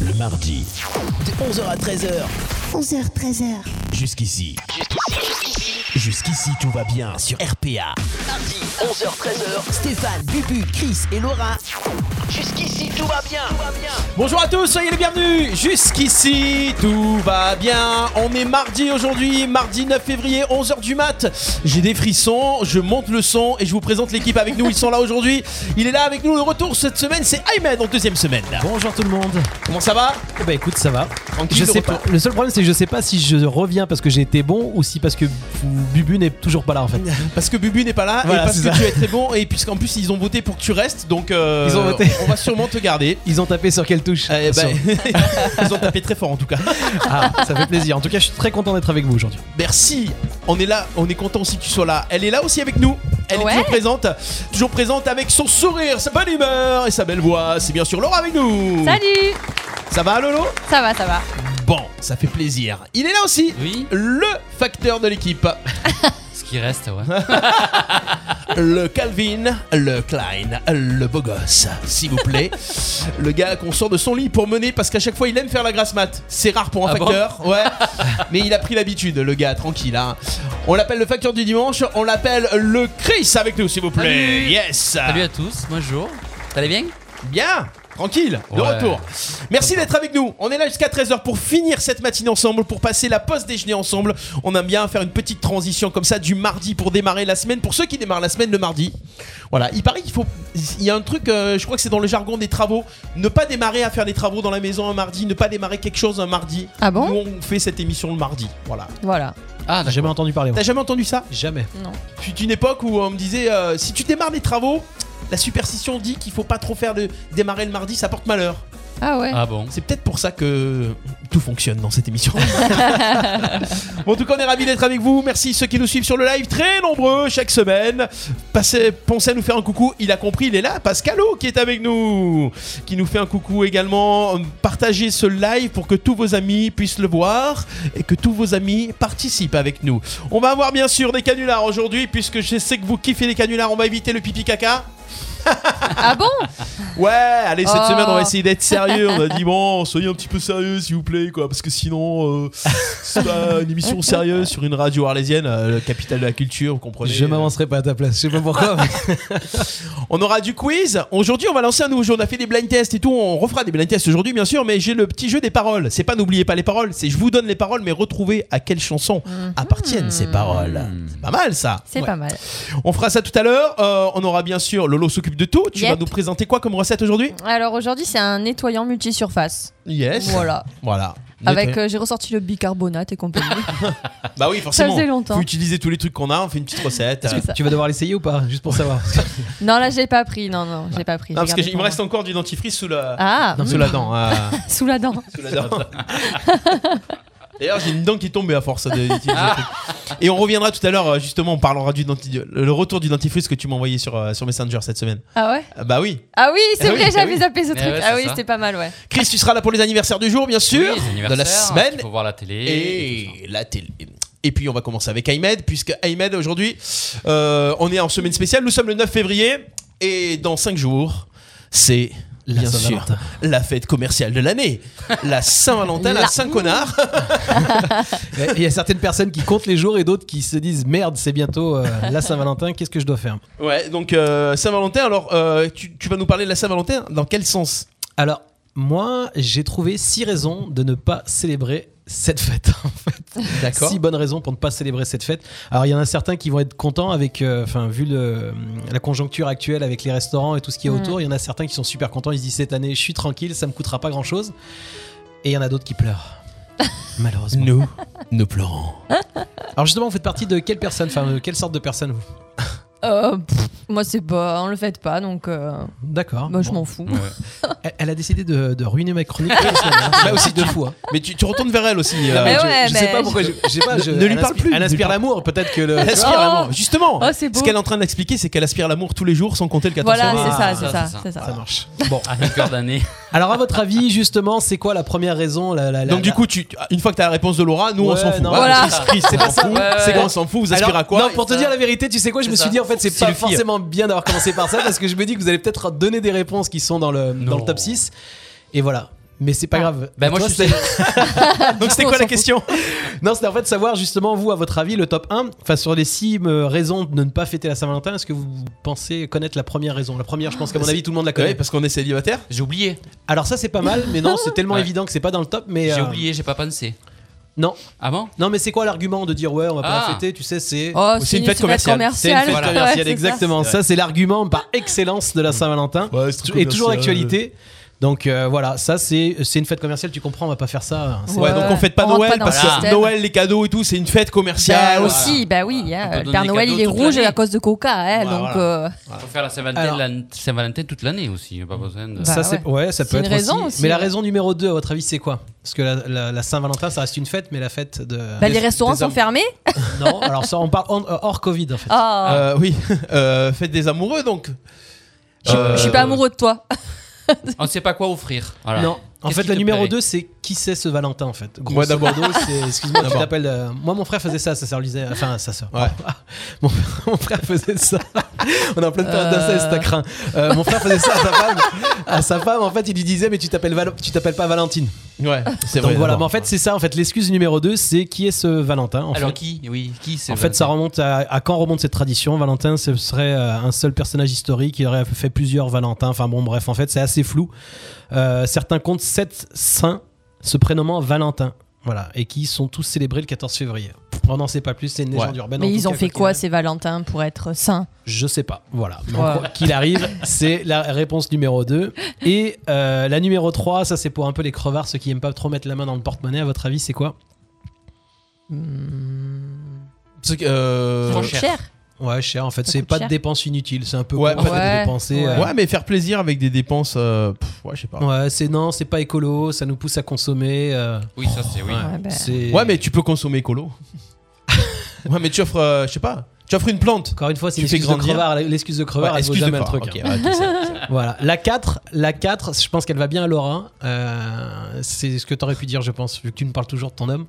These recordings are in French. le mardi, de 11h à 13h. 11h, 13h. Jusqu'ici. Jusqu'ici, tout va bien sur RPA. Mardi, 11h-13h, Stéphane, Bubu, Chris et Laura. Jusqu'ici, tout va bien. Bonjour à tous, soyez les bienvenus Jusqu'ici, tout va bien. On est mardi aujourd'hui, mardi 9 février, 11h du mat. J'ai des frissons, je monte le son et je vous présente l'équipe avec nous. Ils sont là aujourd'hui. Il est là avec nous. Le retour cette semaine, c'est Ayman en deuxième semaine. Bonjour tout le monde. Comment ben, ça va Eh Bah écoute, ça va. Tranquille, Je le sais repas. pas. Le seul problème, c'est que je sais pas si je reviens parce que j'ai été bon ou si parce que Bubu n'est toujours pas là en fait. Parce que Bubu n'est pas là Voilà, Ah, et parce c'est que ça. tu es très bon et puisqu'en plus ils ont voté pour que tu restes donc euh, Ils ont voté. on va sûrement te garder. Ils ont tapé sur quelle touche Eh ben, Sur- ils ont tapé très fort en tout cas. Ah, ça fait plaisir. En tout cas, je suis très content d'être avec vous aujourd'hui. Merci. On est là, Ben, on est content aussi que tu sois là. Elle est là aussi avec nous. Elle est Ouais. toujours présente, toujours présente avec son sourire, sa bonne humeur et sa belle voix. C'est bien sûr Laura avec nous. Salut Ça va Lolo Ça va, ça va. Bon, ça fait plaisir. Il est là aussi. Oui, Le facteur de l'équipe, ce qui reste, ouais. le Calvin, le Klein, le beau gosse, s'il vous plaît. le gars qu'on sort de son lit pour mener parce qu'à chaque fois il aime faire la grasse mat. C'est rare pour un Ah bon facteur, ouais. Mais il a pris l'habitude, le gars, tranquille. hein. On l'appelle le facteur du dimanche, on l'appelle le Chris avec nous, s'il vous plaît. Salut. Yes. Salut à tous, moi Jour. T'allais bien Bien Tranquille, de Ouais. retour. Merci d'être avec nous. On est là jusqu'à 13h pour finir cette matinée ensemble, pour passer la pause déjeuner ensemble. On aime bien faire une petite transition comme ça du mardi pour démarrer la semaine. Pour ceux qui démarrent la semaine le mardi, voilà. Il paraît qu'il faut. Il y a un truc, euh, je crois que c'est dans le jargon des travaux. Ne pas démarrer à faire des travaux dans la maison un mardi, ne pas démarrer quelque chose un mardi. Ah bon Nous, on fait cette émission le mardi. Voilà. Voilà. Ah, J'ai d'accord. jamais entendu parler. moi. T'as jamais entendu ça Jamais. Fut une époque où on me disait euh, si tu démarres les travaux, la superstition dit qu'il faut pas trop faire de démarrer le mardi, ça porte malheur. Ah ouais. Ah bon C'est peut-être pour ça que tout fonctionne dans cette émission. Bon, en tout cas, on est ravis d'être avec vous. Merci ceux qui nous suivent sur le live, très nombreux chaque semaine. Passez, pensez à nous faire un coucou. Il a compris, il est là. Pascalo qui est avec nous, qui nous fait un coucou également. Partagez ce live pour que tous vos amis puissent le voir et que tous vos amis participent avec nous. On va avoir bien sûr des canulars aujourd'hui, puisque je sais que vous kiffez les canulars. On va éviter le pipi caca. Ah bon Ouais, allez, cette Oh. semaine, on va essayer d'être sérieux. On a dit, bon, soyez un petit peu sérieux, s'il vous plaît, quoi. Parce que sinon, euh, c'est pas une émission sérieuse sur une radio arlésienne, euh, la capitale de la culture, vous comprenez. euh. Je m'avancerai pas à ta place. Je sais pas pourquoi. mais- On aura du quiz. Aujourd'hui, on va lancer un nouveau jeu. On a fait des blind tests et tout. On refera des blind tests aujourd'hui, bien sûr. Mais j'ai le petit jeu des paroles. C'est pas n'oubliez pas les paroles. C'est je vous donne les paroles, mais retrouvez à quelle chanson appartiennent ces paroles. C'est pas mal, ça. Mhm. C'est Ouais. pas mal. On fera ça tout à l'heure. Euh, on aura bien sûr Lolo s'occupe de tout. Tu Yep. vas nous présenter quoi comme recette aujourd'hui Alors aujourd'hui, c'est un nettoyant multisurface. Yes. Voilà. Voilà. Avec, euh, j'ai ressorti le bicarbonate et compagnie. Bah oui, forcément. faisait longtemps. Faut utiliser tous les trucs qu'on a, on fait une petite recette. Parce que ça- tu vas devoir l'essayer ou pas Juste pour savoir. Non, là, j'ai pas pris. Non, non, j'ai pas pris. Non, j'ai parce que gardé j'ai- il pour me moi. reste encore du dentifrice sous la, Ah, sous la dent. euh, sous la dent. sous la dent. D'ailleurs, j'ai une dent qui est tombée à force de- d'utiliser le truc. Ah. Et on reviendra tout à l'heure, euh, justement, on parlera du denti- le retour du dentifrice que tu m'as envoyé sur, euh, sur Messenger cette semaine. Ah ouais Euh, Bah oui. Ah oui, c'est Ah oui, vrai, ah j'avais oui. Eh zappé ce Mais truc. ouais, ah c'est oui, ça. c'était pas mal, ouais. Chris, tu seras là pour les anniversaires du jour, bien sûr. Oui, les de la anniversaires, semaine. Tu peux voir la télé. tout et la télé. Et puis on va commencer avec Ahmed, puisque Ahmed aujourd'hui, euh, on est en semaine spéciale, nous sommes le 9 février, et dans 5 jours, c'est... La Bien sûr, Saint-Valentin. la fête commerciale de l'année, la Saint-Valentin, la La- Saint-Connard. Et Il y a certaines personnes qui comptent les jours et d'autres qui se disent merde, c'est bientôt euh, la Saint-Valentin. Qu'est-ce que je dois faire Ouais, donc euh, Saint-Valentin, alors euh, tu, tu vas nous parler de la Saint-Valentin, dans quel sens Alors, moi, j'ai trouvé six raisons de ne pas célébrer cette fête. En fait. D'accord. Six bonnes raisons pour ne pas célébrer cette fête. Alors, il y en a certains qui vont être contents avec, euh, enfin, vu le- la conjoncture actuelle avec les restaurants et tout ce qu'il y a Mm. autour, il y en a certains qui sont super contents. Ils se disent cette année, je suis tranquille, ça me coûtera pas grand-chose. Et il y en a d'autres qui pleurent. Malheureusement. Nous, nous pleurons. Alors justement, vous faites partie de quelle personne, enfin, de quelle sorte de personne vous Euh, pff, moi, c'est pas. On le fait pas, donc. euh, D'accord. moi, je Bon. m'en fous. ça. Ouais. Elle, elle a décidé de, de ruiner ma chronique. Là aussi deux fois. Mais tu, tu retournes vers elle aussi. euh, Mais je, ouais, je mais sais pas je- pourquoi. je- je sais pas, je- Ne lui elle parle inspire- plus. Elle inspire l'amour, peut-être que le. Elle aspire Oh l'amour, justement. Oh, c'est beau. Ce qu'elle est en train d'expliquer, c'est qu'elle aspire l'amour tous les jours sans compter le 14 Voilà, février. c'est ça, Ah, c'est ça, ça, c'est ça. c'est ça. Ça marche. Bon. À une cœur d'année. Alors, à votre avis, justement, c'est quoi la première raison la- la- la- Donc du la- coup, tu, une fois que t'as la réponse de Laura, nous on Ouais, s'en fout. non, Voilà. Chris, Chris, c'est pas fou. Ouais, C'est ouais. qu'on s'en fout. Vous aspirez Alors, à quoi Non, pour te Ça- dire la vérité, tu sais quoi, je C'est me suis ça. dit en fait, c'est C'est pas le pire. forcément bien d'avoir commencé par ça parce que je me dis que vous allez peut-être donner des réponses qui sont dans le, dans Non. le top 6. Et voilà. mais c'est pas grave. Bah, moi, Toi, je suis- c'est- Donc c'était on quoi la s'en question Non, c'était en fait savoir justement, vous, à votre avis, le top 1, enfin sur les 6 raisons de ne pas fêter la Saint-Valentin, est-ce que vous pensez connaître la première raison La première, je pense qu'à mon avis, tout le monde la connaît. Ouais, parce qu'on est célibataire. J'ai oublié. Alors ça, c'est pas mal, mais non, c'est tellement Ouais. évident que c'est pas dans le top, mais... J'ai euh, oublié, j'ai pas pensé. Non, Ah bon non mais c'est quoi l'argument de dire ouais, on va pas Ah. la fêter, tu sais, c'est... Oh, C'est c'est une une fête fête commerciale. commerciale. C'est une fête Ouais, commerciale, c'est ça. exactement. ça. Ça, c'est l'argument par excellence de la Saint-Valentin. Ouais, c'est trop et toujours commercial. d'actualité. Donc euh, voilà, ça, c'est c'est une fête commerciale, tu comprends, on va pas faire ça. C'est- Ouais, Ouais. donc on fête pas On rentre Noël pas dans parce le que système. Noël, les cadeaux et tout, c'est une Bah fête Ben, commerciale. aussi, bah oui, hein, peut le donner Père des Noël cadeaux il est toute rouge l'année. à cause de Coca, hein, Ouais, donc voilà. euh, Faut faire la Saint-Valentin Alors- Mm. la Saint-Valentin toute l'année aussi. Pas besoin de... Bah, ça, c'est ouais, ça C'est peut une être raison aussi, Mais la ouais. raison numéro 2 à votre avis c'est quoi Parce que la, la- la Saint-Valentin ça reste une fête mais la fête de Euh, bah, des- les restaurants des sont hommes. fermés. Non, alors ça on parle en- euh, hors Covid en fait. Ah, Euh, oui, euh, fête des amoureux donc. Je- Euh, je suis pas amoureux de toi. On sait pas quoi offrir. Voilà. Non, en Qu'est-ce fait qui la te numéro plairait 2 c'est qui c'est ce Valentin en fait. Ouais, d'abord. modo, c'est excuse-moi, tu D'abord. t'appelles euh, moi mon frère faisait ça, sa sœur lisait enfin sa sœur. Ouais. Mon, frère, mon frère faisait ça. On est en pleine période Euh. d'inceste, t'as craint. Euh, mon frère faisait ça à sa femme. À sa femme en fait, il lui disait mais tu t'appelles Val- Ah, tu t'appelles pas Valentine. Ouais, c'est Donc vrai. voilà, mais en d'abord. fait c'est ça en fait l'excuse numéro 2 c'est qui est ce Valentin en Alors fait. qui Oui, qui c'est En fait, ça remonte à, à quand remonte cette tradition Valentin, ce serait euh, un seul personnage historique qui aurait fait plusieurs Valentins. Enfin bon, bref, en fait, c'est assez flou. Euh, certains comptent sept saints se prénommant Valentin. Voilà, et qui sont tous célébrés le 14 février. On n'en sait pas plus, c'est une légende Ouais. urbaine. en Mais tout ils ont cas, fait qu'il quoi arrive. ces Valentins pour être sains Je sais pas, voilà. Mais Ouais. en gros, Qu'il arrive, c'est la réponse numéro 2. Et euh, la numéro 3, ça c'est pour un peu les crevards, ceux qui aiment pas trop mettre la main dans le porte-monnaie, à votre avis, c'est quoi Parce que, euh, Hmm. Trop Cher. cher. Ouais, cher, en fait, Ça c'est coûte pas de cher. dépenses inutiles, c'est un peu Ouais. con, en fait, de Ouais. dépenser. Ouais. euh, Ouais, mais faire plaisir avec des dépenses, euh, pff, ouais, je sais pas. Ouais, c'est non, c'est pas écolo, ça nous pousse à consommer. euh, Oui, ça c'est oui. Ouais, bah, c'est- Ouais, mais tu peux consommer écolo. ouais, mais tu offres, euh, je sais pas, tu offres une plante. encore une fois, c'est tu une fais excuse de grandir. crevard. L'excuse de crevard, Ouais, elle vaut excuse de jamais un crevard, truc. ok, hein. ouais, ok, ça- Voilà. La 4, la 4, je pense qu'elle va bien à Laura. Euh, c'est ce que t'aurais pu dire, je pense, vu que tu me parles toujours de ton homme.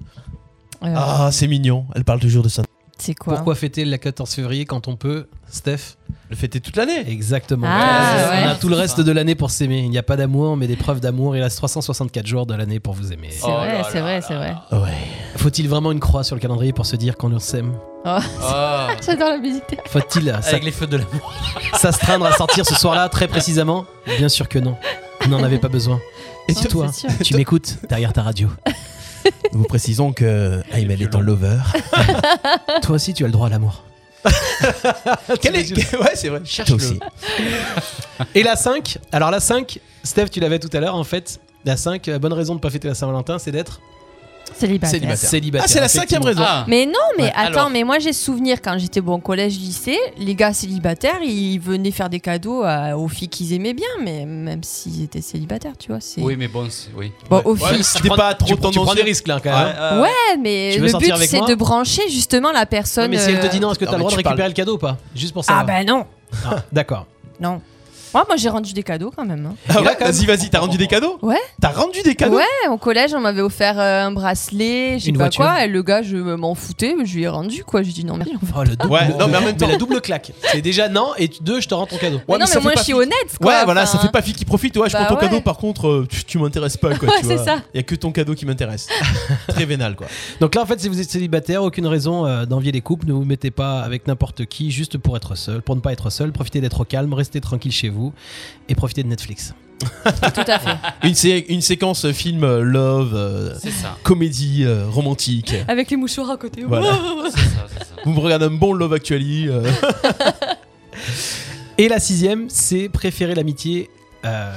euh, Ah, c'est mignon. Elle parle toujours de ça. c'est quoi Pourquoi fêter le 14 février quand on peut, Steph Le fêter toute l'année. Exactement. Ah, Euh, ouais. On a tout le reste de l'année pour s'aimer. Il n'y a pas d'amour, mais des preuves d'amour. Il reste 364 jours de l'année pour vous aimer. C'est Oh vrai, là c'est là vrai, là c'est vrai. Ouais. Faut-il vraiment une croix sur le calendrier pour se dire qu'on s'aime Ah. Oh. J'adore la musique. Faut-il ça- Avec les feux de l'amour. s'astreindre à sortir ce soir-là très précisément Bien sûr que non. Vous n'en avez pas besoin. Et Non, toi, c'est sûr. tu m'écoutes derrière ta radio. Nous précisons que ah, Ayman est en lover. Toi aussi, tu as le droit à l'amour. Quel est... Ouais, c'est vrai. Cherche-le. Toi aussi. Et la 5 Alors la 5, Steph, tu l'avais tout à l'heure en fait. La 5, la bonne raison de pas fêter la Saint-Valentin, c'est d'être Célibataire. Célibataire. célibataire. Ah, c'est la cinquième raison. Ah. Mais non, mais Ouais, attends, alors. mais moi j'ai souvenir quand j'étais bon au collège, lycée, les gars célibataires, ils venaient faire des cadeaux à- aux filles qu'ils aimaient bien, mais même s'ils étaient célibataires, tu vois, c'est Oui, mais bon, c'est- oui. bon aux Ouais, filles. si t'es pas trop Tu, prends- tu prends des tendancieux. risques là quand même. Ouais, mais Euh, Tu veux le sortir but avec c'est moi de brancher justement la Ouais, personne. mais si elle te euh, dit non, est-ce que t'as Non, le droit mais de tu parles- récupérer le cadeau ou pas Juste pour Ah ça. bah non, D'accord. non. Moi, moi j'ai rendu des cadeaux quand même. hein. Ah ouais, vas-y, vas-y, t'as rendu des cadeaux Ouais. T'as rendu des cadeaux Ouais, au collège, on m'avait offert euh, un bracelet, je sais Une pas voiture. quoi, et le gars, je m'en foutais, mais je lui ai rendu quoi. J'ai dit non, mais j'en veux Oh, le double- Ouais, non, mais en même temps- la double claque. C'est déjà non et tu- deux, je te rends ton cadeau. Mais non, ça mais fait moi pas je suis fi- honnête. Quoi. Ouais, voilà, Enfin, ça fait pas fille qui profite. Ouais, je bah prends ton ouais. cadeau, par contre, euh, tu, tu m'intéresses pas, quoi. tu Ouais, c'est vois. ça. Y a que ton cadeau qui m'intéresse. Très vénal, quoi. Donc là, en fait, si vous êtes célibataire, aucune raison euh, d'envier les couples. Ne vous mettez pas avec n'importe qui juste pour être seul, pour ne pas être seul. Profitez d'être au calme, restez tranquille chez vous et profitez de Netflix. Tout à fait. Une, sé- une séquence euh, film euh, love, euh, C'est ça. comédie euh, romantique. Avec les mouchoirs à côté. Voilà. C'est ça, c'est ça. Vous me regardez un bon love actually. euh. Et la sixième, c'est préférer l'amitié. euh,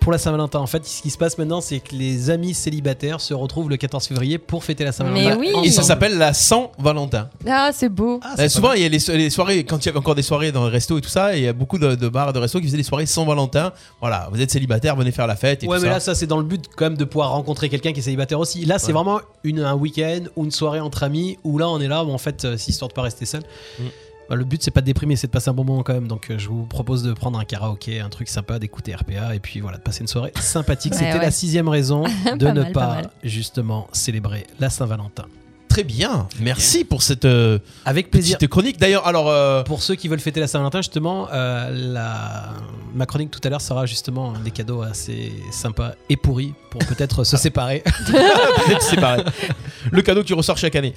pour la Saint-Valentin, en fait, ce qui se passe maintenant, c'est que les amis célibataires se retrouvent le 14 février pour fêter la Saint-Valentin. Mais oui. ensemble. Et ça s'appelle la Saint-Valentin. Ah, c'est beau. Ah, Euh, c'est pas souvent, mal. il y a les, so- les soirées, quand il y avait encore des soirées dans les restos et tout ça, et il y a beaucoup de, de bars, de restos qui faisaient des soirées sans Valentin. Voilà, vous êtes célibataire, venez faire la fête et Ouais, tout mais ça. là, ça, c'est dans le but quand même de pouvoir rencontrer quelqu'un qui est célibataire aussi. Là, c'est Ouais. vraiment une, un week-end ou une soirée entre amis où là, on est là, où, en fait, euh, c'est histoire de pas rester seul. Mm. Bah, le but, c'est pas de déprimer, c'est de passer un bon moment quand même. Donc, euh, je vous propose de prendre un karaoké, un truc sympa, d'écouter RPA et puis voilà, de passer une soirée sympathique. Bah Ouais, C'était ouais. la sixième raison de Pas ne mal, pas pas, mal. justement célébrer la Saint-Valentin. très bien. Merci pour cette euh, Avec plaisir. petite chronique. D'ailleurs, alors, euh, Pour ceux qui veulent fêter la Saint-Valentin, justement, euh, la... ma chronique tout à l'heure sera justement des cadeaux assez sympas et pourris pour peut-être se séparer. Ah. peut-être c'est pareil. Le cadeau qui ressort chaque année.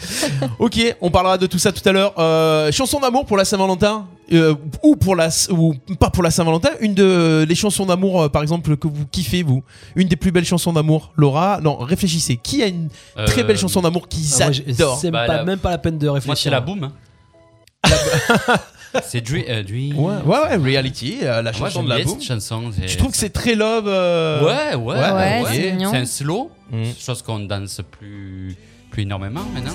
Ok, on parlera de tout ça tout à l'heure. Euh, chanson d'amour pour la Saint-Valentin euh, ou pour la ou pas pour la Saint-Valentin. Une de les chansons d'amour, euh, par exemple, que vous kiffez vous. Une des plus belles chansons d'amour, Laura. Non, réfléchissez. Qui a une très belle chanson d'amour qu'ils Ah, moi, je- adorent c'est Euh, Bah, pas- la- même pas la peine de Moi, c'est réfléchir. la boum. hein. c'est Dream. euh, Dream. Ouais, ouais, ouais, Reality, euh, la Ah, moi, chanson j'aime de la bien boum. cette chanson. Tu trouves que c'est très love euh, Ouais, ouais, Ouais, ouais. c'est mignon. C'est un slow, Mm. chose qu'on danse plus, plus énormément maintenant.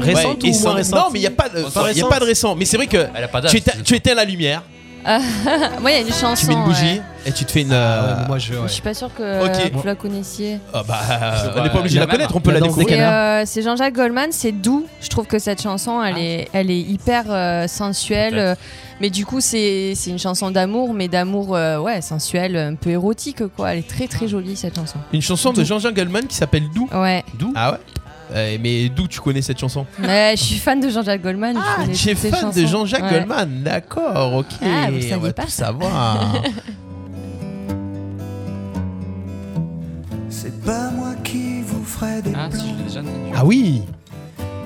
ouais, Récente et ou moins sans- récente Non, mais il n'y a pas de, Pas il y a récente. pas de récent. Mais c'est vrai que Elle a pas d'âge. tu éteins, tu éteins la lumière, Ah, Moi, il y a une chanson. tu mets une bougie ouais. et tu te fais une. Ah ouais, euh, mais moi, je, ouais. Je suis pas sûre que Ok. vous la connaissiez. Ah bah, C'est on pas- n'est pas obligé de la la même. connaître, on peut La la danse des découvrir. canards. Ah. Euh, c'est Jean-Jacques Goldman, c'est doux. Je trouve que cette chanson, elle, est, elle est hyper euh, sensuelle. Peut-être. euh, mais du coup, c'est c'est une chanson d'amour, mais d'amour euh, ouais, sensuel, un peu érotique. quoi. Elle est très très jolie cette chanson. Euh, Une chanson de Jean-Jean Goldman qui s'appelle Doux. Ouais, D'où Ah ouais Euh, Mais d'où tu connais cette chanson mais je suis fan de Jean-Jacques Goldman. Ah, je connais J'ai toutes ses fan de chansons. Jean-Jacques Ouais. Goldman, d'accord, ok. Ah, vous le on saviez va pas, tout ça. savoir. C'est pas moi qui vous ferai des Ah, si, je plans l'ai déjà entendu. ah oui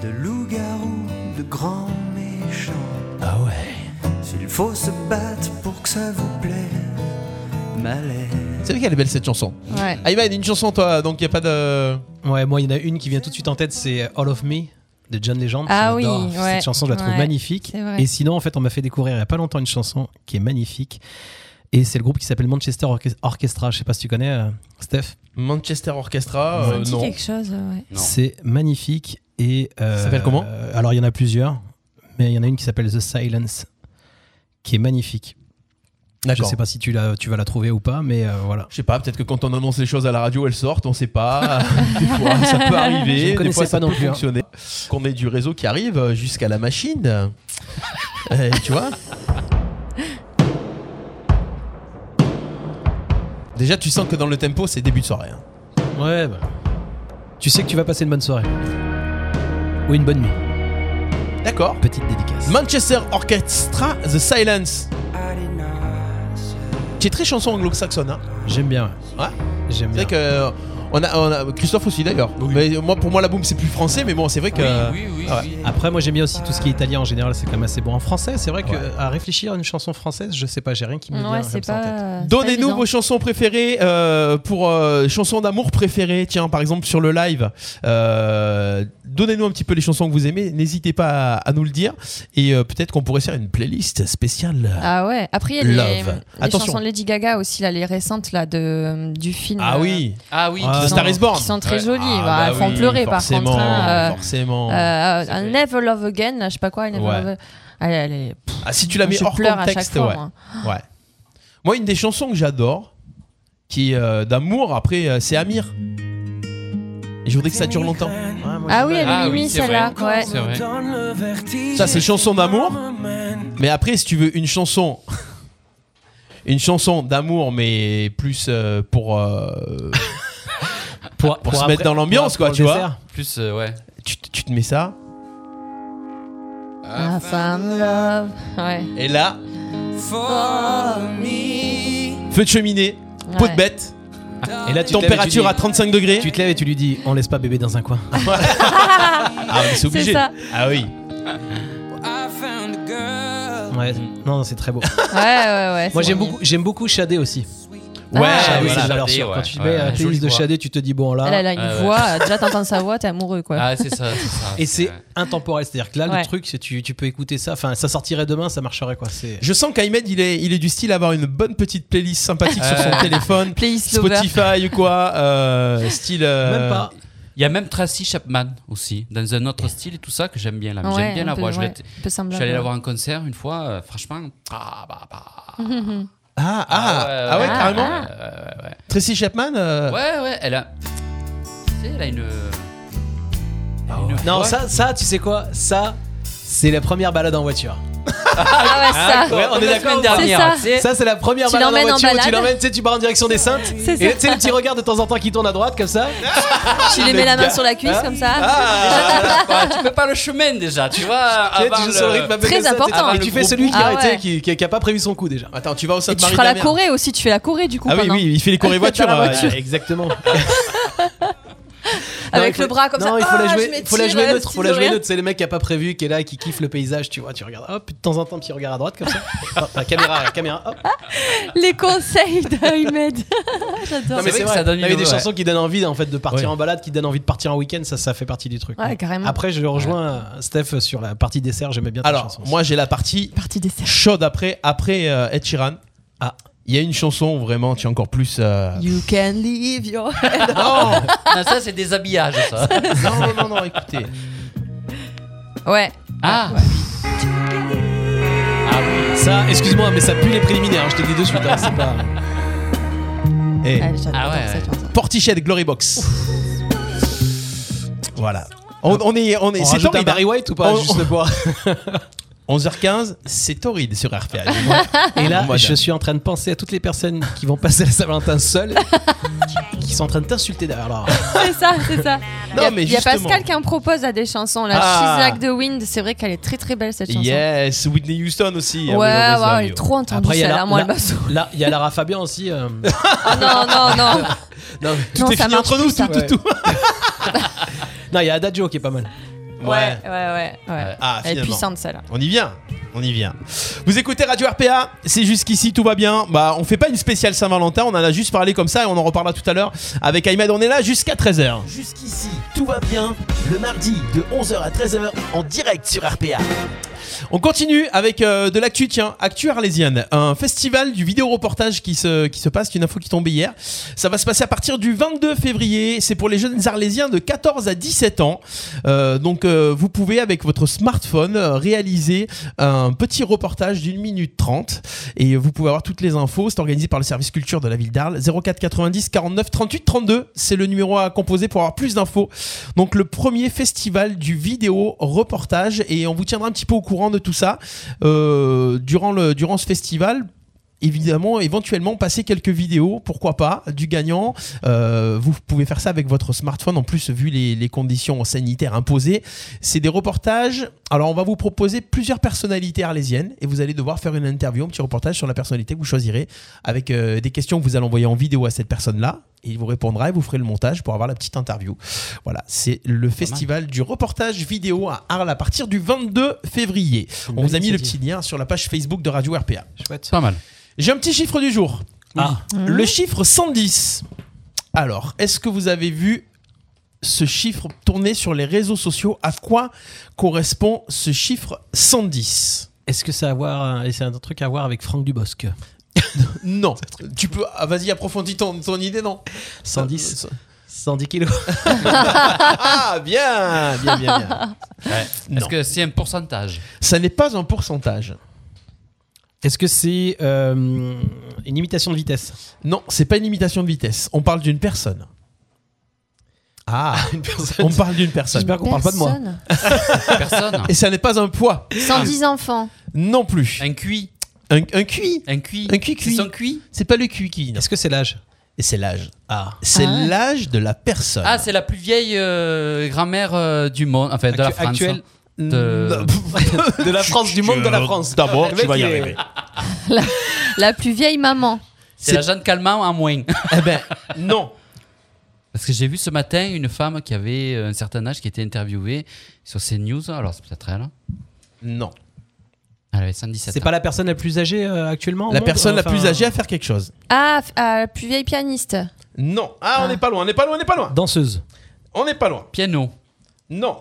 de loup-garou, de grands méchants. Ah ouais. S'il faut se battre pour que ça vous plaise, malaise. C'est vrai qu'elle est belle cette chanson. Ouais. Ah, Ivan, une chanson toi, donc il n'y a pas de. Ouais, moi, il y en a une qui vient tout de suite en tête, c'est euh, All of Me de John Legend. Ah J'adore. oui, ouais. Cette chanson, je la trouve Ouais, magnifique. c'est vrai. Et sinon, en fait, on m'a fait découvrir il n'y a pas longtemps une chanson qui est magnifique. Et c'est le groupe qui s'appelle Manchester Orche- Orchestra. Je sais pas si tu connais, euh, Steph. Manchester Orchestra, Ça euh, me dit non. quelque chose, ouais. Non. C'est magnifique. Et, euh, Ça s'appelle comment euh, Alors, il y en a plusieurs, mais il y en a une qui s'appelle The Silence, qui est magnifique. Je D'accord. sais pas si tu, la, tu vas la trouver ou pas, mais euh, voilà. Je sais pas, peut-être que quand on annonce les choses à la radio, elles sortent, on sait pas. des fois, ça peut Je ne arriver, des connaissais fois, ça pas non peut plus, hein. fonctionner. Qu'on ait du réseau qui arrive jusqu'à la machine. Euh, tu vois Déjà, tu sens que dans le tempo, c'est début de soirée. hein. Ouais, bah. Tu sais que tu vas passer une bonne soirée. Ou une bonne nuit. D'accord. Petite dédicace. Manchester Orchestra, The Silence. Tu es très chanson anglo-saxonne. Hein. J'aime bien. Ouais. J'aime bien. C'est vrai que. On a, on a- Christophe aussi d'ailleurs. Mais moi, pour moi, la boom, c'est plus français, mais bon, c'est vrai que. Oui, oui, oui. Ah ouais. oui. Après, moi j'aime bien aussi tout ce qui est italien en général, c'est quand même assez bon. En français, c'est vrai que à réfléchir à une chanson française, je sais pas, j'ai rien qui me vient Ouais, comme c'est ça en tête. pas. c'est pas Donnez-nous évident. vos chansons préférées euh, pour euh, chansons d'amour préférées. Tiens, par exemple sur le live, euh, donnez-nous un petit peu les chansons que vous aimez. N'hésitez pas à, à nous le dire et euh, peut-être qu'on pourrait faire une playlist spéciale. Ah ouais. Après, il y a les, les Love. Attention. chansons de Lady Gaga aussi, là, les récentes là, de, du film. Ah euh, oui, Ah oui, qui Ah, The qui sont- Star is Born. Qui sont très Ouais. jolies. Ah, bah, bah elles font oui, pleurer par forcément, contre. hein, euh, forcément. euh, C'est vrai. Never Love Again, là, je sais pas quoi. Never Ouais. Love- Elle, elle est- pff, ah, si tu la mets je hors pleure à chaque contexte, fois. ouais. moi. ouais. Moi, une des chansons que j'adore, qui est euh, d'amour, après, euh, c'est Amir. Et je voudrais que ça dure longtemps. Ah oui, elle est Ah oui, mimi c'est celle-là. vrai. Ouais. C'est vrai. Ça, c'est chanson d'amour. Mais après, si tu veux une chanson, une chanson d'amour, mais plus euh, pour euh, Pour, se mettre dans l'ambiance, quoi, le tu vois. dessert. plus, euh, ouais. tu, tu te mets ça. Ah, femme love. Ouais. Et là, feu de cheminée, peau de Ouais. bête, Ah. Et là, tu te lèves et tu température dis- à 35 degrés. Tu te lèves et tu lui dis, on laisse pas bébé dans un coin. Ah, mais c'est obligé. C'est ça. Ah oui. Ouais. Non, non, c'est très beau. Ouais, ouais, ouais. moi c'est j'aime mignon. beaucoup, j'aime beaucoup Shadé aussi. Ouais, Ah, Shadé, voilà. c'est Shadé, alors sûr. ouais. Quand tu Ouais, mets un ouais, jolie playlist de voix. Shadé, tu te dis bon là. Elle, elle a une Ah, ouais. voix. euh, Déjà, t'entends sa voix, t'es amoureux, quoi. Ah, c'est ça, c'est ça. Et c'est vrai. intemporel, c'est-à-dire que là le Ouais. truc, c'est tu, tu peux écouter ça. Enfin, ça sortirait demain, ça marcherait quoi. C'est Je sens qu'Ahmed, il est, il est du style à avoir une bonne petite playlist sympathique sur son Euh. téléphone. Playlist Lover. Ah, Spotify ou quoi, euh, style. euh, même pas. Il y a même Tracy Chapman aussi, dans un autre style et tout ça, que j'aime bien. là. Ouais, j'aime bien un la peu- voix. Je l'ai- ouais, un peu Je semblable. suis allé la voir en concert une fois, euh, franchement. Ah, bah, bah. Ah, ah, ah, ouais, ouais. carrément. Ah. ouais, ouais. Tracy Chapman. euh, Ouais, ouais, elle a. Tu sais, elle a une. elle a une Non, voix. ça, ça, tu sais quoi Ça, c'est la première balade en voiture. Ah ouais, ça. Ouais, on est la d'accord. semaine dernière. ça. tu sais. Ça, c'est la première Tu balade en l'emmènes en voiture où tu balade. l'emmènes, tu sais, tu pars en direction des Saintes. C'est Et ça. tu sais, le petit regard de temps en temps qui tourne à droite, comme ça. Hein Tu lui mets la main sur la cuisse comme ça. Ouais, Ah, tu fais pas le chemin déjà, tu vois. Ah. Tu sais, avant tu joues le- sur le rythme avec Très les Saintes, important. Et tu- Avant tu le fais gros celui qui bout. a Ah été- ouais. qui qui- qui a pas prévu son coup déjà. Attends, tu vas au Et Sainte tu Marie feras de la la Mer. Corée aussi, tu fais la Corée du coup Ah oui, pendant. oui, il fait les corées voitures. Dans la euh, voiture. Exactement. Avec Non, il faut- le bras comme ça. Non, il faut la Ah, jouer, je faut la m'étire, jouer euh, neutre. si Faut tu la veux jouer rien. neutre. C'est le mec qui a pas prévu, qui est là, qui kiffe le paysage, tu vois. Tu regardes, hop, de temps en temps, petit regard à droite, comme ça. Hop, la caméra, la caméra, hop. Les conseils d'Ahmed. J'adore. Non, mais c'est vrai que ça donne Il y a une- des ouais. chansons qui donnent envie, en fait, de partir Ouais. en balade, qui donnent envie de partir en week-end. Ça, ça fait partie du truc. Ouais, carrément. Après, je rejoins Steph sur la partie dessert. J'aimais bien ta Alors, chanson. moi j'ai la partie Partie dessert. chaude après après euh, Ed Sheeran. Ah, il y a une chanson où vraiment tu es encore plus. euh, You can leave your. Non, Non, ça, c'est des habillages, ça. non, non, non, non, écoutez. Ouais. Ah, Ah Ça, excuse-moi, mais ça pue les préliminaires. Je te dis de suite. hein, c'est pas... Ouais, Eh, Ah, j'adore Ah ouais, cette chanson. Portichet Glory Box. voilà. On, on est, on est, On c'est hein. rajoute un torride. Barry White ou pas On- Juste pour. 11h15, c'est torride sur RPA. Et là, Moi, je j'aime. suis en train de penser à toutes les personnes qui vont passer la Saint-Valentin seules, qui- qui sont en train de t'insulter derrière leur. C'est ça, c'est ça. Non, Il y a- mais Il y a justement. Pascal qui en propose là, des chansons. La Ah. She's Like the Wind, c'est vrai qu'elle est très très belle cette chanson. Yes, Whitney Houston aussi. hein, Ouais, I Will Always Love ouais, elle You. est trop entendue Après, il y a celle-là, la- moi elle la- m'a saoulée. Là, il y a Lara Fabian aussi. Non, euh, non, non. Non, Non, Tout est ça fini marche entre nous, plus, tout, ça. tout, tout. non, il y a Adagio qui est pas mal. Ouais, ouais, ouais. ouais. Elle Ah, est finalement. puissante celle-là. On y vient, on y vient. Vous écoutez Radio RPA, c'est jusqu'ici, tout va bien. Bah, on fait pas une spéciale Saint-Valentin, on en a juste parlé comme ça et on en reparlera tout à l'heure avec Ahmed. On est là jusqu'à 13h. Jusqu'ici, tout va bien. Le mardi de 11h à 13h en direct sur RPA. On continue avec euh, de l'actu, tiens, actu arlésienne, un festival du vidéo reportage qui se, qui se passe, c'est une info qui tombe hier. Ça va se passer à partir du 22 février, c'est pour les jeunes arlésiens de 14 à 17 ans. Euh, donc euh, vous pouvez avec votre smartphone euh, réaliser un petit reportage d'une minute 30 et vous pouvez avoir toutes les infos, c'est organisé par le service culture de la ville d'Arles, 04 90 49 38 32, c'est le numéro à composer pour avoir plus d'infos donc le premier festival du vidéo reportage et on vous tiendra un petit peu au courant de tout ça euh, durant, le, durant ce festival. Évidemment, éventuellement passer quelques vidéos, pourquoi pas, du gagnant. Euh, vous pouvez faire ça avec votre smartphone. En plus, vu les, les conditions sanitaires imposées, c'est des reportages. Alors, on va vous proposer plusieurs personnalités arlésiennes et vous allez devoir faire une interview, un petit reportage sur la personnalité que vous choisirez, avec euh, des questions que vous allez envoyer en vidéo à cette personne-là. Et il vous répondra et vous ferez le montage pour avoir la petite interview. Voilà, c'est le festival du reportage vidéo à Arles à partir du 22 février. une On belle vous a mis le petit initiative. lien sur la page Facebook de Radio RPA. Chouette. pas mal. J'ai un petit chiffre du jour. Ah. Le chiffre 110. Alors, est-ce que vous avez vu ce chiffre tourner sur les réseaux sociaux À quoi correspond ce chiffre 110 Est-ce que ça a à voir, euh, et c'est un truc à voir avec Franck Dubosc Non. Tu peux. ah, Vas-y, approfondis ton, ton idée, non Euh, 110 110 kilos. Ah, bien Bien, bien, bien. Est-ce Non. que c'est un pourcentage Ça n'est pas un pourcentage. Est-ce que c'est euh, une imitation de vitesse Non, c'est pas une imitation de vitesse. On parle d'une personne. Ah, Une personne. on parle d'une personne. J'espère qu'on parle pas de moi. Personne. Personne Et ça n'est pas un poids 110 enfants. non plus. Un cuit Un, un QI Un cuit Un cuit, C'est cuit. son cuit C'est pas le QI qui. non. Est-ce que c'est l'âge Et c'est l'âge. Ah. C'est Ah ouais. l'âge de la personne. Ah, c'est la plus vieille euh, grand-mère euh, du monde, enfin de la Actu- France. actuelle. de- De la France, du monde de la France. D'abord, Le tu mec, vas y il est- arriver. La plus vieille maman. C'est la Jeanne Calment en moins. Eh ben, non. Parce que j'ai vu ce matin une femme qui avait euh, un certain âge qui était interviewée sur CNews. Alors, c'est peut-être elle. hein. Non. Elle avait 117 C'est ans. pas la personne la plus âgée euh, actuellement au La monde personne la Enfin, plus âgée à faire quelque chose. Ah, f- ah, la plus vieille pianiste. Non. Ah, on Ah. n'est pas loin, on n'est pas loin, on n'est pas loin. Danseuse. On n'est pas loin. Piano. Non.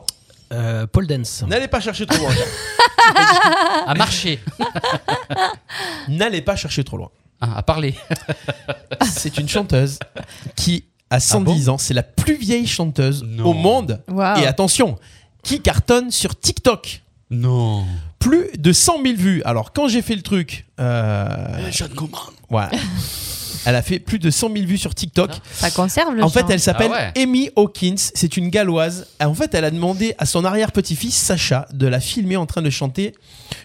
Euh, pole dance. N'allez pas chercher trop loin. À marcher. N'allez pas chercher trop loin. Ah, à parler. C'est une chanteuse qui a 110 ans. C'est la plus vieille chanteuse Non. au monde. Waouh. Et attention, qui cartonne sur TikTok Non. plus de 100 000 vues. Alors quand j'ai fait le truc, euh, Jeanne Calment. voilà. Elle a fait plus de 100 000 vues sur TikTok. Ça conserve le En fait, charme. elle s'appelle Ah Amy Hawkins. C'est une galloise. Et En fait, elle a demandé à son arrière-petit-fils, Sacha, de la filmer en train de chanter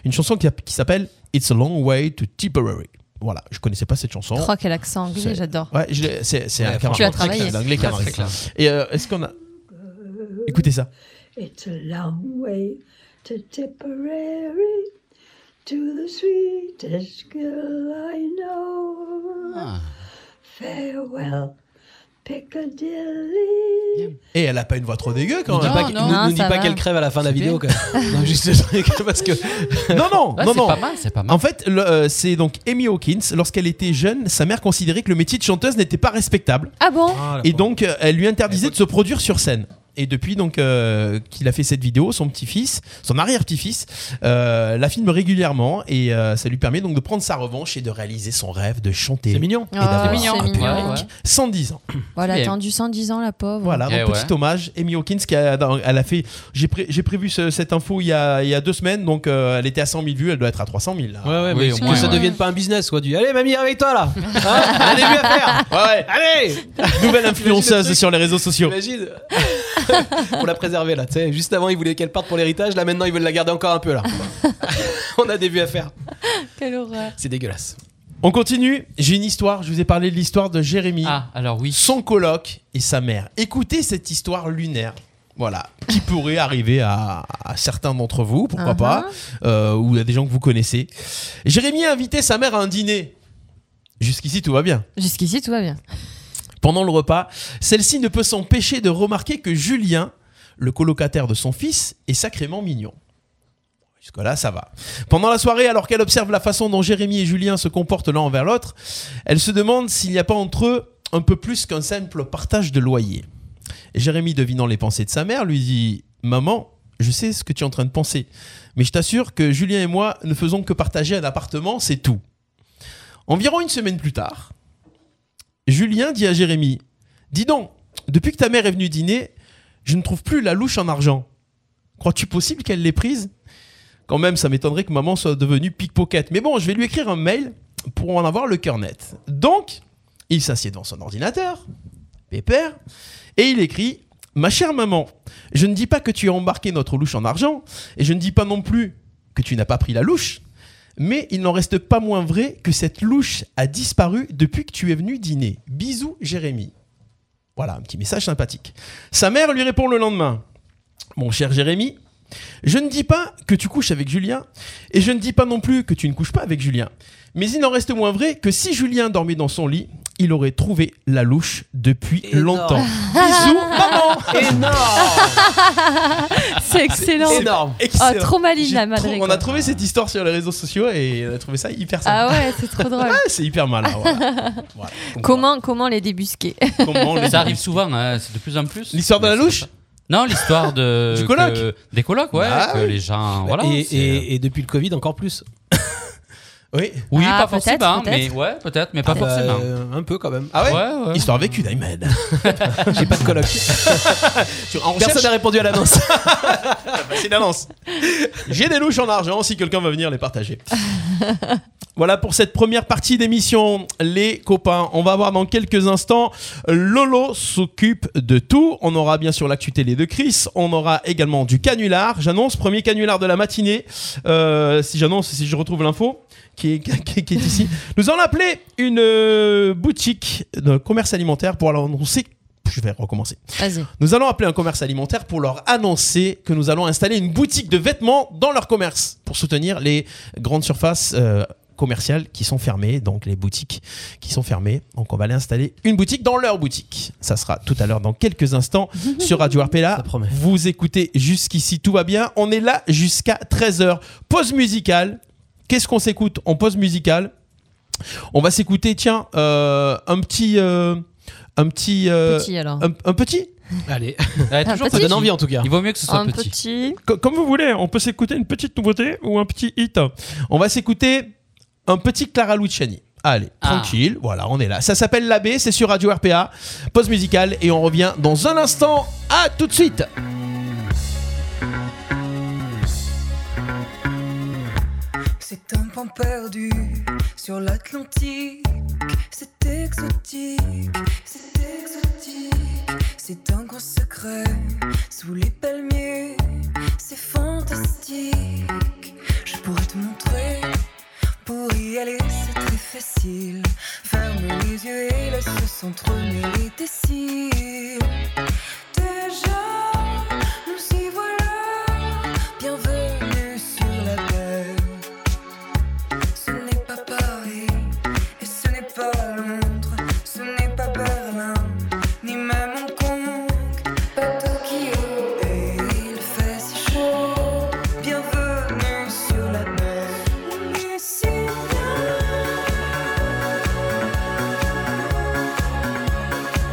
une chanson qui, qui s'appelle It's a Long Way to Tipperary. Voilà, je connaissais pas cette chanson. Je crois qu'elle a l'accent anglais, C'est- j'adore. Ouais, je l'ai- c'est c'est Ouais, un tu Cameroun. l'as Très clair, travaillé. l'anglais Très, Cameroun. très clair. Et euh, est-ce qu'on a. Écoutez ça. It's a long way to Tipperary, to the sweetest girl I know. Ah. Farewell, Piccadilly. Et elle a pas une voix trop dégueu quand Non, même. Dis pas, non, ne- non, ne dis ça pas va. qu'elle crève à la fin de la C'est vidéo, bien. quand même. Non, juste le truc, parce que. Non, non, Ouais, non, c'est non. pas mal, c'est pas mal. En fait, le, euh, c'est donc Amy Hawkins. Lorsqu'elle était jeune, sa mère considérait que le métier de chanteuse n'était pas respectable. Ah bon Et donc, euh, elle lui interdisait de se produire sur scène. Et depuis donc euh, qu'il a fait cette vidéo, son petit-fils, son arrière-petit-fils, euh, la filme régulièrement et euh, ça lui permet donc de prendre sa revanche et de réaliser son rêve de chanter. C'est mignon. Et d'avoir Ah, c'est un mignon. public. Ouais, ouais. 110 ans. Voilà, Bien. Oh, attendu 110 ans, la pauvre. Voilà, Eh donc petit ouais. hommage. Amy Hawkins, qui a, dans- elle a fait. J'ai pré- j'ai prévu ce- cette info il y, a, il y a deux semaines, donc euh, elle était à 100 000 vues, elle doit être à 300 000. là. Ouais, ouais, Oui, mais au que moins, ça ouais. devienne pas un business, quoi. Du allez, mamie, avec toi là Hein Allez, mieux à faire Ouais, Allez nouvelle Imagine le influenceuse truc. sur les réseaux sociaux. Imagine Pour la préserver là, tu sais. Juste avant, ils voulaient qu'elle parte pour l'héritage, là maintenant, ils veulent la garder encore un peu là. On a des vues à faire. Quelle horreur. C'est dégueulasse. On continue. J'ai une histoire. Je vous ai parlé de l'histoire de Jérémy. Ah, alors oui. son coloc et sa mère. Écoutez cette histoire lunaire. Voilà, qui pourrait arriver à, à certains d'entre vous, pourquoi Uh-huh. pas, euh, ou à des gens que vous connaissez. Jérémy a invité sa mère à un dîner. Jusqu'ici, tout va bien. Jusqu'ici, tout va bien. Pendant le repas, celle-ci ne peut s'empêcher de remarquer que Julien, le colocataire de son fils, est sacrément mignon. Jusque-là, ça va. Pendant la soirée, alors qu'elle observe la façon dont Jérémy et Julien se comportent l'un envers l'autre, elle se demande s'il n'y a pas entre eux un peu plus qu'un simple partage de loyer. Jérémy, devinant les pensées de sa mère, lui dit Maman, je sais ce que tu es en train de penser, mais je t'assure que Julien et moi ne faisons que partager un appartement, c'est tout. Environ une semaine plus tard, Julien dit à Jérémy Dis donc, depuis que ta mère est venue dîner, je ne trouve plus la louche en argent. Crois-tu possible qu'elle l'ait prise Quand même, ça m'étonnerait que maman soit devenue pickpocket. Mais bon, je vais lui écrire un mail pour en avoir le cœur net. Donc, il s'assied devant son ordinateur, pépère, et il écrit Ma chère maman, je ne dis pas que tu as embarqué notre louche en argent, et je ne dis pas non plus que tu n'as pas pris la louche, mais il n'en reste pas moins vrai que cette louche a disparu depuis que tu es venu dîner. Bisous, Jérémy. Voilà, un petit message sympathique. Sa mère lui répond le lendemain. Mon cher Jérémy, je ne dis pas que tu couches avec Julien, et je ne dis pas non plus que tu ne couches pas avec Julien. Mais il n'en reste moins vrai que si Julien dormait dans son lit, il aurait trouvé la louche depuis Énorme. longtemps. Bisous, maman Énorme C'est excellent. Énorme Oh, Excellent. trop maligne, J'ai la trop- madré. On a trouvé cette histoire sur les réseaux sociaux et on a trouvé ça hyper sympa. Ah ouais, c'est trop drôle. Ah, c'est hyper malin. voilà. Voilà. Donc, Comment, comment les débusquer voilà. Comment les- Ça arrive souvent, hein, c'est de plus en plus. L'histoire de la louche Non, l'histoire de Du coloc que- des colocs, ouais, Ah que oui. les gens, voilà. Bah, et, c'est- et- et depuis le Covid, encore plus. Oui. Oui, Ah, pas peut-être, forcément, hein, peut-être. mais ouais, peut-être, mais pas Bah, forcément. euh, un peu quand même. Ah ouais, ouais, ouais. Histoire vécue d'Ayman. J'ai pas de coloc. Personne n'a répondu à l'annonce. C'est l'annonce. J'ai des louches en argent si quelqu'un va venir les partager. Voilà pour cette première partie d'émission, les copains. On va voir dans quelques instants, Lolo s'occupe de tout. On aura bien sûr l'actu télé de Chris. On aura également du canular. J'annonce, premier canular de la matinée. Euh, si j'annonce, si je retrouve l'info qui est, qui est- qui est ici. Nous en appelé une euh, boutique de commerce alimentaire pour annoncer. Je vais recommencer. Vas-y. Nous allons appeler un commerce alimentaire pour leur annoncer que nous allons installer une boutique de vêtements dans leur commerce pour soutenir les grandes surfaces euh, commerciales qui sont fermées, donc les boutiques qui sont fermées. Donc on va aller installer une boutique dans leur boutique. Ça sera tout à l'heure dans quelques instants sur Radio Arpella. Ça promet. Vous écoutez jusqu'ici, tout va bien. On est là jusqu'à 13h. Pause musicale. Qu'est-ce qu'on s'écoute en pause musicale On va s'écouter, tiens, euh, un petit... euh, un petit... euh, Petit alors. un- un petit Allez, Ouais, Ah, toujours petit. ça donne envie en tout cas. Il vaut mieux que ce soit Un petit. petit. Co- comme vous voulez, on peut s'écouter une petite nouveauté ou un petit hit. On va s'écouter un petit Clara Luciani. Allez, Ah. tranquille, voilà, on est là. Ça s'appelle L'Abbé, c'est sur Radio RPA. Pause musicale et on revient dans un instant. À tout de suite. C'est un pan perdu sur l'Atlantique. C'était exotique, c'est exotique. C'est un gros secret sous les palmiers. C'est fantastique. Je pourrais te montrer. Pour y aller, c'est très facile. Ferme les yeux et laisse s'entremêler les déciles. Déjà, nous y voilà. Bienvenue sur la terre. Ce n'est pas Paris et ce n'est pas Londres. Ce n'est pas Berlin, ni même Hong Kong. Pas Tokyo et il fait si chaud. Bienvenue sur la mer. On est si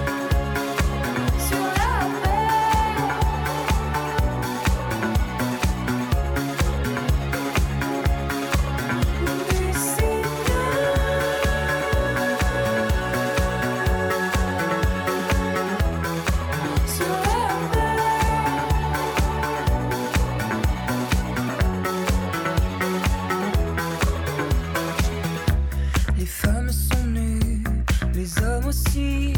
bien. Sur la mer. Les femmes sont nues, les hommes aussi.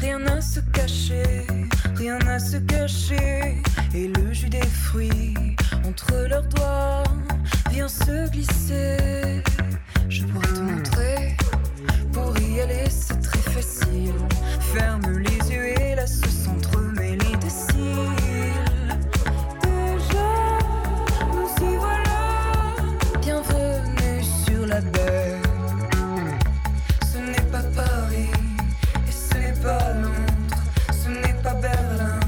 Rien à se cacher, rien à se cacher. Et le jus des fruits entre leurs doigts vient se glisser. Je pourrais te montrer, pour y aller c'est très facile. Ferme les yeux et laisse s'entremêler des cils. Déjà, nous y voilà. Bienvenue sur la terre. Ce n'est pas Paris et ce n'est pas Londres, ce n'est pas Berlin,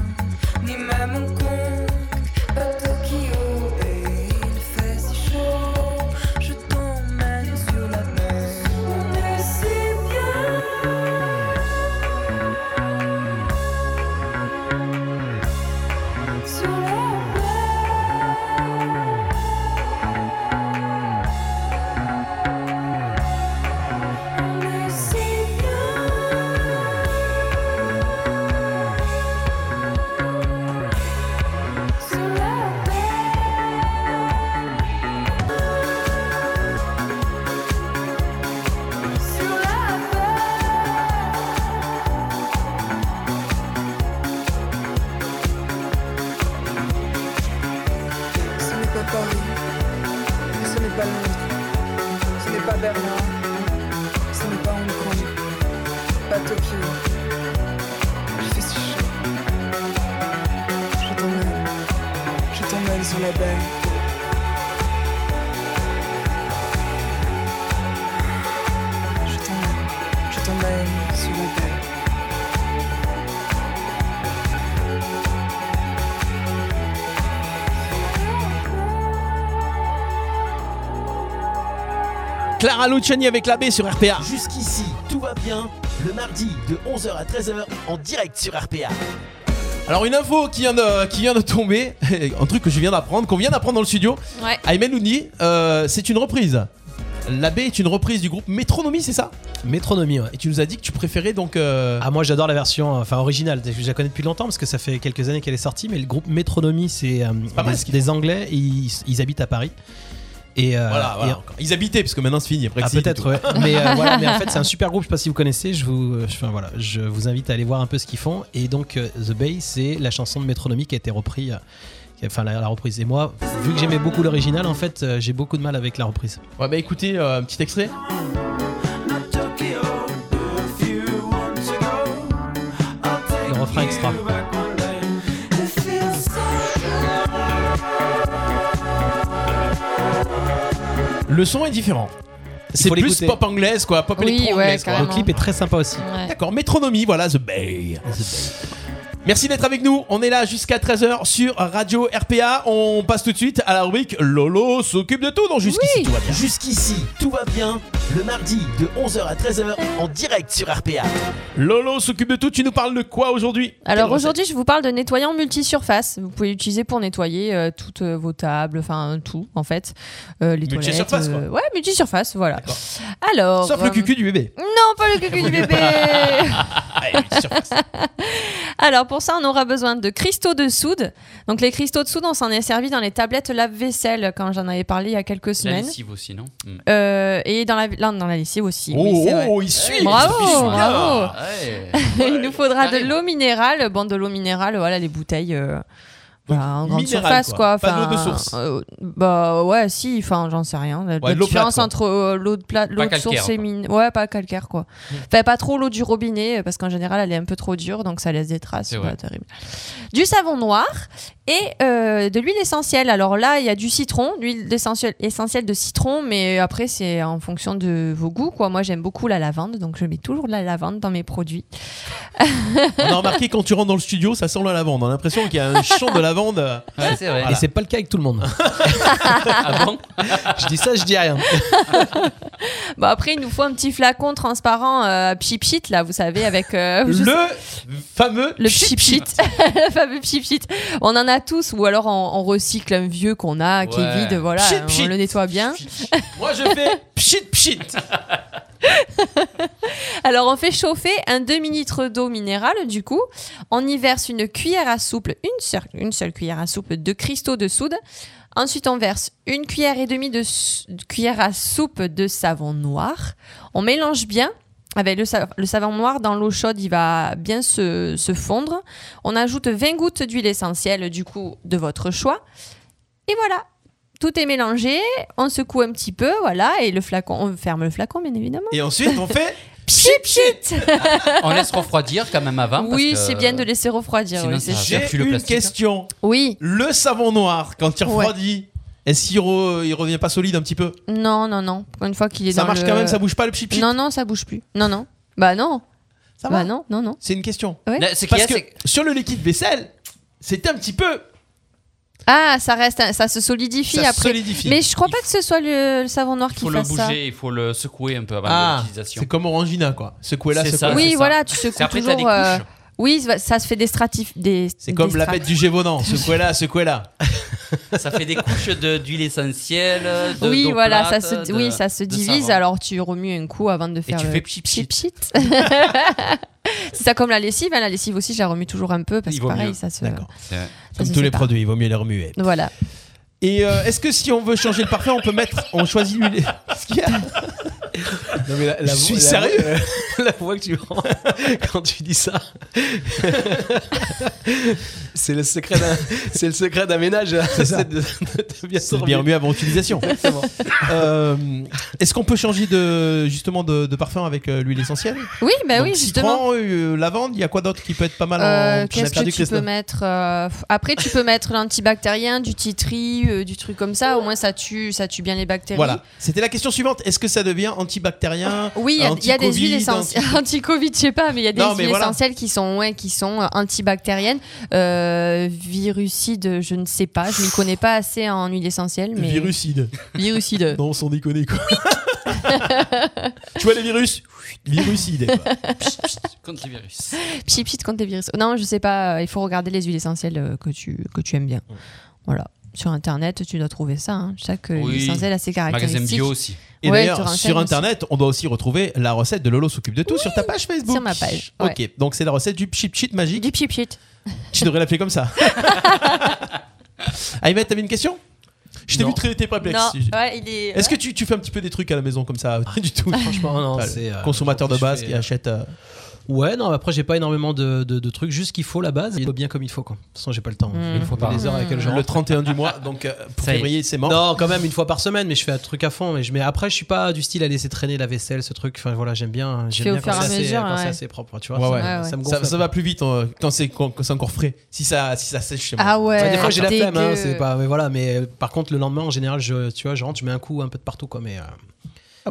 ni même Hong Kong, pas Tokyo. Et il fait si chaud, je t'emmène sur la mer. On est si bien. Sur la mer. On est si bien sur la mer, sur la mer. Ce n'est pas Paris, ce n'est pas Londres, ce n'est pas Berlin. Ce n'est pas Hong Kong, pas Tokyo. Il fait si chaud. Je t'emmène, je t'emmène sur la baie. Je t'emmène, je t'emmène sur la baie. Clara Luciani avec la B sur RPA. Jusqu'ici, tout va bien. Le mardi de 11h à 13h en direct sur RPA. Euh, Alors une info qui vient de, qui vient de tomber, un truc que je viens d'apprendre, qu'on vient d'apprendre dans le studio. Ouais. Aymen Ouni, euh, c'est une reprise. La B est une reprise du groupe Métronomie, c'est ça Métronomie, ouais. Et tu nous as dit que tu préférais donc... euh, Ah, moi j'adore la version euh, enfin originale, je la connais depuis longtemps parce que ça fait quelques années qu'elle est sortie, mais le groupe Métronomie, c'est euh, pas mal, des, ce qu'ils des Anglais, ils, ils habitent à Paris. Et, euh, voilà, voilà, et- encore. Ils habitaient, parce que maintenant c'est fini, après Ah, peut-être, ouais. mais, euh, voilà, mais en fait, c'est un super groupe. Je sais pas si vous connaissez. Je vous, euh, je, enfin, voilà, je vous invite à aller voir un peu ce qu'ils font. Et donc, euh, The Bay, c'est la chanson de Métronomie qui a été reprise. euh, qui a- Enfin, la, la reprise. Et moi, vu que j'aimais beaucoup l'original, en fait, euh, j'ai beaucoup de mal avec la reprise. Ouais, bah écoutez, euh, un petit extrait. Le refrain extra. Le son est différent. C'est faut plus l'écouter. pop anglaise, quoi, pop Oui, électro ouais, anglaise, quoi. carrément. Le clip est très sympa aussi. Ouais. D'accord, Métronomie, voilà, The Bay. Merci d'être avec nous. On est là jusqu'à 13h sur Radio RPA. On passe tout de suite à la rubrique Lolo s'occupe de tout. Donc jusqu'ici, Oui. tout va bien. Jusqu'ici, tout va bien. Le mardi de 11h à 13h en direct sur RPA. Lolo s'occupe de tout. Tu nous parles de quoi aujourd'hui Alors Quelle aujourd'hui, je vous parle de nettoyant multisurface. Vous pouvez l'utiliser pour nettoyer euh, toutes euh, vos tables, enfin tout en fait. Euh, les Multisurface, toilettes, Ouais, multisurface, voilà. D'accord. Alors. recette Sauf le euh, cucu du bébé. Non, pas le cucu du bébé. Ah, et surface. Alors, pour ça, on aura besoin de cristaux de soude. Donc, les cristaux de soude, on s'en est servi dans les tablettes lave-vaisselle quand j'en avais parlé il y a quelques La semaines. lessive aussi, non Mm. Euh, et dans la, là, dans la lessive aussi. oui, Oh, c'est vrai. oh, il suit Bravo, il suit bien. bravo. Ouais. Il nous faudra de Carrément. l'eau minérale, bon de l'eau minérale, voilà les bouteilles euh, voilà, en grande minérale, surface quoi. quoi. Pas Enfin, d'eau de source. euh, bah ouais, si, enfin j'en sais rien. La, Ouais, la de l'eau plate, différence quoi. entre euh, l'eau de, pla- l'eau de calcaire, source et quoi. mine, ouais pas calcaire quoi. Hmm. Enfin pas trop l'eau du robinet euh, parce qu'en général elle est un peu trop dure donc ça laisse des traces, C'est c'est vrai. pas terrible. Du savon noir et euh, de l'huile essentielle. Alors là il y a du citron, l'huile essentielle, essentielle de citron, mais après c'est en fonction de vos goûts quoi. Moi j'aime beaucoup la lavande donc je mets toujours de la lavande dans mes produits. On a remarqué quand tu rentres dans le studio, ça sent la lavande. On a l'impression qu'il y a un champ de lavande. Ouais, c'est vrai. Et c'est pas le cas avec tout le monde. Ah bon je dis ça, je dis rien. Bah après, il nous faut un petit flacon transparent euh, pchit-pchit, là, vous savez, avec Ah, euh, je sais- Le fameux le pchit-pchit. le fameux pchit-pchit. On en a tous, ou alors on, on recycle un vieux qu'on a, qui Ouais. est vide, voilà, Pchit, on pchit. le nettoie bien. Moi, je fais pchit pchit. Alors on fait chauffer un demi-litre d'eau minérale, du coup. On y verse une cuillère à soupe, une seule, une seule cuillère à soupe de cristaux de soude. Ensuite, on verse une cuillère et demie de, s- de cuillère à soupe de savon noir. On mélange bien. Avec le, sa- le savon noir dans l'eau chaude, il va bien se, se fondre. On ajoute 20 gouttes d'huile essentielle, du coup, de votre choix. Et voilà, tout est mélangé. On secoue un petit peu, voilà, et le flacon, on ferme le flacon, bien évidemment. Et ensuite, on fait. Pchit, pchit On laisse refroidir quand même avant. parce Oui, que- c'est bien de laisser refroidir. sinon oui, ça c'est va sûr. faire J'ai plus le une plastique. hein. question. Oui, Le savon noir, quand il Ouais. refroidit, est-ce qu'il re- il revient pas solide un petit peu non, non, non. Une fois qu'il est Ça dans marche le- quand même, ça bouge pas le pchit pchit Non, non, ça bouge plus. Non, non. Bah non. Ça va bah non, non, non. C'est une question. Non, C'est qu'il y Parce a, que c'est que- sur le liquide vaisselle, c'est un petit peu. Ah, ça reste, un- ça se solidifie Ça après. solidifie. Mais je crois pas que ce soit le, le savon noir il qui faut le fasse bouger, ça. il faut le secouer un peu avant Ah, l'utilisation. c'est comme Orangina quoi. Secouer là, C'est secouer ça. là. oui, c'est voilà, tu secoues C'est après, t'as des toujours. euh, couches. Oui, ça- ça se fait des stratif. Des, C'est comme des la strat- bête du Gévaudan. Secouer là, secouer là. Ça fait des couches de- d'huile essentielle. De, Oui, d'eau voilà, plate, ça se, de- oui, ça se de divise. savon. Alors tu remues un coup avant de faire tu le fais pchit, pchit. C'est ça comme la lessive. hein, La lessive aussi, je la remue toujours un peu parce Il que vaut pareil, mieux. ça se. D'accord. C'est vrai. ça Comme se tous les sépare. produits, il vaut mieux les remuer. Voilà. Et euh, est-ce que si on veut changer le parfum, on peut mettre, on choisit l'huile. Qu'est-ce qu'il y a Je suis sérieux. la voix que tu prends quand tu dis ça. c'est le secret d'un, c'est le secret d'un ménage. C'est ça. de, de- de bien C'est dormir. bien mieux avant utilisation. Euh, Est-ce qu'on peut changer de justement de, de parfum avec euh, l'huile essentielle Oui, bah Donc, oui, justement. Citron, euh, lavande. Il y a quoi d'autre qui peut être pas mal Euh, en Qu'est-ce que tu peux mettre euh, f- Après, tu peux mettre l'antibactérien, du titri, euh, du truc comme ça. Au moins, ça tue, ça tue bien les bactéries. Voilà. C'était la question suivante. Est-ce que ça devient antibactérien Oui, il y a- il y, a des Anti-Covid, huiles essentielles. Anti-Covid, je sais pas, mais il y a des Non, mais huiles voilà. essentielles qui sont, ouais, qui sont euh, antibactériennes. Euh, virucides, je ne sais pas. Je m'y connais pas assez en huile essentielle. Mais... Virucide. Virucides. Non, sans déconner quoi. tu vois les virus Virucide. quoi. Contre les virus. Pchipchit contre les virus. Non, je sais pas. euh, Il faut regarder les huiles essentielles euh, que tu, que tu aimes bien. Voilà. Sur Internet, tu dois trouver ça. hein. Chaque euh, Oui. huile essentielle a ses Magasin caractéristiques. bio aussi. Et Ouais, tu d'ailleurs, renseignes sur aussi. Internet, on doit aussi retrouver la recette de Lolo s'occupe de tout sur ta page Facebook. Sur ma page, Ok, donc c'est la recette du chip chip magique. Du pchipchit. Tu devrais l'appeler comme ça. Aymet, t'avais une question Je t'ai Non. vu très t'es perplexe. Non, ouais, il est. Est-ce que tu, tu fais un petit peu des trucs à la maison comme ça Rien du tout. Franchement, non, Enfin, c'est, euh, consommateur de je base fais, qui euh, achète. euh, Ouais, non. Après, j'ai pas énormément de, de- de trucs. Juste ce qu'il faut la base. Il faut bien comme il faut quoi. De toute façon, j'ai pas le temps. Mm. Une fois par les heures avec lesquelles je le rentre. 31 du mois, donc euh, pour Ça y est. février, c'est mort. Non, quand même une fois par semaine, mais je fais un truc à fond. Mais je mais après, je suis pas du style à laisser traîner la vaisselle, ce truc. Enfin voilà, j'aime bien. J'aime fais au bien fur quand et à c'est assez- mesure, quand c'est ouais. assez propre. Tu vois, Ouais, ça, me- ouais. ça me gonfle. Ça, ça va plus vite euh, quand c'est quand, quand c'est encore frais. Si ça, si ça sèche chez moi. Ah ouais. Enfin, des fois j'ai la dès flemme, hein, que- c'est pas. Mais voilà, mais euh, par contre le lendemain en général, je, tu vois, je rentre, je mets un coup un peu de partout quoi. Mais euh,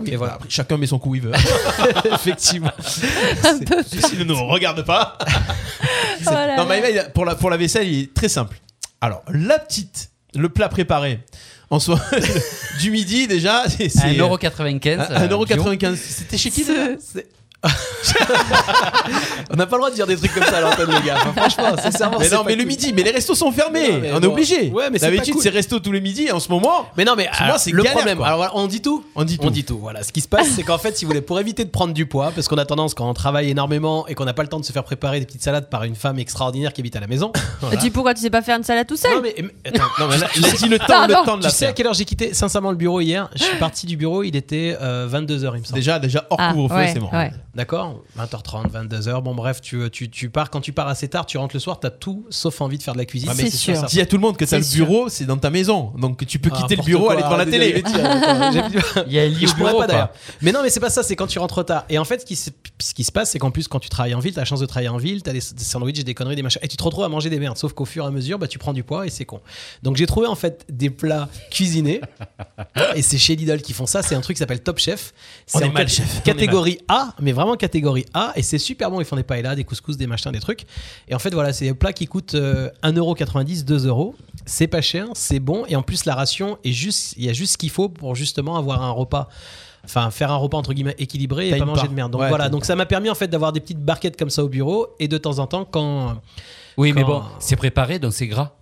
oui, et voilà. après, chacun met son coup, il veut. effectivement. Ceci ne nous regarde pas. Oh là Non, là. Maïva, il a- pour la, pour la vaisselle, il est très simple. Alors, la petite, le plat préparé en soi du midi, déjà, c'est. c'est- 1,95€. euh, bio. 1,95€. C'était chez qui déjà Ce- On n'a pas le droit de dire des trucs comme ça à l'antenne, les gars. Enfin, franchement, sincèrement. Mais c'est non, pas mais le cool. midi, mais les restos sont fermés. Non, mais on est bon. obligé. Ouais, mais c'est D'habitude, pas cool. c'est resto tous les midis. Et en ce moment, Mais non, mais Moi, alors, c'est le galère, problème. quoi. Alors voilà, on dit tout on dit tout. On dit tout. Voilà, ce qui se passe, c'est qu'en fait, si vous voulez, pour éviter de prendre du poids, parce qu'on a tendance quand on travaille énormément et qu'on n'a pas le temps de se faire préparer des petites salades par une femme extraordinaire qui habite à la maison. voilà. Tu dis pourquoi tu sais pas faire une salade tout seul Non mais, mais- attends, non, mais là, il a dit le temps, Pardon. le temps de tu la sais à faire. quelle heure j'ai quitté sincèrement le bureau hier Je suis parti du bureau, il était 22h il me semble. Déjà, déjà hors Ah, couvre-feu, ouais, c'est mort. ouais. D'accord 20h30, 22h. Bon bref, tu, euh, tu, tu pars quand tu pars assez tard, tu rentres le soir, t'as tout sauf envie de faire de la cuisine. Ah, mais C'est c'est sûr. sûr. Dis à tout le monde que t'as C'est le sûr. bureau, c'est dans ta maison. Donc tu peux Ah, quitter le n'importe bureau, quoi, aller devant la désolé, télé. je vais dire, attends, j'ai- Il y a Ellie Je au pourrais bureau, pas quoi. d'ailleurs. Mais non, mais c'est pas ça, c'est quand tu rentres trop tard. Et en fait, ce qui se, ce qui se passe, c'est qu'en plus, quand tu travailles en ville, t'as la chance de travailler en ville, t'as des, des sandwichs, des conneries, des machins, et tu te retrouves à manger des merdes. Sauf qu'au fur et à mesure, bah, tu prends du poids et c'est con. Donc j'ai trouvé en fait des plats cuisinés, et c'est chez Lidl qui font ça. C'est un truc qui s'appelle Top Chef. On C'est est en mal, cat- chef. On est Catégorie A, mais vraiment catégorie A, et c'est super bon. Ils font des paellas, des couscous, des machins, des trucs. Et en fait, voilà, c'est des plats qui coûtent euh, 1,90€, 2€. C'est pas cher, c'est bon, et en plus, la ration est juste, il y a juste ce qu'il faut pour justement avoir un repas. Enfin, faire un repas entre guillemets équilibré T'as et pas une manger part. de merde. Donc Ouais, t'as voilà, une donc ça m'a permis en fait d'avoir des petites barquettes comme ça au bureau et de temps en temps quand. Oui, mais Quand- bon, c'est préparé, donc c'est gras.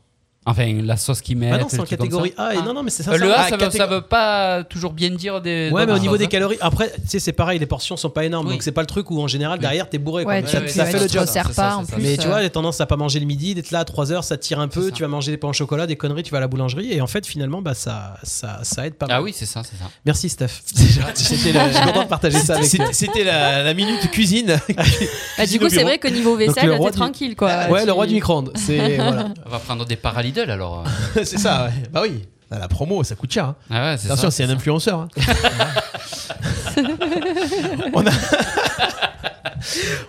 Enfin, la sauce qu'ils Bah mettent. Ah non, c'est le en truc comme catégorie ça. A. Et non, non, mais c'est ça. Euh, le ça. A, ça, veut, Ah, ça veut pas toujours bien dire des. Ouais, mais au d'autres niveau des choses, calories, après, tu sais, c'est pareil, les portions sont pas énormes, Oui. donc c'est pas le truc où en général Oui. derrière t'es bourré. quoi. Ouais, Donc, tu ça, ouais, ça ouais, fait tu le te job. ça, resserres c'est ça, pas en c'est ça. plus. Mais tu euh, vois, les tendances à pas manger le midi, d'être là à 3 heures, ça tire un C'est peu, ça. tu vas manger des pains au chocolat, des conneries, tu vas à la boulangerie, et en fait, finalement, bah, ça, ça, ça aide pas hein. mal. Ah oui, c'est ça, c'est ça. Merci, Steph. J'étais le- Je suis content de partager ça avec toi. Ah, C'était c'était la, la minute cuisine. Ah, Bah, du coup, c'est vrai que niveau Donc, le vaisselle, t'es roi du- tranquille quoi. Ouais, Tu- le roi du micro-ondes. C'est. Voilà. On va prendre des paralidol alors. c'est ça, ouais. Bah oui. Ah, La promo, ça coûte cher. hein. Ah ouais, c'est Attention, ça. c'est un influenceur. hein. on a.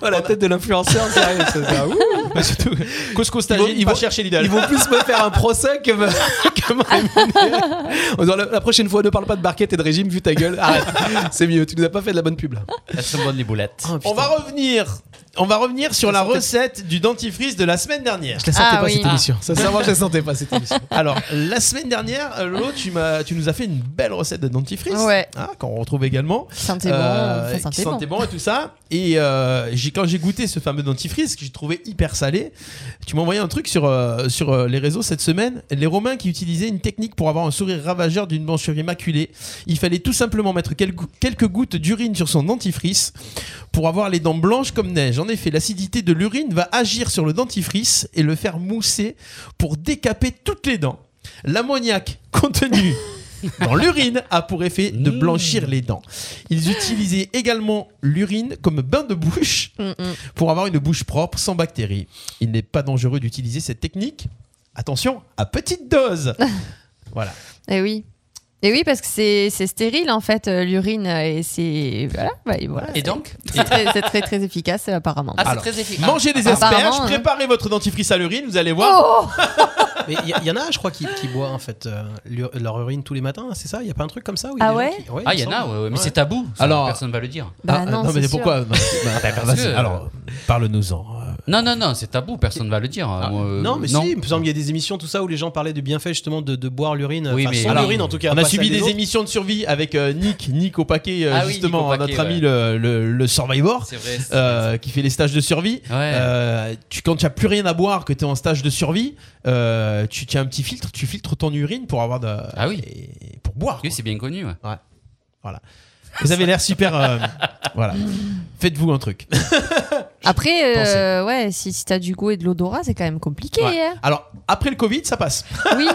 Oh, la tête de l'influenceur, sérieux, ça, ça, ouh. Bah, surtout, Costco Ils vont- stagiaire, ils il va vont- chercher l'idéal. Ils vont plus me faire un procès que me, que me rémunérer. En disant, la, la prochaine fois, ne parle pas de barquette et de régime, vu ta gueule. Arrête. C'est mieux, tu nous as pas fait de la bonne pub là. Elles sont bonnes les boulettes. Oh, putain. On va revenir. On va revenir sur la sentait- recette du dentifrice de la semaine dernière. Je la sentais Ah pas oui. cette Ah. émission. Sincèrement, je la sentais pas cette émission. Alors, la semaine dernière, euh, Lolo, tu, m'as- tu nous as fait une belle recette de dentifrice. Ouais. hein, Ah, Qu'on retrouve également. Sentez bon, Euh, enfin, qui sentez bon. sentait bon et tout ça. Et euh, j'ai- quand j'ai goûté ce fameux dentifrice que j'ai trouvé hyper salé, tu m'as envoyé un truc sur, euh, sur euh, les réseaux cette semaine. Les Romains qui utilisaient une technique pour avoir un sourire ravageur d'une morsure immaculée. Il fallait tout simplement mettre quelques, quelques gouttes d'urine sur son dentifrice pour avoir les dents blanches comme neige. En effet, l'acidité de l'urine va agir sur le dentifrice et le faire mousser pour décaper toutes les dents. L'ammoniac contenu dans l'urine a pour effet de Mmh. blanchir les dents. Ils utilisaient également l'urine comme bain de bouche Mm, mm. pour avoir une bouche propre sans bactéries. Il n'est pas dangereux d'utiliser cette technique. Attention, à petite dose. voilà. Eh oui. Et oui, parce que c'est c'est stérile en fait, euh, l'urine, euh, et c'est. Voilà, bah, et voilà. Et donc C'est très, c'est très très efficace euh, apparemment. Ah, c'est Alors, très efficace. Mangez des Apparemment, asperges, hein. préparez votre dentifrice à l'urine, vous allez voir. Oh Mais il y, a- y en a, je crois, qui, qui boit en fait euh, l'ur- leur urine tous les matins, c'est ça Il y a pas un truc comme ça où il y a Ah des gens ouais qui- Ah, il il y en a, semble. ouais, ouais, mais Ouais. c'est tabou. Ça, Alors- personne ne va le dire. Bah Ah, non, mais c'est pourquoi Non, bah, parce vas-y, que- euh, Alors, parle-nous-en. Non, non, non, c'est tabou. Personne ne va le dire. Moi, euh, Ah, Non, mais si, il me semble qu'il y a des émissions, tout ça, où les gens parlaient du bienfait justement de, de boire l'urine. Oui, enfin, mais- son alors, urine en tout cas. On pas a celle subi des autres. émissions de survie avec euh, Nick, Nick au paquet, euh, Ah oui, justement, Nick au paquet, notre ami ouais. le, le- le survivor, C'est vrai. c'est- euh, qui fait les stages de survie. Ouais. Euh, tu, quand tu n'as plus rien à boire, que tu es en stage de survie, euh, tu tiens un petit filtre, tu filtres ton urine pour avoir de. Ah oui. et- pour boire. Oui, quoi. c'est bien connu. ouais. Vous avez l'air super. euh, voilà. Faites-vous un truc. Après, pensais. euh, ouais, si, si t'as du goût et de l'odorat, c'est quand même compliqué. Ouais. hein. Alors, après le Covid, ça passe. Oui.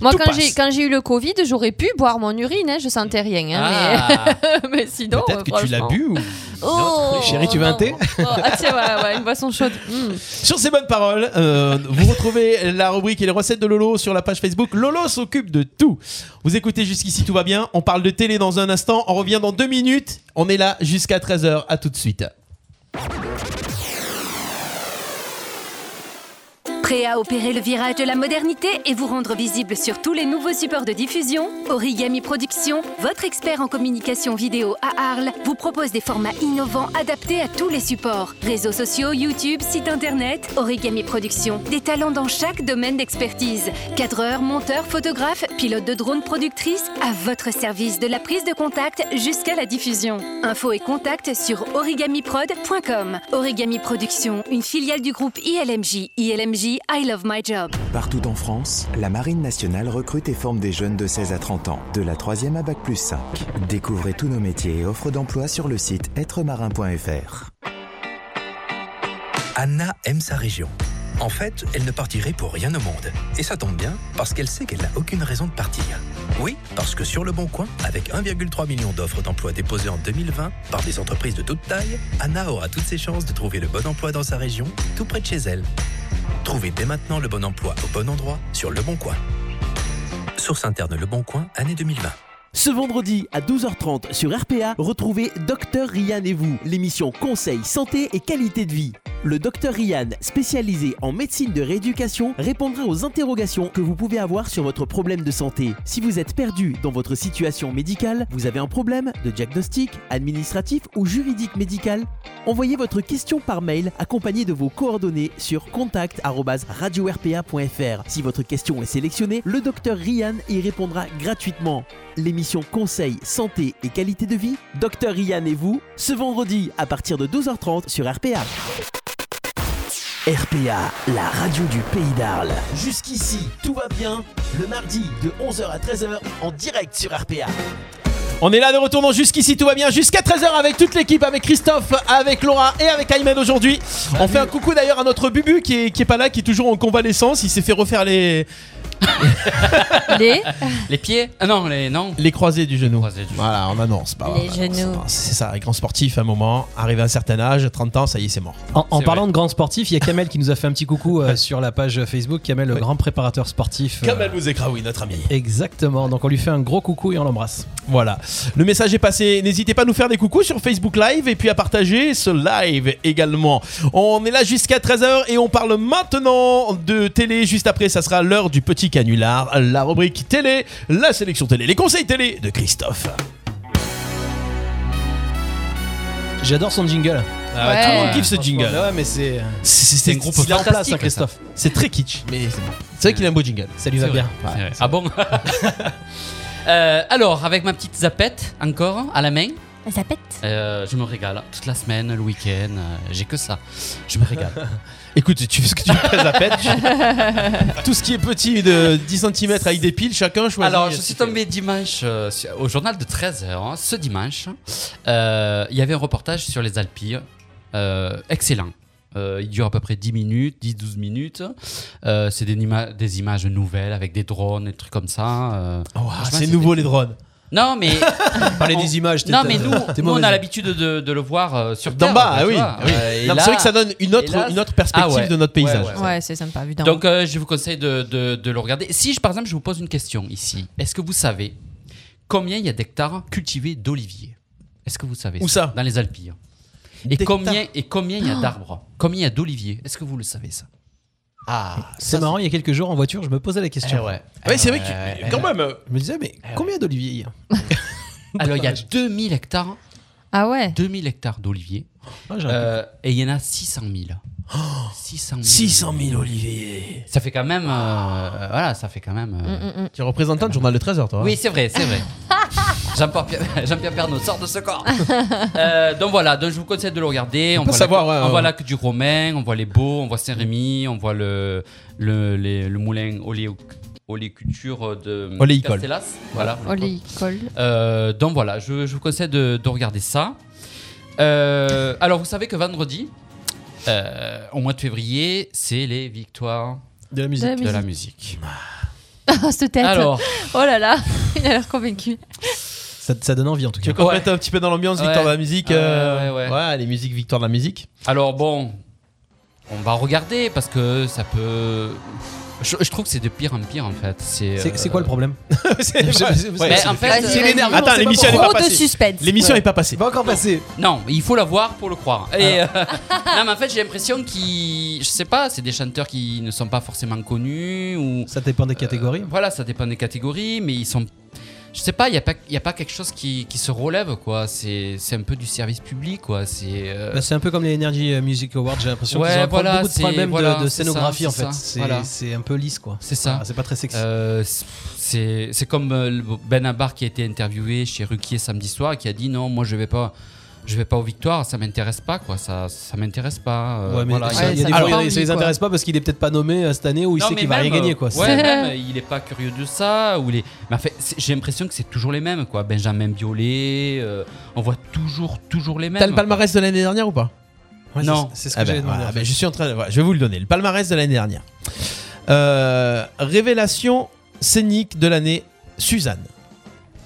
Moi, Tout quand j'ai passe. quand j'ai eu le Covid, j'aurais pu boire mon urine, hein, je sentais rien. hein, Ah, mais... mais sinon, Peut-être euh, que tu l'as franchement. bu ou euh, Oh, Chérie, tu veux un non. thé Oh, Ah tiens, ouais, ouais, une boisson chaude. Mm. Sur ces bonnes paroles, euh, vous retrouvez la rubrique et les recettes de Lolo sur la page Facebook. Lolo s'occupe de tout. Vous écoutez jusqu'ici, tout va bien. On parle de télé dans un instant. On revient dans deux minutes. On est là jusqu'à 13h. À tout de suite. Prêt à opérer le virage de la modernité et vous rendre visible sur tous les nouveaux supports de diffusion Origami Productions, votre expert en communication vidéo à Arles, vous propose des formats innovants adaptés à tous les supports. Réseaux sociaux, YouTube, site internet, Origami Productions, des talents dans chaque domaine d'expertise. Cadreur, monteur, photographe, pilote de drone, productrice, à votre service de la prise de contact jusqu'à la diffusion. Info et contact sur origamiprod.com. Origami Productions, une filiale du groupe ILMJ. ILMJ, I love my job. Partout en France, la Marine nationale recrute et forme des jeunes de 16 à 30 ans, de la 3e à Bac plus 5. Découvrez tous nos métiers et offres d'emploi sur le site êtremarin.fr. Anna aime sa région. En fait, elle ne partirait pour rien au monde. Et ça tombe bien, parce qu'elle sait qu'elle n'a aucune raison de partir. Oui, parce que sur Le Bon Coin, avec 1,3 million d'offres d'emploi déposées en 2020 par des entreprises de toute taille, Anna aura toutes ses chances de trouver le bon emploi dans sa région, tout près de chez elle. Trouvez dès maintenant le bon emploi au bon endroit sur Le Bon Coin. Source interne Le Bon Coin, année 2020. Ce vendredi à 12h30 sur RPA, retrouvez Docteur Ryan et vous, l'émission Conseil santé et qualité de vie. Le Docteur Ryan, spécialisé en médecine de rééducation, répondra aux interrogations que vous pouvez avoir sur votre problème de santé. Si vous êtes perdu dans votre situation médicale, vous avez un problème de diagnostic, administratif ou juridique médical, envoyez votre question par mail accompagnée de vos coordonnées sur contact@radio-rpa.fr. Si votre question est sélectionnée, le Docteur Ryan y répondra gratuitement. L'émission Mission Conseil, Santé et Qualité de Vie, Dr Ryan et vous, ce vendredi à partir de 12h30 sur RPA. RPA, la radio du pays d'Arles. Jusqu'ici, tout va bien. Le mardi de 11h à 13h en direct sur RPA. On est là de retour dans Jusqu'ici, tout va bien. Jusqu'à 13h avec toute l'équipe, avec Christophe, avec Laura et avec Ayman aujourd'hui. On fait un coucou d'ailleurs à notre Bubu qui est, qui est pas là, qui est toujours en convalescence. Il s'est fait refaire les. Les Les pieds Ah non, les, non. Les croisés du genou. Voilà, on annonce. Oh, Bah, Les voilà, genoux. c'est c'est ça, les grands sportifs à un moment, arrivé à un certain âge, 30 ans, ça y est, c'est mort. En, en parlant de grands sportifs, il y a Kamel qui nous a fait un petit coucou euh, sur la page Facebook. Kamel, le grand préparateur sportif. euh, Kamel Mouzekra, oui, notre ami. Exactement. Donc on lui fait un gros coucou et on l'embrasse. Voilà. Le message est passé. N'hésitez pas à nous faire des coucous sur Facebook Live et puis à partager ce live également. On est là jusqu'à 13h et on parle maintenant de télé. Juste après, ça sera l'heure du petit canular, la rubrique télé, la sélection télé, les conseils télé de Christophe. J'adore son jingle. Ah ouais, tout le Ouais. monde kiffe ce jingle. Ouais, mais c'est C'est un groupe fantastique, hein, Christophe. ça. C'est très kitsch, mais c'est bon. C'est vrai qu'il a un beau jingle. Ça lui va C'est vrai, bien. c'est vrai. Ah bon Euh, Alors, avec ma petite zapette, encore, à la main. Ça pète. Euh, je me régale toute la semaine, le week-end, euh, j'ai que ça. Je me régale. Écoute, tu fais ce que tu veux, la pète. Tout ce qui est petit de 10 cm avec des piles, chacun choisit. Alors, je suis tombé dimanche euh, sur- au journal de 13h, ce dimanche. euh, Il y avait un reportage sur les Alpilles. euh, excellent. Euh, il dure à peu près 10 minutes, 10-12 minutes. Euh, c'est des, nima- des images nouvelles avec des drones, des trucs comme ça. euh. Franchement, Ah, c'est c'était- nouveau les drones. Non, mais. Parler on- des images, t'es- Non, mais nous, t'es nous, on mauvaise. a l'habitude de, de le voir euh, sur D'en Terre, bas, ah tu oui, vois. euh, oui. et Non, mais c'est vrai que ça donne une autre- et là, Ah une autre perspective de notre paysage. Ouais, c'est sympa, vu d'en donc haut. euh, je vous conseille de, de- de le regarder. Si je, par exemple je vous pose une question ici, est-ce que vous savez combien il y a d'hectares cultivés d'oliviers Est-ce que vous savez Où ça Dans les Alpilles. Et D'hectares combien, et combien il y a Ah. Oh. d'arbres Combien il y a d'oliviers Est-ce que vous le savez ça Ah, C'est marrant, il y a quelques jours en voiture, je me posais la question. Eh ouais. Ouais, c'est vrai Ouais, que ouais, eh quand ouais. même. euh, Je me disais, mais combien d'oliviers il y a Alors il y a 2000 hectares, Ah ouais 2000 hectares d'oliviers. Ah, j'aurais pu. Euh, et il y en a 600 000. 600 000. 600 000 oliviers. Ça fait quand même. euh, voilà, ça fait quand même. euh, Mm, Tu es représentant du journal de 13h, toi. Oui, c'est vrai, c'est vrai. mm. Jean-Pierre Jean-Pierre Pernaut sort de ce corps. Ah. Euh, donc voilà, donc je vous conseille de le regarder. On, peut voit, savoir, la, ouais, on ouais. voit la queue du Romain, on voit les Beaux, on voit Saint-Rémy, on voit le, le, les- le moulin oléo- oléculture de Oléicole. Castellas. Voilà. Oléicole. Euh, donc voilà, je, je vous conseille de, de regarder ça. Euh, alors vous savez que vendredi, euh, au mois de février, c'est les victoires De la musique. De la De la musique. Ah, cette tête. Alors. Oh là là, il a l'air convaincu. Ça, ça donne envie en tout Tu cas. veux qu'on Ouais. mette un petit peu dans l'ambiance Ouais. Ah. Victoire de la musique Ouais, euh, ouais, ouais. les musiques Victoire de la musique. Alors bon, on va regarder parce que ça peut. Je, je trouve que c'est de pire en pire en fait. C'est C'est- euh, c'est quoi le problème C'est- Je- ouais, Mais c'est- en fait- euh, c'est l'énervement, Attends, c'est l'émission n'est pas pourquoi. Trop de passée. suspense. L'émission Ouais. n'est pas passée. Ah. Va encore passer. Non, il faut la voir pour le croire. Et euh, non, mais en fait, j'ai l'impression qu'ils. Je sais pas, c'est des chanteurs qui ne sont pas forcément connus ou. euh, Ça dépend des catégories. voilà, ça dépend des catégories, mais ils sont. Je sais pas, il n'y a, pas- y a pas quelque chose qui, qui se relève, quoi. C'est c'est un peu du service public, quoi. C'est. euh, Bah, c'est un peu comme les Energy euh, Music Awards, j'ai l'impression Ouais, qu'ils ont voilà, beaucoup de c'est- problèmes de- voilà, de, c'est ça, scénographie en c'est fait. ça, C'est voilà. c'est un peu lisse quoi. C'est ça. Ah, c'est pas très sexy. Euh, c'est- c'est c'est comme euh, le- Benabar qui a été interviewé chez Ruquier samedi soir et qui a dit non, moi je vais pas. Je vais pas aux victoires, ça m'intéresse pas quoi, ça, ça m'intéresse pas. euh, Ouais, mais voilà, ça, il il y a des Alors, fois, euh, ça les intéresse pas parce qu'il est peut-être pas nommé euh, cette année ou il Non, sait mais qu'il va même, rien gagner quoi. euh, C'est- Ouais, même, euh, il est pas curieux de ça. Ou les... Mais en fait, c'est- j'ai l'impression que c'est toujours les mêmes, quoi. Benjamin Biolay, euh, on voit toujours, toujours les mêmes. T'as le palmarès de l'année dernière ou pas Ouais, Non. c'est- c'est ce Ah que ben, j'allais demander, voilà, en fait. ben, je suis en train de. voilà, je vais vous le donner. Le palmarès de l'année dernière. Euh, révélation scénique de l'année. Suzanne.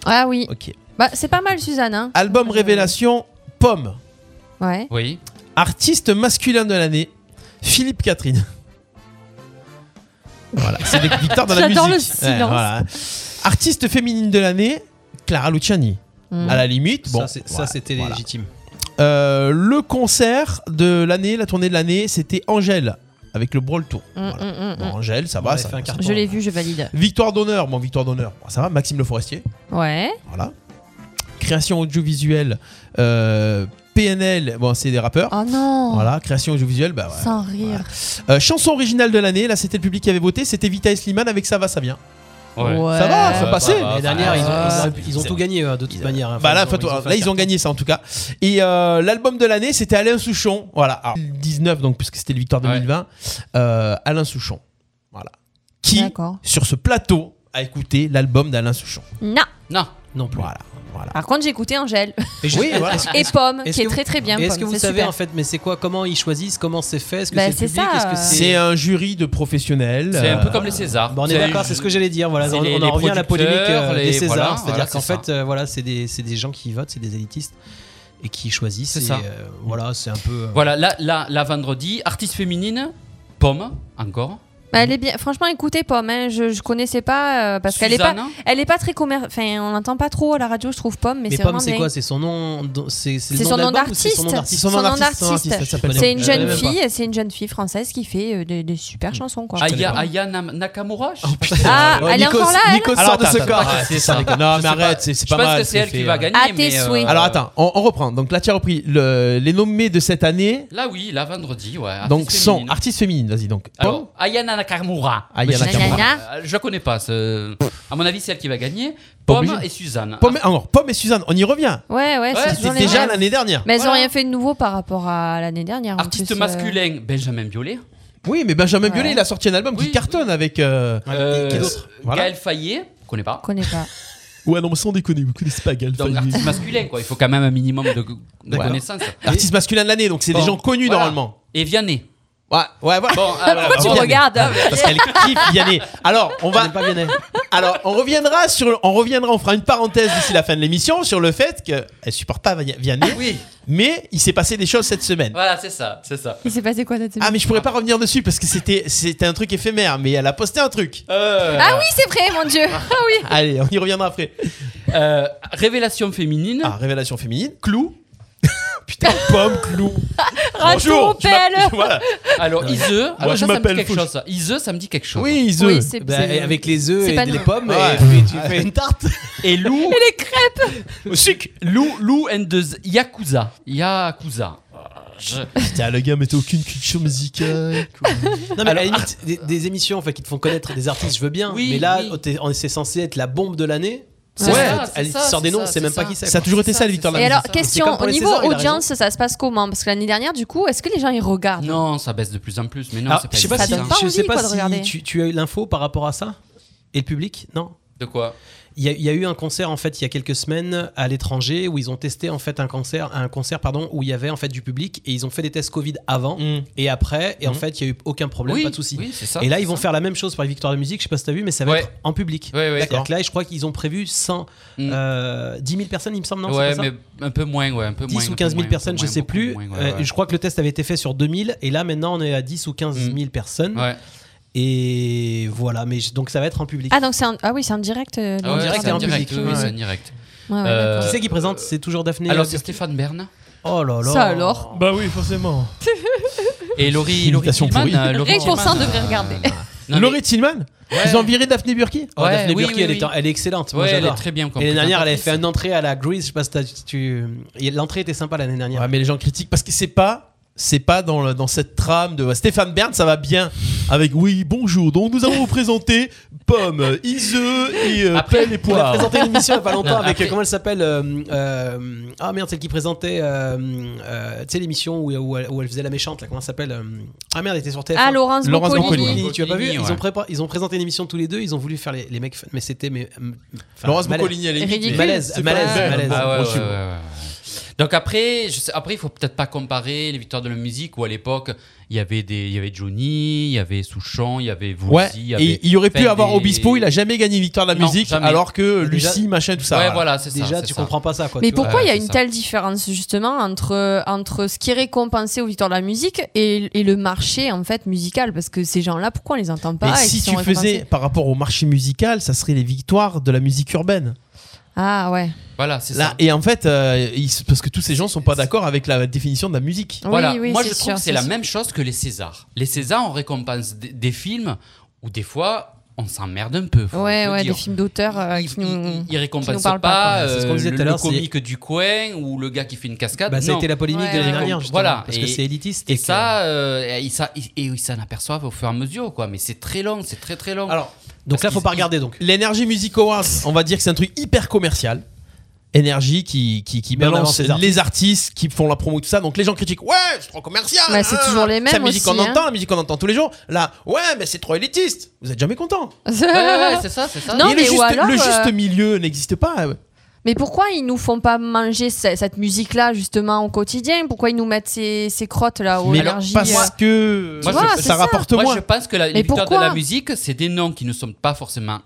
Ah oui. Ok. Bah, c'est pas mal, Suzanne. Hein. Album révélation. Pomme. Ouais. Oui. Artiste masculin de l'année. Philippe Catherine. voilà. C'est des victoires dans la musique. J'adore le Ouais, silence. voilà. Artiste féminine de l'année. Clara Luciani. Hmm. Mm. À la limite, bon. Ça, c'est- ça, c'était légitime. Euh, le concert de l'année, la tournée de l'année, c'était Angèle avec le Brawl Tour. Mm, mm, mm, Bon, mm. Angèle, ça va, ça ça- Je hein. l'ai vu, je valide. Victoire d'honneur, bon, victoire d'honneur. Bon, ça va, Maxime Le Forestier. Ouais. Voilà. Création audiovisuelle, euh, PNL, bon, c'est des rappeurs. Oh non. Voilà, création audiovisuelle, bah ouais. Sans rire. Euh, chanson originale de l'année, là c'était le public qui avait voté, c'était Vita et Slimane avec Ça va, ça vient. Ouais. Ça va, ça Ouais, passait. ça va, L'année ça dernière, va, ils ont- ça va. ils ont- ils ont tout gagné, euh, de toute manière, hein. Bah là, Enfin, ils ont- ils faut- ont fait là, un ils ont gagné ça en tout cas. Et euh, l'album de l'année, c'était Alain Souchon. Voilà, Alors, 19 donc puisque c'était le Victoire 2020, euh, Alain Souchon. Voilà. Qui sur ce plateau a écouté l'album d'Alain Souchon Non. Non. Non plus. Voilà. voilà. Par contre, j'ai écouté Angèle. Et je- Oui, voilà. est-ce- Et est-ce- Pomme, est-ce qui est que vous- très très bien. et Est-ce Pomme, que vous c'est savez super. en fait, mais c'est quoi Comment ils choisissent Comment c'est fait Est-ce que Bah, c'est c'est public ça, Est-ce que euh. c'est C'est un jury de professionnels. C'est un peu euh, comme les Césars. Bon, on est d'accord, c'est ce que j'allais dire. Voilà, c'est on, les- on les en revient à la polémique euh, producteurs, les- des Césars, voilà, c'est-à-dire voilà, qu'en c'est ça. fait, euh, voilà, c'est des, c'est des gens qui votent, c'est des élitistes et qui choisissent. C'est et, ça. euh, voilà, c'est un peu. euh, Voilà, là, là, là, vendredi, artiste féminine, Pomme, encore. Bah, elle est bien. Franchement, écoutez Pomme, hein, je, je connaissais pas euh, parce qu'elle est pas, Suzanne, hein elle est pas très commer. Enfin, on n'entend pas trop à la radio, je trouve Pomme, mais Mais c'est Pomme, vraiment c'est bien. quoi C'est son nom don- C'est c'est le C'est son nom d'album ou c'est d'artiste. son nom d'artiste Son nom d'artiste. ça s'appelle. C'est une Je connais jeune même pas. fille, c'est une jeune fille française qui fait euh, des, des super chansons quoi. Aya, Aya Nam- Nakamura Oh, je sais pas. Ah, elle est encore là, elle Nico sort de ce corps. c'est ça. Non, Je mais sais arrête, pas. c'est c'est Je pas pense mal. que c'est elle qui fait, va Ah, euh, gagner, À tes mais, euh, souhaits. Alors attends, on, on reprend. Donc là, tu as repris le- les nommés de cette année. Là, oui, là, vendredi, ouais. artiste Donc féminine. sont artistes féminines, vas-y donc. Alors, Ayana Nakamura. Ayana Mais je sais pas. Nakamura. Euh, Je la connais pas. ce- À mon avis, c'est elle qui va gagner. Pomme obligé. et Suzanne. Pomme, alors, Pomme et Suzanne, on y revient. Ah, Ouais, ouais, c'est c'était toujours les déjà mêmes. l'année dernière. Mais elles ont Voilà. rien fait de nouveau par rapport à l'année dernière. en Artiste plus, euh. masculin, Benjamin Biolay. Oui, mais Benjamin Ouais. Biolay, il a sorti un album qui cartonne avec. Euh, Euh, qui d'autre Voilà. Gaël Fayet. Connais pas. Connais pas. Ouais, non, mais sans déconner, vous connaissez pas Gaël Donc, artiste masculin, quoi. Il faut quand même un minimum de, de connaissances. Artiste masculin de l'année, donc c'est des Bon, gens connus voilà. normalement. Et Vianney. Ouais, ouais, voilà. Bon, alors, Voilà, tu Vianney. regardes Parce qu'elle kiffe Vianney. Alors, on va. Alors, on reviendra sur, le- on reviendra, on fera une parenthèse d'ici la fin de l'émission sur le fait qu'elle supporte pas Vi- Vianney. Oui. Mais il s'est passé des choses cette semaine. Voilà, c'est ça, c'est ça. Il s'est passé quoi cette semaine Ah, mais je pourrais pas revenir dessus parce que c'était, c'était un truc éphémère. Mais elle a posté un truc. Euh, Ah oui, c'est vrai, mon dieu. Ah oui. Allez, on y reviendra après. révélation féminine. Ah, révélation féminine. Clou. Putain, pomme, clou. Radio Bonjour, je m'appelle- Belle. Voilà. Alors, Ouais. Ise, alors Moi, je ça, ça me dit m'appelle quelque Fouch. chose. ça. Ise, ça me dit quelque chose. Oui, Ise. Oui, c'est- Bah, c'est- et avec les œufs c'est et pas les nouveau. pommes, Ouais. et puis tu fais une tarte. Et Lou. Et les crêpes. Lou, Lou and the Yakuza. Yakuza. Je- Putain, le gars, mais t'as aucune culture musicale. Non, mais à la limite, des, des émissions en fait, qui te font connaître des artistes, je veux bien. Oui, mais là, oui. t'es- on- c'est censé être la bombe de l'année. C'est Ouais, ça, elle c'est te ça, sort des c'est noms, ça, on sait même c'est pas ça. qui c'est. Ça a toujours été ça, le Victor Et Lamy. alors, C'est question comme pour au les niveau Césars, il a raison. audience, ça se passe comment Parce que l'année dernière, du coup, est-ce que les gens ils regardent Non, ça baisse de plus en plus, mais non, Ah, c'est pas je sais pas Ça si, donne pas je envie, sais pas quoi, de si regarder. tu, tu as eu l'info par rapport à ça et le public, non De quoi Il y, a- il y a eu un concert en fait il y a quelques semaines à l'étranger où ils ont testé en fait un concert, un concert pardon où il y avait en fait du public et ils ont fait des tests Covid avant et après et en Mhm. fait il y a eu aucun problème, Hmm. Oui, pas de souci. oui, c'est ça, et là c'est ils vont ça. faire la même chose pour les victoires de musique, je sais pas si t'as vu mais ça va Ouais. être en public. Ouais, ouais, C'est-à-dire d'accord. Hmm. que là je crois qu'ils ont prévu 100, euh, 10 000 personnes il me semble non c'est Ouais, pas ça mais un peu moins, ouais, un peu 10 moins. un ou peu 15 000 moins, un peu personnes, je moins, sais beaucoup plus. moins, ouais, Euh, ouais. Je crois que le test avait été fait sur 2000 et là maintenant on est à 10 ou 15 Mm. 000 personnes. Et voilà, mais je- donc ça va être en public. Ah, donc c'est en... Ah oui, c'est en direct. euh, Ah ouais, le- direct c'est et en en direct, public. oui, Ouais. c'est en direct. Ouais, ouais, Euh, Qui c'est qui présente C'est toujours Daphné. Alors, euh, c'est Stéphane Bern. Oh là là. Ça alors Bah oui, forcément. Et Laurie, Laurie Imitation Tillman. pourrie. euh, Laurie Rien que pour ça, on Tillman, devrait euh, regarder. non, mais- Laurie Tillman Ils ont viré Daphné Burki Oh, Ouais, Daphné oui, Burki, oui, elle, oui. Est, elle est excellente. Ouais, elle est j'adore. très bien comme Et l'année dernière, elle avait présentatrice. fait une entrée à la Grease. Je sais pas si t'as- tu. et L'entrée était sympa l'année dernière. Ouais, mais les gens critiquent parce que c'est pas. C'est pas dans, le- dans cette trame de Stéphane Bern, ça va bien avec oui bonjour. Donc nous allons vous présenter Pomme, Ise et euh, Pelle et On a Poire. présenté une émission il y a pas longtemps Non, avec. après- Comment elle s'appelle euh, euh, Ah merde, celle qui présentait. euh, euh, tu sais, l'émission où, où elle, où elle faisait la méchante, là. Comment elle s'appelle euh, Ah merde, elle était sur TF1. Ah, Laurence Laurence Boccolini. Boccolini, Tu as pas vu ils, ouais. ont prépa- ils ont présenté une émission tous les deux, ils ont voulu faire les, les mecs. fun, Mais c'était. Mais, hum, enfin, Laurence malaise. Boccolini, elle est Ridicule. Malaise, C'est malaise, pas- malaise. Ah ouais, Bon, ouais, je suis- ouais, ouais, ouais. Donc après, je sais, après, il faut peut-être pas comparer les victoires de la musique où à l'époque il y avait des, il y avait Johnny, il y avait Souchon, il y avait vous Ouais, aussi, il y avait et il aurait pu enfin, avoir des- Obispo, il a jamais gagné victoire de la Non, musique, jamais. alors que Et déjà- Lucie, machin, tout ça. Ouais, voilà. voilà, c'est ça. Déjà, c'est tu ça. comprends pas ça, quoi. Mais tu vois. pourquoi il y a Ouais, une c'est telle différence justement entre, entre ce qui est récompensé aux victoires de la musique et, et le marché en fait musical Parce que ces gens-là, pourquoi on les entend pas Mais et si qu'ils sont tu faisais récompensés par rapport au marché musical, ça serait les victoires de la musique urbaine. Ah ouais. Voilà, c'est Là, ça. et en fait, euh, ils- parce que tous ces gens sont pas d'accord avec la définition de la musique. Oui, voilà. oui, Moi, je c'est trouve sûr, que c'est c'est la sûr. même chose que les Césars. Les Césars, on récompense des, des films où des fois on s'emmerde un peu. faut Ouais, le ouais, dire. des films d'auteur euh, Ils- qui nous. ils, ils récompensent parlent pas, pas, quoi. C'est ce qu'on euh, disait le, tout à le l'heure, c'est- comique du coin ou le gars qui fait une cascade. Bah, ça a Non. été la polémique Ouais, de l'année ouais. dernière, justement, Voilà. Parce que Et- c'est élitiste. Et, que- ça, euh, et ils sa- ils- et ils s'en aperçoivent au fur et à mesure, quoi. Mais c'est très long, c'est très très long. Alors, Donc parce là, faut qu'ils- pas regarder, donc. L'Energy Music Awards, on va dire que c'est un truc hyper commercial. Énergie qui, qui, qui Bien balance avancé, les les artistes qui font la promo et tout ça. Donc les gens critiquent Ouais, c'est trop commercial. Bah, c'est hein. toujours les mêmes C'est la musique aussi, qu'on hein. entend, la musique qu'on entend tous les jours. Là, ouais, mais c'est trop élitiste. Vous êtes jamais content. Ouais, ouais, ouais, c'est ça, c'est ça. Non, Et mais le, ou juste, alors, le juste euh, milieu n'existe pas. Mais pourquoi ils nous font pas manger ce- cette musique-là justement au quotidien Pourquoi ils nous mettent ces, ces crottes là aux Mais allergies parce euh, que Moi, je- ça, c'est ça. rapporte Moi, moins. je pense que la, les Mais victoires de pourquoi la musique, c'est des noms qui ne sont pas forcément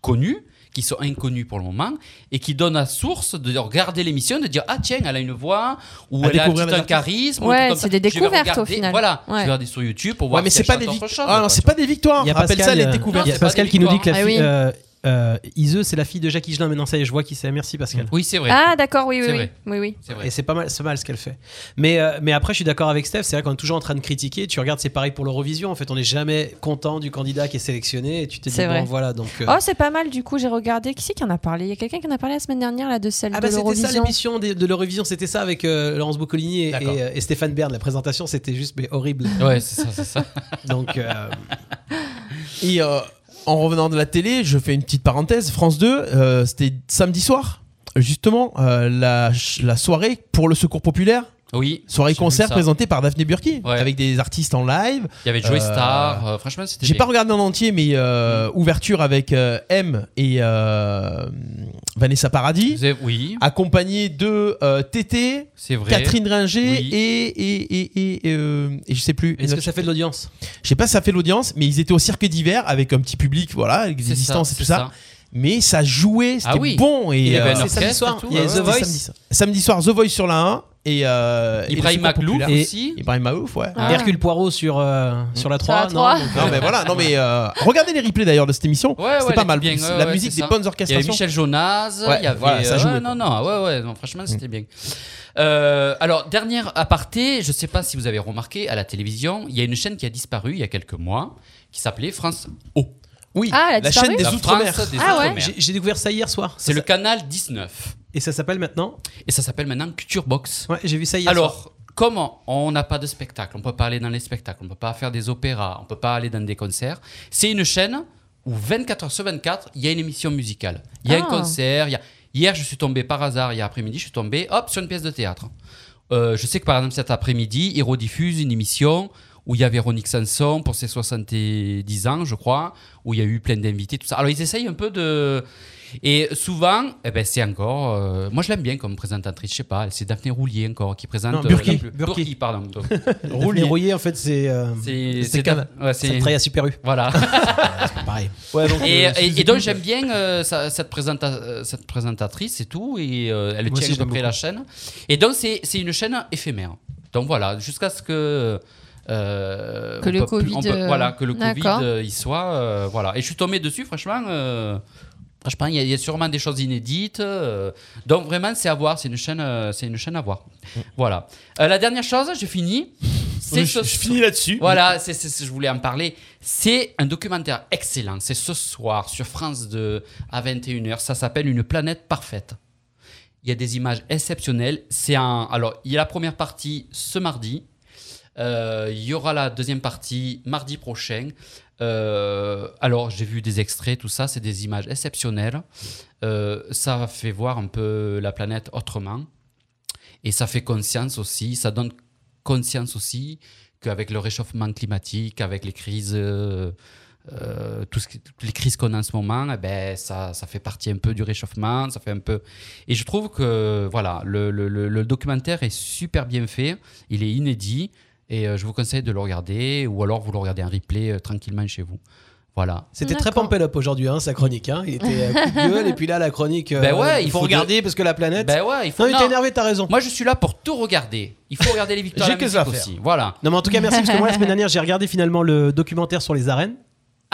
connus, qui sont inconnus pour le moment, et qui donnent à source de regarder l'émission, de dire Ah, tiens, elle a une voix, ou À elle a découvrir tout les un artistes. charisme. ou Ouais, un truc comme c'est ça. des Je vais découvertes, au regarder- final. Voilà, je Ouais. vais regarder sur YouTube pour Ouais, voir mais si c'est elle pas des chante autre victoires. chose, Ah non, quoi, c'est tu vois. pas des victoires. Il y a Appelle Pascal, ça les euh, découvertes. il y a c'est pas Pascal des qui nous dit que la victoires. fille. Ah oui. euh, euh, Ise, c'est la fille de Jackie Gelin. Maintenant, ça y est, je vois qui c'est. Merci Pascal. Oui, c'est vrai. Ah d'accord, oui, oui, C'est oui, vrai. oui, oui. C'est vrai. Et c'est pas mal, c'est pas mal ce qu'elle fait. Mais, euh, mais après, je suis d'accord avec Steph. C'est vrai qu'on est toujours en train de critiquer. Tu regardes, c'est pareil pour l'Eurovision. En fait, on n'est jamais content du candidat qui est sélectionné. Et tu te dis, C'est vrai. bon, voilà. Donc, euh, Oh, c'est pas mal du coup, j'ai regardé. Qui c'est qui en a parlé Il y a quelqu'un qui en a parlé la semaine dernière là de celle ah de bah c'était ça l'Eurovision. l'émission des- de l'Eurovision. C'était ça avec euh, Laurence Boccolini et, D'accord. et, euh, et Stéphane Bern. La présentation, c'était juste mais horrible. Ouais, c'est ça, c'est ça. Donc, euh, Et euh, en revenant de la télé, je fais une petite parenthèse. France 2, euh, c'était samedi soir, justement, euh, la, ch- la soirée pour le secours populaire. Oui. Soirée j'ai vu concert ça. présentée par Daphné Burki, Ouais. avec des artistes en live. Il y avait Joey Euh, Star. euh, franchement, c'était. J'ai bien. pas regardé en entier, mais euh, ouverture avec euh, M et euh, Vanessa Paradis, Vous avez- Oui, accompagnée de euh, Tété, c'est vrai. Catherine Ringer Oui. et, et, et, et, euh, et je sais plus. une est-ce que autre- ça fait de l'audience Je sais pas si ça fait de l'audience, mais ils étaient au cirque d'hiver avec un petit public, voilà, avec des C'est distances et c'est tout ça. mais ça jouait, c'était Ah oui. bon. Et, Il y avait euh, un c'est orchestre. samedi soir, et tout, hein. il y a ouais, The ouais. c'était Voice. Samedi, soir. Samedi soir, The Voice sur la 1 et, euh, et Ibrahim le Secours Maclou populaire. aussi. Ibrahim Maouf, ouais. Mm. Ah. Hercule Poirot sur, euh, sur la 3. la 3. donc, Non mais voilà, non mais euh, regardez les replays d'ailleurs de cette émission, Ouais, ouais, c'était elle pas était mal. bien, ouais, la ouais, musique c'est des ça. bonnes Il y avait orchestrations. Michel Jonas, Ouais, il y avait. voilà, ça euh, jouait, ouais, quoi. non, non, ouais, ouais, non, franchement, c'était bien. Euh, alors, dernière aparté, je sais pas si vous avez remarqué, à la télévision, il y a une chaîne qui a disparu il y a quelques mois, qui s'appelait France O. Oui, Ah, elle a la disparu chaîne des La Outre-mer. France des Ah ouais. Outre-mer. J'ai j'ai découvert ça hier soir. C'est le canal 19. Et ça s'appelle maintenant Et ça s'appelle maintenant Culture Box. Ouais, j'ai vu ça hier soir. Alors, comment on n'a pas de spectacle On peut pas aller dans les spectacles, on peut pas faire des opéras, on peut pas aller dans des concerts. C'est une chaîne où 24 h sur 24, il y a une émission musicale. Il y a Ah. un concert. il y a- Hier, je suis tombé par hasard, hier après-midi, je suis tombé hop, sur une pièce de théâtre. Euh, je sais que par exemple, cet après-midi, ils rediffusent une émission où il y a Véronique Sanson pour ses 70 ans, je crois, où il y a eu plein d'invités, tout ça. Alors ils essayent un peu de... Et souvent, eh ben, c'est encore... euh, Moi, je l'aime bien comme présentatrice, je sais pas, c'est Daphné Roulier encore qui présente... Non, euh, Burki, la plus- Burki. Burki, pardon. Roulier. Roulier, en fait, c'est. euh, c'est Cana- ouais, c'est- c'est Traya Super U. Voilà. pareil. euh, et, et- et donc j'aime bien euh, sa- cette, présenta- euh, cette présentatrice et tout, et euh, elle Moi aussi, tient à peu j'aime près beaucoup. la chaîne. Et donc c'est c'est une chaîne éphémère. Donc voilà, jusqu'à ce que... euh, Que on le peut plus- Covid, on peut- euh, voilà, que le Covid d'accord. euh, il soit. euh, voilà. Et je suis tombé dessus, franchement. euh, franchement, il y, a- il y a sûrement des choses inédites. euh, donc vraiment, c'est à voir. C'est une chaîne, euh, c'est une chaîne à voir. Mm. Voilà. Euh, la dernière chose, je finis. Je- je finis là-dessus. Voilà, c'est, c'est- c'est- je voulais en parler. C'est un documentaire excellent. C'est ce soir sur France 2 à 21h. Ça s'appelle Une planète parfaite. Il y a des images exceptionnelles. C'est un. Alors, il y a la première partie ce mardi. Euh, il y aura la deuxième partie mardi prochain. Euh, alors, j'ai vu des extraits, tout ça. C'est des images exceptionnelles. Euh, ça fait voir un peu la planète autrement. Et ça fait conscience aussi. Ça donne conscience aussi qu'avec le réchauffement climatique, avec les crises. euh, euh, tout ce qui- toutes les crises qu'on a en ce moment, eh ben, ça, ça fait partie un peu du réchauffement, ça fait un peu... Et je trouve que voilà, le, le- le- le documentaire est super bien fait, il est inédit, et euh, je vous conseille de le regarder, ou alors vous le regardez en replay euh, tranquillement chez vous. Voilà. C'était très pompé up aujourd'hui, hein, sa chronique. hein. Il était euh, coup de gueule, et puis là, la chronique. euh, Ben ouais, il faut regarder de- parce que la planète. Ben ouais, il faut- Non, il non. était énervé, t'as raison. Moi, je suis là pour tout regarder. Il faut regarder les victoires. J'ai de la que ça à musique faire. aussi. Voilà. Non, mais en tout cas, merci parce que moi, la semaine dernière, j'ai regardé finalement le documentaire sur les arènes.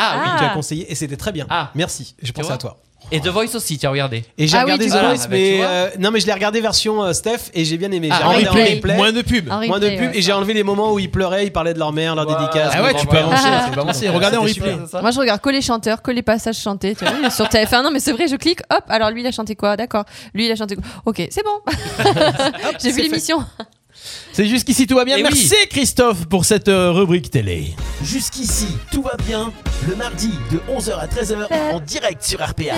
Ah, oui. Que tu as conseillé, et c'était très bien. Ah. Merci, je pense vois à toi. Et The Voice aussi, tu as regardé. Et Ah j'ai regardé The Voilà, Voice, bah, tu mais vois. euh, non, mais je l'ai regardé version euh, Steph et j'ai bien aimé. Ah, J'ai en regardé replay. Moins de pubs. En moins de replay, pubs ouais. et j'ai enlevé les moments où ils pleuraient, ils parlaient de leur mère, leur dédicace. Ah ouais, donc, tu peux voilà. avancer, Ah. tu peux avancer. Regardez en C'était replay. super. Moi, je regarde que les chanteurs, que les passages chantés. Tu vois, il est sur TF1, non, mais c'est vrai, je clique, hop, alors lui, il a chanté quoi D'accord. Lui, il a chanté quoi Ok, c'est bon. J'ai vu l'émission. C'est jusqu'ici tout va bien. Eh oui. Merci Christophe pour cette euh, rubrique télé. Jusqu'ici, tout va bien. Le mardi de 11h à 13h en direct sur RPA.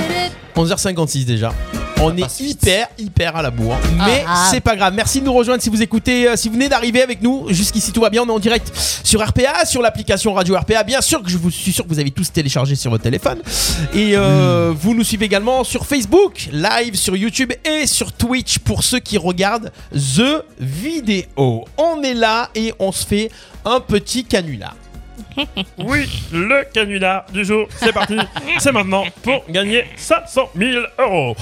11h56 déjà. Ah, On est hyper, hyper à la bourre. Mais ah. c'est pas grave. Merci de nous rejoindre si vous écoutez, euh, si vous venez d'arriver avec nous. Jusqu'ici, tout va bien. On est en direct sur RPA, sur l'application Radio RPA. Bien sûr que je vous suis sûr que vous avez tous téléchargé sur votre téléphone. Et Hmm. euh, vous nous suivez également sur Facebook, live sur YouTube et sur Twitch pour ceux qui regardent The Vidéo. On est là et on se fait un petit canular. Oui, le canular du jour, c'est parti. C'est maintenant pour gagner 500 000 euros.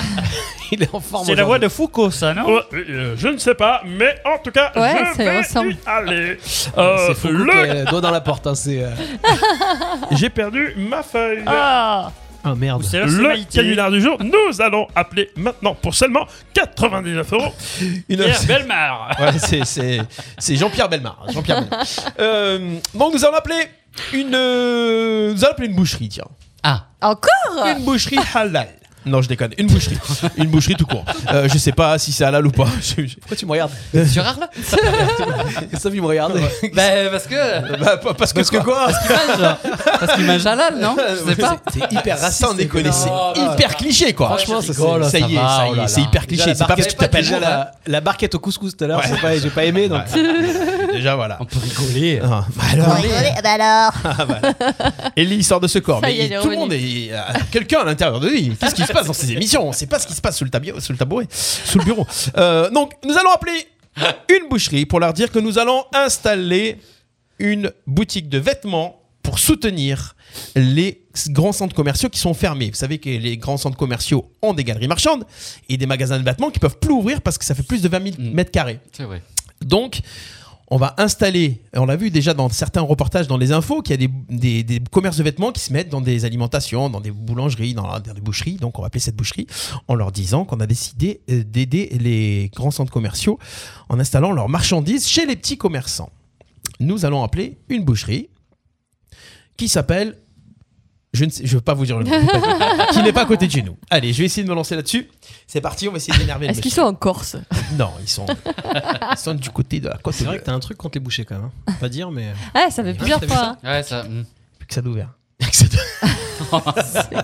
Il est en forme. C'est la voix de Foucault, ça, non euh, Je ne sais pas, mais en tout cas, Ouais, je ça y vais ressemble. y aller. Euh, C'est fou. le- Le doigt dans la porte, hein, c'est. euh, J'ai perdu ma feuille. Oh, Ah merde. Le canular du jour, nous allons appeler maintenant pour seulement 99 euros. Une- Pierre Belmar. Ouais, c'est- c'est c'est Jean-Pierre Belmar. Jean-Pierre Belmar. Euh, donc nous allons appeler une, euh, nous allons appeler une boucherie, tiens. Ah. Encore Une boucherie halal. Non, je déconne. Une boucherie. Une boucherie tout court. Euh, je sais pas si c'est halal ou pas. Pourquoi tu me regardes Gérard, là Ça, il me regarde. Bah, parce que. Bah, pa- parce que Parce que quoi Parce qu'il mange halal, non Je sais pas. C'est hyper raciste. Sans déconner, Ah, c'est Oh, Non, non, hyper cliché quoi. Franchement, ça, c'est- bah. ça oh y est, ça y est, c'est hyper Déjà, cliché. la C'est pas parce que tu barquette- t'appelles déjà la, la barquette au couscous tout à l'heure, c'est pas- j'ai pas aimé donc. Déjà voilà. On peut rigoler. alors. Ah, voilà. Ellie sort de ce corps. Ça mais y est, il- elle est tout revenue. le monde est euh, quelqu'un à l'intérieur de lui. Qu'est-ce qui se passe dans ces émissions On sait pas ce qui se passe sous le, tabio- sous le tabouret, sous le bureau. Euh, donc, nous allons appeler une boucherie pour leur dire que nous allons installer une boutique de vêtements pour soutenir les grands centres commerciaux qui sont fermés. Vous savez que les grands centres commerciaux ont des galeries marchandes et des magasins de vêtements qui peuvent plus ouvrir parce que ça fait plus de 20 000 mètres carrés. C'est vrai. Donc, on va installer, et on l'a vu déjà dans certains reportages, dans les infos, qu'il y a des, des- des commerces de vêtements qui se mettent dans des alimentations, dans des boulangeries, dans, dans des boucheries. Donc, on va appeler cette boucherie en leur disant qu'on a décidé euh, d'aider les grands centres commerciaux en installant leurs marchandises chez les petits commerçants. Nous allons appeler une boucherie qui s'appelle. Je ne sais, je veux pas vous dire le nom. faut pas dire. qui n'est pas à côté de chez nous. Allez, je vais essayer de me lancer là-dessus. C'est parti, on va essayer d'énerver le Est-ce qu'ils monsieur. sont en Corse Non, ils sont, ils sont du côté de la côte. C'est vrai que t'as un truc contre les bouchers quand même. hein. Pas dire, mais. Ouais, ça fait plusieurs t'as vu fois. ça hein. Ouais, ça. mm. Plus que ça d'ouvert. C'est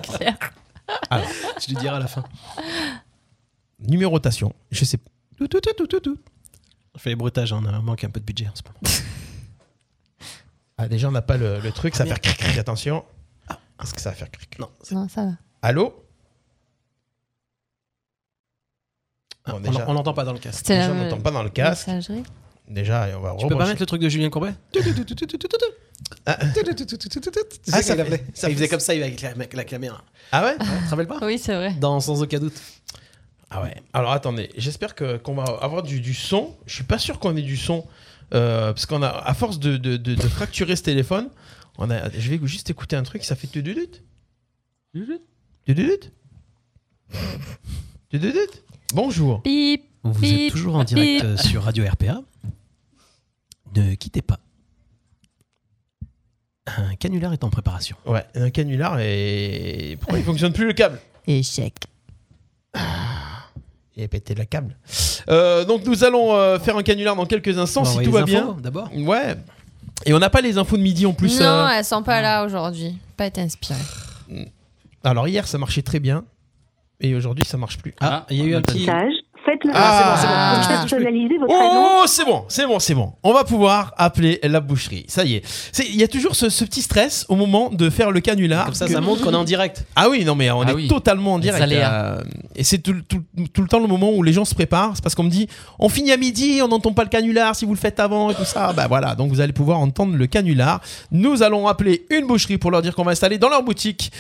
clair. Alors, je lui dirai à la fin. Numérotation, je sais. Tout, tout, tout, tout, tout. Je fais les bruitages, hein, on manque un peu de budget en ce moment. Ah, déjà, on n'a pas le, le truc. Ça va faire cric, cric, attention. Ah, Est-ce que ça va faire cric, cric Non. Non, ça va. Allô Ah, on l'en- on l'entend pas dans le casque. Déjà, on n'entend pas dans le casque. Messagerie. Déjà, et on va Tu peux pas mettre le truc de Julien Courbet Ah, Ah, ça ça fait- l'avait. ça Il faisait fait- comme ça il avec la, avec la caméra. Ah ouais Tu te rappelles pas Oui, c'est vrai. Dans Sans aucun doute. Ah ouais. Alors attendez, j'espère que qu'on va avoir du, du son. Je suis pas sûr qu'on ait du son euh, parce qu'on a à force de, de- de- de fracturer ce téléphone, on a. Je vais juste écouter un truc. Ça fait tu Bonjour. Bip. Vous bip, êtes toujours en bip. direct euh, sur Radio RPA. Ne quittez pas. Un canular est en préparation. Ouais, un canular et pourquoi il fonctionne plus le câble Échec. Il a pété le câble. Euh, donc nous allons euh, faire un canular dans quelques instants On va si envoyer tout les va bien. infos, d'abord. Ouais. Et on n'a pas les infos de midi en plus. non, euh, elles sont pas là aujourd'hui. Pas être inspirées. Alors hier ça marchait très bien et aujourd'hui ça marche plus. Ah, il y a eu un petit Faites-le Ah, c'est bon, c'est bon. personnalisez votre annonce. Oh, c'est bon, c'est bon, c'est bon. On va pouvoir appeler la boucherie. Ça y est. C'est- Il y a toujours ce, ce petit stress au moment de faire le canular. Comme ça, ça montre qu'on est en direct. Ah oui, non, mais on Ah est oui. totalement en Les direct. aléas. Euh, et c'est tout, tout- tout le temps le moment où les gens se préparent. C'est parce qu'on me dit on finit à midi, on n'entend pas le canular si vous le faites avant et tout ça. Bah voilà, donc vous allez pouvoir entendre le canular. Nous allons appeler une boucherie pour leur dire qu'on va installer dans leur boutique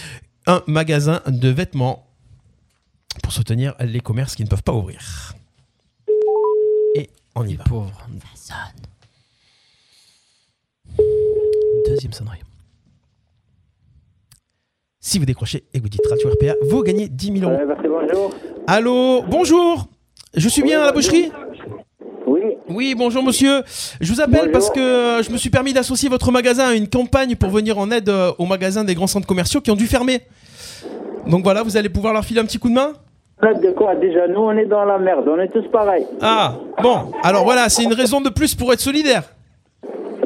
un magasin de vêtements pour soutenir les commerces qui ne peuvent pas ouvrir. Et on y va. deuxième sonnerie. Si vous décrochez et que vous dites Radio RPA, vous gagnez 10 000 euros. bah, bonjour. Allô, bonjour Je suis bien à la boucherie Oui. Oui, bonjour monsieur. Je vous appelle parce que euh, je me suis permis d'associer votre magasin à une campagne pour venir en aide euh, aux magasins des grands centres commerciaux qui ont dû fermer. Donc voilà, vous allez pouvoir leur filer un petit coup de main Arrête de quoi Déjà, nous, on est dans la merde, on est tous pareils. Ah, bon, alors voilà, c'est une raison de plus pour être solidaire.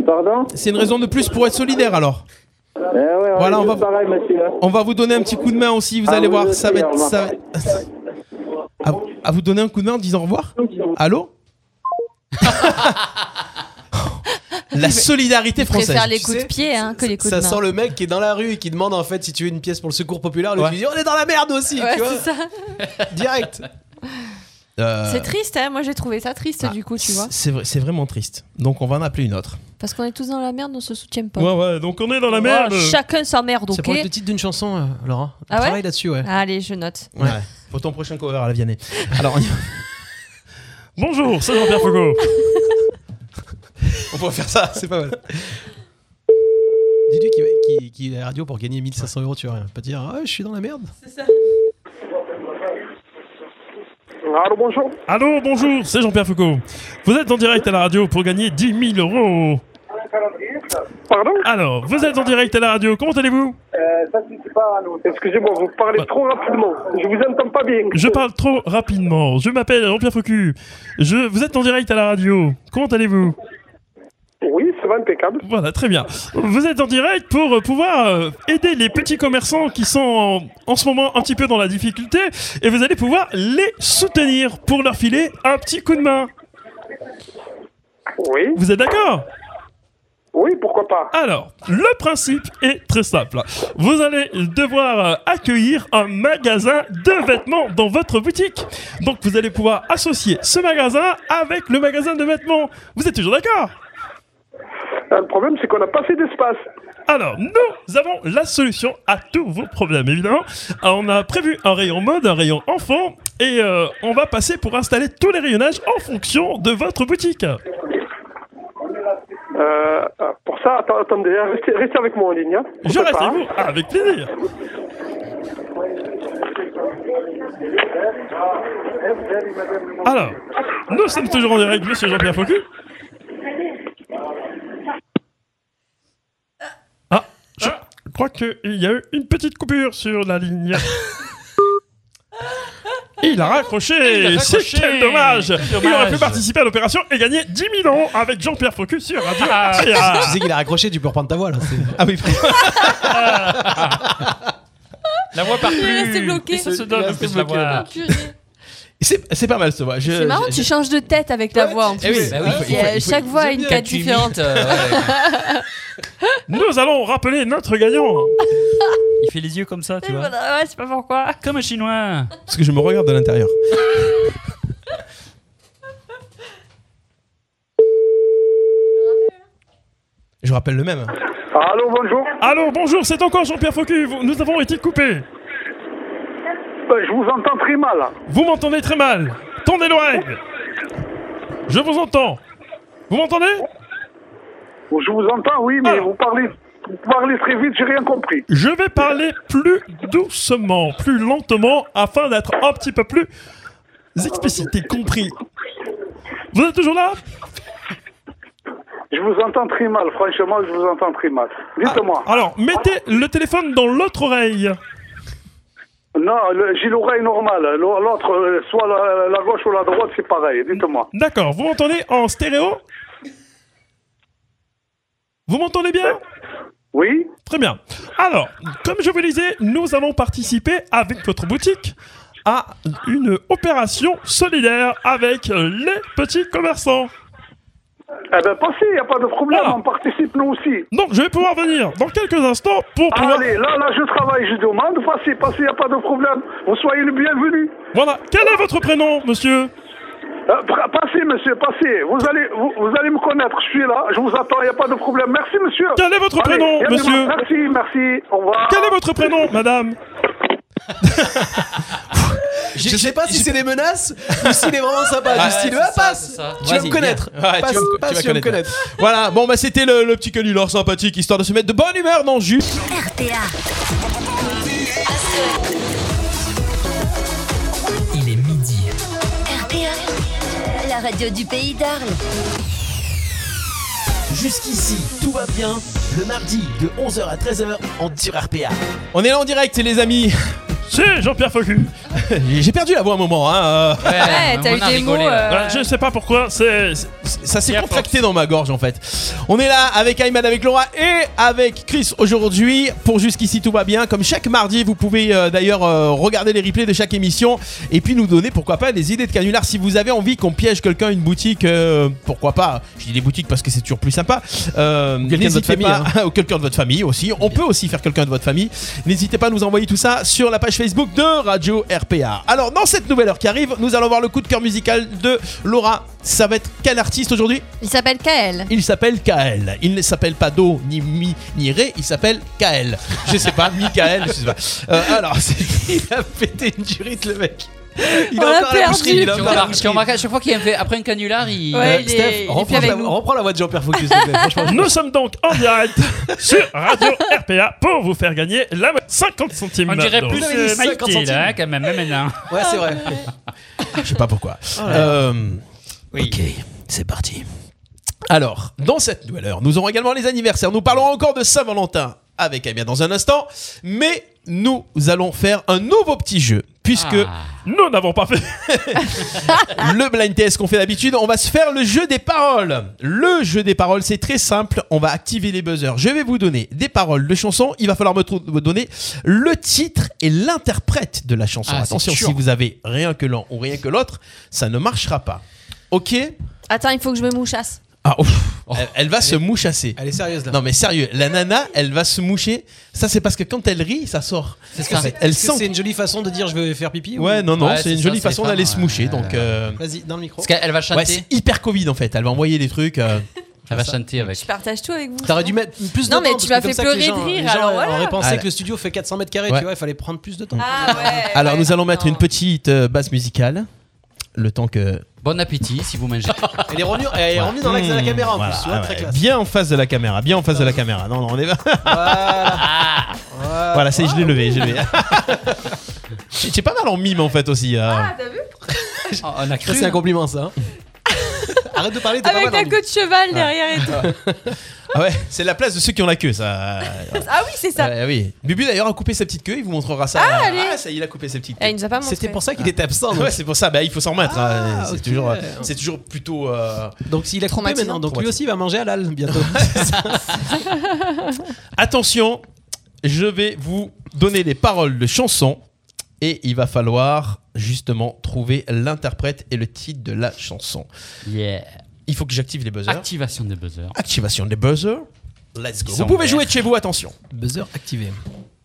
Pardon C'est une raison de plus pour être solidaire alors. Eh ouais, on Voilà, est on tous va- pareils, monsieur. On va vous donner un petit coup de main aussi, vous Ah, allez vous voir, aussi, ça va au être... revoir. ça va- à, à vous donner un coup de main en disant au revoir Allô La solidarité Je préfère Française. les Tu coups de sais, pied hein, que les coups Ça de main. sent le mec qui est dans la rue et qui demande en fait si tu veux une pièce pour le secours populaire. L'autre Ouais. lui dit on est dans la merde aussi. Ouais, tu vois c'est ça. Direct. Euh, C'est triste, hein. moi j'ai trouvé ça triste du coup, tu vois. C'est vrai- c'est vraiment triste. Donc on va en appeler une autre. Parce qu'on est tous dans la merde, on se soutient pas. ouais, donc on est dans Oh, chacun sa merde, ok C'est pour le titre d'une chanson, euh, Laura. Ah ouais Travaille là-dessus, ouais. Allez, je note. Ouais. Pour ton prochain cover à la Vianney. Alors, Bonjour, c'est Jean-Pierre Foucault. on pourrait faire ça, c'est pas mal. Dis-lui qu'il qu'il- qu'il est à la radio pour gagner 1500 euros, tu vois. Pas dire, ah, je suis dans la merde. Allô, bonjour. Allô, bonjour, c'est Jean-Pierre Foucault. Vous êtes en direct à la radio pour gagner 10 000 euros. Pardon Alors, vous êtes en direct à la radio, comment allez-vous Euh, ça, c'est pas à nous. Excusez-moi, vous parlez Bah. trop rapidement. Je vous entends pas bien. Je parle trop rapidement. Je m'appelle Jean-Pierre Foucault. Je... Vous êtes en direct à la radio, comment allez-vous Oui, ça va impeccable. Voilà, très bien. Vous êtes en direct pour euh, pouvoir euh, aider les petits commerçants qui sont en, en ce moment un petit peu dans la difficulté et vous allez pouvoir les soutenir pour leur filer un petit coup de main. Oui. Vous êtes d'accord Oui, pourquoi pas. Alors, le principe est très simple. Vous allez devoir euh, accueillir un magasin de vêtements dans votre boutique. Donc, vous allez pouvoir associer ce magasin avec le magasin de vêtements. Vous êtes toujours d'accord Euh, Le problème, c'est qu'on n'a pas assez d'espace. Alors, nous avons la solution à tous vos problèmes, évidemment. Alors, on a prévu un rayon mode, un rayon enfant, et euh, on va passer pour installer tous les rayonnages en fonction de votre boutique. Euh, euh, pour ça, attends- attendez, hein, restez, restez avec moi en ligne. hein. Je reste avec vous avec plaisir. Alors, nous sommes toujours en direct, monsieur Jean-Pierre Faucu. Ah, je crois qu'il y a eu une petite coupure sur la ligne. Il a Il a raccroché, raccroché. c'est quel dommage. Quel Il aurait pu dommage. participer à l'opération et gagner 10 000 euros avec Jean-Pierre Faucu sur Radio Ah. RPA. tu sais qu'il a raccroché, tu peux reprendre ta voix là. Ah oui, La voix part Il est plus. resté bloqué. Ça se donne Il est de resté plus la bloqué, le voix. mec. C'est c'est pas mal ce voix. Je- C'est marrant, je- tu changes de tête avec la voix en plus. eh oui, bah oui, il faut- il faut- Et, euh, il faut- Chaque voix a j'aime une bien tête que tu imites, différente. Nous allons rappeler notre gagnant. Il fait les yeux comme ça, tu Ah vois. Voilà, ouais, c'est pas pourquoi. Comme un chinois. Parce que je me regarde de l'intérieur. Je rappelle le même. Allô, bonjour. Allô, bonjour, c'est encore Jean-Pierre Faucu. Vous- Nous avons été coupés. Ben, je vous entends très mal. Vous m'entendez très mal. Tendez l'oreille. Je vous entends. Vous m'entendez Oh, Je vous entends, oui, mais vous parlez. très vite, j'ai rien compris. Je vais parler plus doucement, plus lentement, afin d'être un petit peu plus explicite et compris. Vous êtes toujours là Je vous entends très mal, franchement, je vous entends très mal. Dites-moi. Ah, Alors, mettez le téléphone dans l'autre oreille. Non, le- j'ai l'oreille normale. L'o- L'autre, euh, soit la, la gauche ou la droite, c'est pareil. Dites-moi. D'accord, vous m'entendez en stéréo Vous m'entendez bien Oui. Très bien. Alors, comme je vous le disais, nous allons participer avec votre boutique à une opération solidaire avec les petits commerçants. Eh ben, passez, il n'y a pas de problème, on participe nous aussi. Donc, je vais pouvoir venir dans quelques instants pour pouvoir... Allez, là, là, je travaille, je demande. Passez, passez, il a pas de problème. Vous soyez le bienvenu. Voilà. Quel est votre prénom, monsieur Euh, Passez, monsieur, passez. Vous allez, vous, vous allez me connaître. Je suis là, je vous attends, il a pas de problème. Merci, monsieur. Quel est votre Allez, prénom, il y a des- monsieur Merci, merci. Au revoir. Quel est votre prénom, madame Je sais pas si c'est des menaces ou s'il est vraiment sympa. Ah du ouais, style, c'est ah, ça, passe c'est ça. Tu vas Vas-y, me connaître viens. Ouais, tu Passe, vas me- passe, tu vas tu vas me connaître. connaître. Voilà, bon, bah c'était le, le petit canulor sympathique, histoire de se mettre de bonne humeur dans le jus. Il est midi. RPA, la radio du pays d'Arles. Jusqu'ici, tout va bien. Le mardi de 11h à 13h en tir RPA. On est là en direct, les amis. C'est Jean-Pierre Faucu. J'ai perdu la voix un moment. Hein, euh. Ouais, t'as on eu a des rigolé, mots, là. euh. Ouais, je sais pas pourquoi. C'est ça s'est contracté dans ma gorge en fait. On est là avec Ayman, avec Laura et avec Chris aujourd'hui pour jusqu'ici tout va bien. Comme chaque mardi, vous pouvez euh, d'ailleurs euh, regarder les replays de chaque émission et puis nous donner pourquoi pas des idées de canulars si vous avez envie qu'on piège quelqu'un une boutique. euh, pourquoi pas Je dis des boutiques parce que c'est toujours plus sympa. Euh, quelqu'un de votre n'hésitez famille, pas- hein. ou quelqu'un de votre famille aussi. On peut aussi faire quelqu'un de votre famille. N'hésitez pas à nous envoyer tout ça sur la page Facebook de Radio RPA. Alors, dans cette nouvelle heure qui arrive, nous allons voir le coup de cœur musical de Laura. Ça va être quel artiste aujourd'hui Il s'appelle Kael. Il s'appelle Kael. Il ne s'appelle pas Do, ni Mi, ni Ré. Il s'appelle Kael. Je sais pas, Mikael, je sais pas. Euh, alors, c'est- il a pété une durite, le mec. Il On a l'a encore la perdu. boucherie. Il a Tu encore la remarques- tu boucherie. remarques à chaque fois qu'il fait après une canular, il. Euh, Ouais, il est- Steph, il fait reprends avec la- nous. reprends la voix de Jean-Pierre Focus, Nous sommes donc en direct sur Radio RPA pour vous faire gagner la mo- 50 centimes. On dirait Donc, plus euh, euh, Maïté, là, hein, quand même, même maintenant. Ouais, c'est vrai. Ah, Je sais pas pourquoi. Oh là là. Euh, Ok, c'est parti. Alors, dans cette nouvelle heure, nous aurons également les anniversaires. Nous parlerons encore de Saint-Valentin avec Amia dans un instant, mais nous allons faire un nouveau petit jeu, puisque nous n'avons pas fait le blind test qu'on fait d'habitude. On va se faire le jeu des paroles. Le jeu des paroles, c'est très simple. On va activer les buzzers. Je vais vous donner des paroles de chansons. Il va falloir me trou- me donner le titre et l'interprète de la chanson. Ah, c'est Attention, dur. si vous avez rien que l'un ou rien que l'autre, ça ne marchera pas. Ok Attends, il faut que je me mouchasse. Ah, ouf. Elle, elle va se mouchasser. Elle est sérieuse là. Non mais sérieux, la nana, elle va se moucher. Ça c'est parce que quand elle rit, ça sort. Est-ce que Parce c'est qu'elle est-ce que sent. c'est une jolie façon de dire je vais faire pipi ou- Ouais, non, non, c'est une jolie façon d'aller se moucher. Donc, euh, Vas-y, dans le micro. Ouais, c'est hyper Covid en fait. Elle va envoyer des trucs. euh, Elle va chanter Je partage tout avec vous. T'aurais dû mettre plus de Non, temps. mais tu m'as fait pleurer de rire, alors voilà. On pensé Allez. que le studio fait 400 mètres carrés, Ouais. tu vois, il fallait prendre plus de temps. Ah, Alors nous allons mettre une petite euh, basse musicale. Le temps que. Bon appétit si vous mangez. Elle est revenue, elle est revenue dans l'axe de la Mmh, caméra en voilà, plus, tu vois, ouais. très classe. Bien en face de la caméra, bien en face de la caméra. Non, non, on est. Euh, voilà, c'est je l'ai levé, je l'ai levé. J'ai j'ai pas mal en mime en fait aussi. euh. Ah, t'as vu on a hein. Ça, C'est un compliment ça. hein. Arrête de parler, t'es pas Avec mal. la queue de cheval derrière et tout. Ah ouais, c'est la place de ceux qui ont la queue, ça. Ah oui, c'est ça. Euh, oui. Bubu d'ailleurs a coupé sa petite queue, il vous montrera ça. Ah, allez. ça, il a coupé ses petites. Eh, il nous a pas montré. qu'il était absent. Ouais, c'est pour ça. Bah, il faut s'en remettre. hein. Ah, C'est ok. toujours, c'est toujours plutôt. euh, Donc s'il a coupé Traumatisant. maintenant, donc lui aussi il va manger à l'al bientôt. Attention, je vais vous donner les paroles de chansons. Et il va falloir justement trouver l'interprète et le titre de la chanson. Yeah. Il faut que j'active les buzzers. Activation des buzzers. Activation des buzzers. Let's go. Ils Vous sont pouvez verts. jouer de chez vous, attention. Buzzer activé.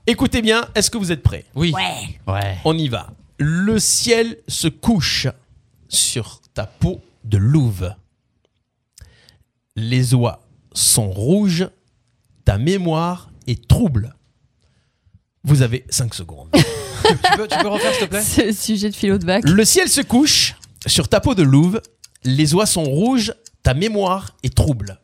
Écoutez bien, est-ce que vous êtes prêts Oui. Ouais. Ouais. On y va. Le ciel se couche sur ta peau de louve. Les oies sont rouges. Ta mémoire est trouble. Vous avez 5 secondes. tu, peux, refaire, s'il te plaît Ce sujet de philo de bac. Le ciel se couche sur ta peau de louve. Les oies sont rouges. Ta mémoire est trouble.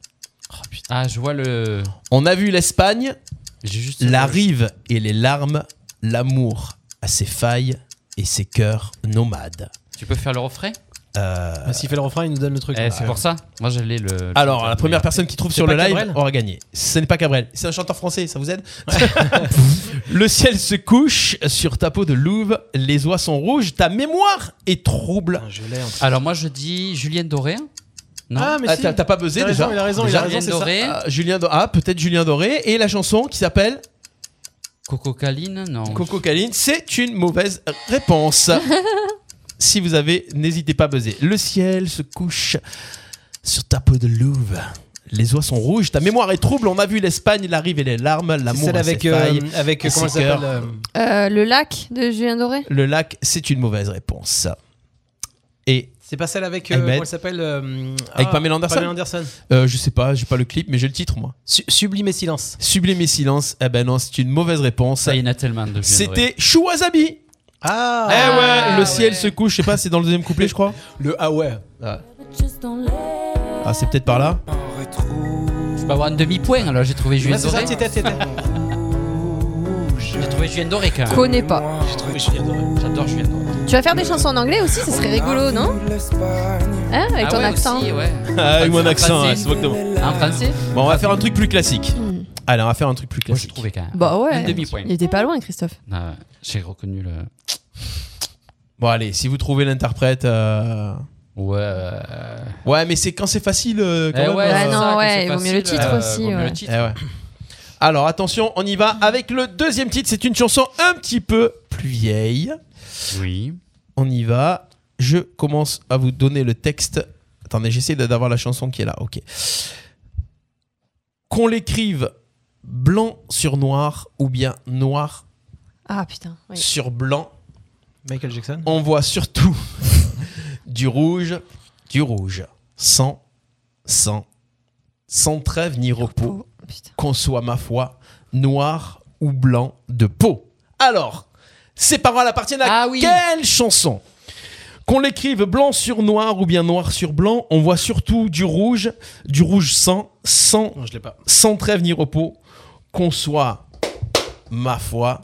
Ah, je vois le. On a vu l'Espagne, juste- la rive et les larmes, l'amour à ses failles et ses cœurs nomades. Tu peux faire le refrain Euh, Bah, Ah. S'il fait le refrain, il nous donne le truc. Eh, c'est pour ça. Moi, j'allais le. Alors, la première personne qui trouve C'est sur pas le live Cabrel aura gagné. Ce n'est pas Cabrel, c'est un chanteur français, ça vous aide Le ciel se couche sur ta peau de louve, les oies sont rouges, ta mémoire est trouble. Alors, moi, je dis Julienne Doré. Non. Ah, mais t'as t'as pas buzzé Il a déjà raison, il a raison, Déjà il a raison, Julien c'est ça. Doré. Ah, Julien Do- Ah, peut-être Julien Doré. Et la chanson qui s'appelle Coco Caline Non. Coco Caline, c'est une mauvaise réponse. si vous avez, n'hésitez pas à buzzer. Le ciel se couche sur ta peau de louve. Les oies sont rouges, ta mémoire est trouble. On a vu l'Espagne, la rive et les larmes, l'amour celle à ses avec, euh, failles avec, et comment ses elle s'appelle, cœurs. euh, Euh, le lac de Julien Doré Le lac, c'est une mauvaise réponse. Et C'est pas celle avec. euh, Ahmed. comment elle s'appelle euh, avec ah, Pamela Anderson. Pamela Anderson. Euh, je sais pas, j'ai pas le clip, mais j'ai le titre moi. Sublime et silence. Sublime et silence. Eh ben non, c'est une mauvaise réponse. Ça, il y en a tellement de C'était Chouazabi. Ah. Eh ouais, le ciel se couche. Je sais pas, c'est dans le deuxième couplet, je crois. Le ah ouais. Ah, c'est peut-être par là. Je peux avoir un demi-point alors, j'ai trouvé Julien Ouais, c'est ça, Doré. t'étais- t'étais. J'ai trouvé Julien Doré quand même. Connais pas. J'ai trouvé Julien Doré. J'adore Julien Doré. Tu vas faire des chansons en anglais aussi, ce serait rigolo, non Hein, avec Ah ton ouais, accent. aussi, ouais. Ah, avec mon En accent, français. ouais, c'est exactement. En français Bon, on va faire un truc plus classique. Allez, on va faire un truc plus classique. trouvé quand même. Bah ouais. Un demi-point. Il était pas loin, Christophe. Ah ouais, J'ai reconnu le. Bon, allez, si vous trouvez l'interprète. euh, Ouais. euh, Ouais, mais c'est quand c'est facile. euh, quand Eh même, ouais, euh, c'est ça, non, quand ouais, c'est il vaut mieux facile, le titre euh, aussi, vaut mieux ouais. le titre. Eh ouais. Alors attention, on y va avec le deuxième titre. C'est une chanson un petit peu plus vieille. Oui. On y va. Je commence à vous donner le texte. Attendez, j'essaie de- d'avoir la chanson qui est là. Ok. Qu'on l'écrive blanc sur noir ou bien noir Ah putain. oui. sur blanc, Michael Jackson. on voit surtout du rouge, du rouge, sans, sans, sans trêve ni repos, qu'on soit, ma foi, noir ou blanc de peau. Alors, ces paroles appartiennent à Ah quelle chanson qu'on l'écrive blanc sur noir ou bien noir sur blanc, on voit surtout du rouge, du rouge sans, sans, Non, je l'ai pas. sans trêve ni repos, qu'on soit, ma foi,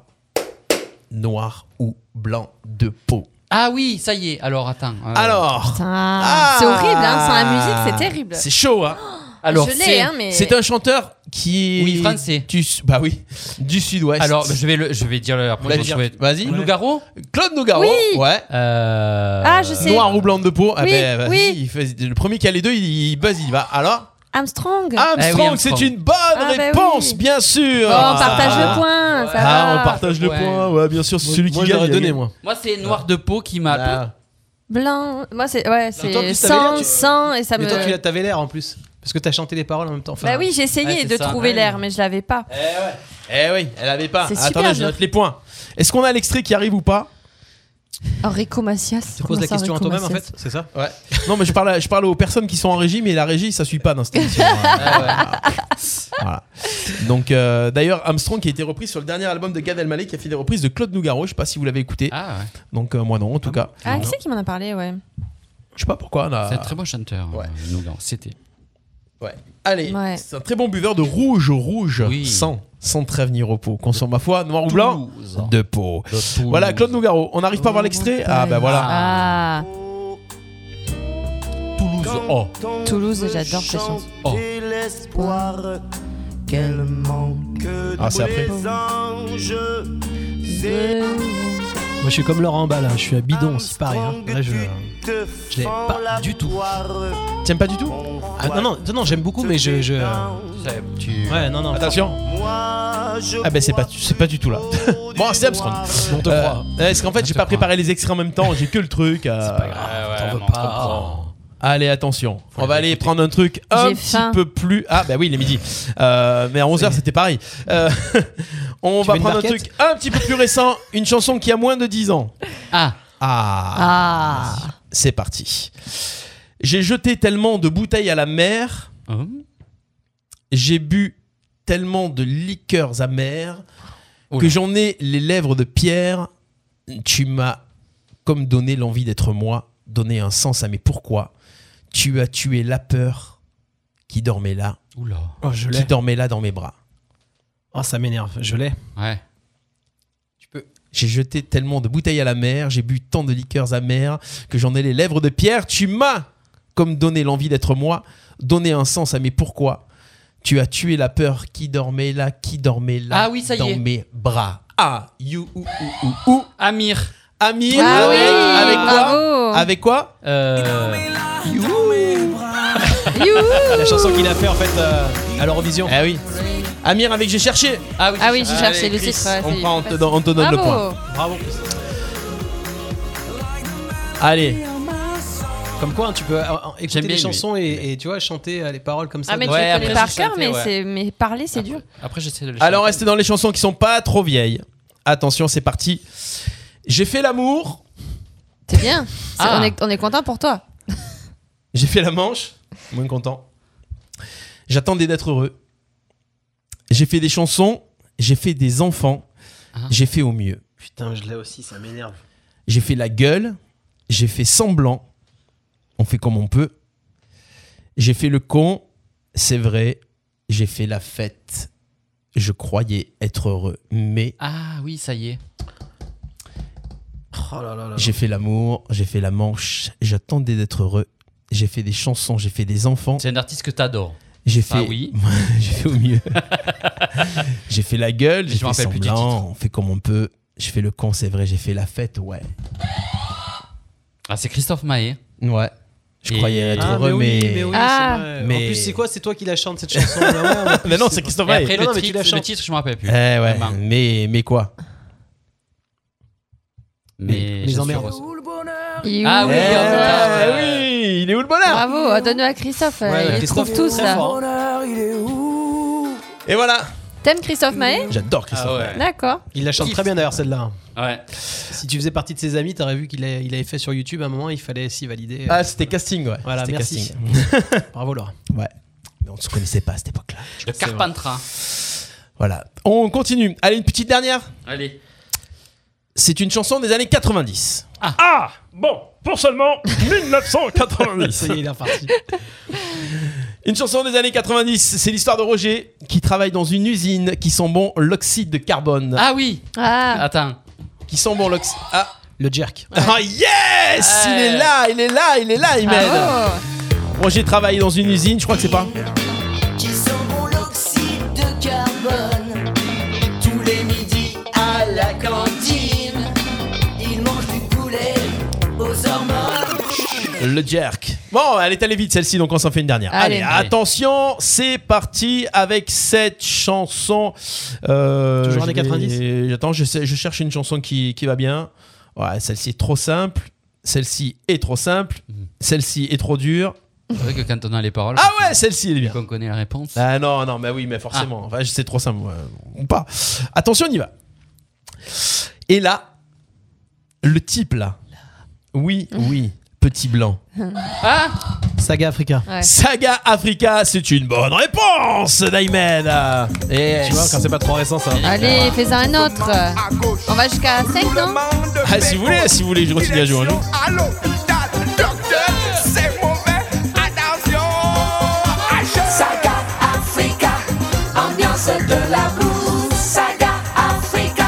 noir ou blanc de peau. Ah oui, ça y est. Alors, attends. euh, Alors, Ah, C'est horrible, hein, sans la musique, c'est terrible. c'est chaud, hein Alors, Je l'ai, c'est- hein, mais- C'est un chanteur qui est Oui, français. Du, bah oui, du sud-ouest. Alors, bah, je vais, le, je vais dire le Vas-y. après. je vais- Vas-y. Nougaro Euh, Claude Nougaro, Oui. ouais. Ah, je sais. Noir ou blanc de peau. Ah Oui, ben, vas-y, oui. il fait- le premier qui a les deux, il, il buzz, il va. Alors Eh Armstrong. Eh Armstrong, c'est une bonne Ah, bah réponse, oui. bien sûr. Bon, on partage le point, ça Ah, va. on partage le Ouais. point. Ouais, bien sûr, c'est Moi- celui moi, qui j'aurais gagne. donné, il a- moi. Moi, c'est noir de peau qui m'a. Ah. Blanc. Moi, c'est. Ouais, toi, c'est tu savais l'air, 100, tu- 100, et ça mais me. toi, tu l'as- t'avais l'air en plus. Parce que t'as chanté les paroles en même temps. Enfin, Bah oui, j'ai essayé Ouais, c'est de ça. Ah trouver Ouais. l'air, mais je l'avais pas. Ah, Eh oui, elle avait pas. C'est super Attendez, je dur. note les points. Est-ce qu'on a l'extrait qui arrive ou pas Enrico Oh, Macias. Tu poses la Comment ça, question à Enrico toi-même en Macias fait, c'est ça Ouais. Non, mais je parle, à- je parle aux personnes qui sont en régie, mais la régie, ça suit pas dans cette émission. hein. Ah Voilà. Donc, euh, d'ailleurs, Armstrong qui a été repris sur le dernier album de Gad Elmaleh, qui a fait des reprises de Claude Nougaro. Je sais pas si vous l'avez écouté. Ah ouais. Donc, euh, moi non, en tout cas. Ah, qui c'est qui m'en a parlé, ouais. Je sais pas pourquoi. on a- C'est un très bon chanteur, Ouais. euh, Nougaro. C'était. Ouais. Allez, Ouais. c'est un très bon buveur de rouge, rouge, Oui. sans, sans trêve ni repos. Consomme ma foi, noir ou blanc, de peau. Voilà, Claude Nougaro. On n'arrive pas à voir l'extrait Ah, bah voilà. Oh, Ah, Toulouse. Oh. Toulouse, j'adore cette chanson. Oh. l'espoir qu'elle manque Ah, c'est après. les anges. Moi, je suis comme Laurent Ball, hein, je suis à bidon, c'est pareil. hein. Là, je. Je l'ai pas du tout. T'aimes pas du tout Oh, Ah, Ah non, non, non, non, j'aime beaucoup, mais je. je- Tu... Ouais, non, non. Attention. Moi, Ah ben c'est pas, c'est pas du tout là. bon, c'est Armstrong. On te Euh, croit. ouais, Parce qu'en fait, j'ai pas préparé les extraits en même temps, j'ai que le truc. euh, t'en veux on pas. comprend. Allez, attention. on va aller prendre un truc un J'ai petit faim. peu plus. Ah, bah oui, il est midi. Euh, mais à 11h, c'était pareil. Euh, on va veux une prendre un barquette truc un petit peu plus récent. Une chanson qui a moins de 10 ans. Ah. Ah. Ah. C'est parti. J'ai jeté tellement de bouteilles à la mer. J'ai bu tellement de liqueurs amères que j'en ai les lèvres de pierre. Tu m'as comme donné l'envie d'être moi, donné un sens à mes pourquoi. Tu as tué la peur qui dormait là. Oula. Oh, je qui l'ai. dormait là dans mes bras. Oh, ça m'énerve. Je l'ai. Ouais. J'ai jeté tellement de bouteilles à la mer, j'ai bu tant de liqueurs amères que j'en ai les lèvres de pierre. Tu m'as comme donné l'envie d'être moi, donné un sens à mes pourquoi. Tu as tué la peur qui dormait là, qui dormait là, Ah oui, ça y dans est. mes bras. Ah, you, ou, ou, ou, ou. Amir. Amir, Ah avec, oui, avec bravo. Oh. quoi Avec quoi Euh, Ah, La chanson qu'il a fait en fait euh, à l'Eurovision. Ah oui. Amir avec J'ai cherché. Ah oui, Ah oui, j'ai cherché le titre. ouais, on, c'est- prend, on te, don- on te donne le Bravo. point. Allez. Comme quoi, hein, tu peux euh, euh, écouter J'aime les bien, lui. chansons et, et, tu vois chanter euh, les paroles comme ça. Ah, mais tu Ouais, le connais après, par c'est cœur, chanté, mais, ouais. c'est- mais parler, c'est dur. Après, j'essaie de le Alors restez dans les chansons qui sont pas trop vieilles. Attention, c'est parti. J'ai fait l'amour, C'est bien. C'est- Ah. On, est, on est content pour toi. j'ai fait la manche, moins content. J'attendais d'être heureux. J'ai fait des chansons, j'ai fait des enfants, j'ai fait au mieux. Ah. Putain, je l'ai aussi, ça m'énerve. J'ai fait la gueule, j'ai fait semblant. On fait comme on peut. J'ai fait le con, c'est vrai. J'ai fait la fête. Je croyais être heureux, mais Ah oui, ça y est. Oh là là là. J'ai fait l'amour, j'ai fait la manche, j'attendais d'être heureux. J'ai fait des chansons, j'ai fait des enfants. C'est un artiste que t'adores. J'ai fait. Ah oui. j'ai fait au mieux. j'ai fait la gueule, Mais j'ai je me fait rappelle plus du semblant, on fait comme on peut. J'ai fait le con, c'est vrai, j'ai fait la fête, ouais. Ah, c'est Christophe Maé. Ouais. Je Et- croyais être heureux, Ah, mais. Ah. c'est vrai. mais- En plus, c'est quoi C'est toi qui la chante cette chanson là, ouais, en plus, Mais non, c'est vrai. Christophe Maé. Après, Non, non, le, mais tu titre, la le chantes. titre, je me rappelle plus. Eh ouais, Vraiment. mais, mais quoi Mais. je suis emmerdes. heureux. Il est où Ah oui, le bonheur Eh oui, il est où le bonheur Bravo, euh, donne-le à Christophe. Ouais, il les Christophe, trouve tous très là. fort. Et voilà T'aimes Christophe Maé J'adore Christophe Maé. D'accord. Il la chante très bien d'ailleurs celle-là. Ah Ouais. Si tu faisais partie de ses amis, t'aurais vu qu'il a- il avait fait sur YouTube à un moment, il fallait s'y valider. Ah, c'était casting, ouais. Voilà, C'était merci. Bravo Laura. Ouais. Mais on ne se connaissait pas à cette époque-là. Le Carpentras. Voilà. On continue. Allez, une petite dernière. Allez. C'est une chanson des années 90. Ah. Bon, pour seulement 1990. Ça y est, il est reparti. Une chanson des années 90, c'est l'histoire de Roger qui travaille dans une usine qui sent bon l'oxyde de carbone. Ah oui Ah. Attends. Qui sent bon l'oxyde. Ah Le jerk. Ah yes Il est là, il est là, il est là, il Ah. m'aide. Roger travaille dans une usine, je crois que c'est pas. Qui sent bon l'oxyde de carbone Tous les midis à la cantine Il mange du poulet aux hormones Le jerk. Bon, elle est allée vite celle-ci, donc on s'en fait une dernière. Allez, Allez. Allez. attention, c'est parti avec cette chanson. Euh, Toujours années je vais- 90? Attends, je, sais- je cherche une chanson qui, qui va bien. Ouais, celle-ci est trop simple. Celle-ci est trop simple. Celle-ci est trop dure. C'est vrai que quand on a les paroles. Ah ouais, celle-ci, elle est bien. Qu'on connaît la réponse. Ah non, non, mais oui, mais forcément. Enfin, c'est trop simple. ouais, Ou pas. Attention, on y va. Et là, le type là. Oui, oui, petit blanc. Ah Saga Africa. Saga Africa, c'est une bonne réponse, Daimen. Et Tu vois, quand c'est pas trop récent ça. Allez, fais-en un autre. On va jusqu'à 5, non Ah, si vous voulez, si vous voulez, je continue à jouer un jour. À l'hôpital, docteur, c'est mauvais, attention Ah, Saga Africa, ambiance de la bouse Saga Africa,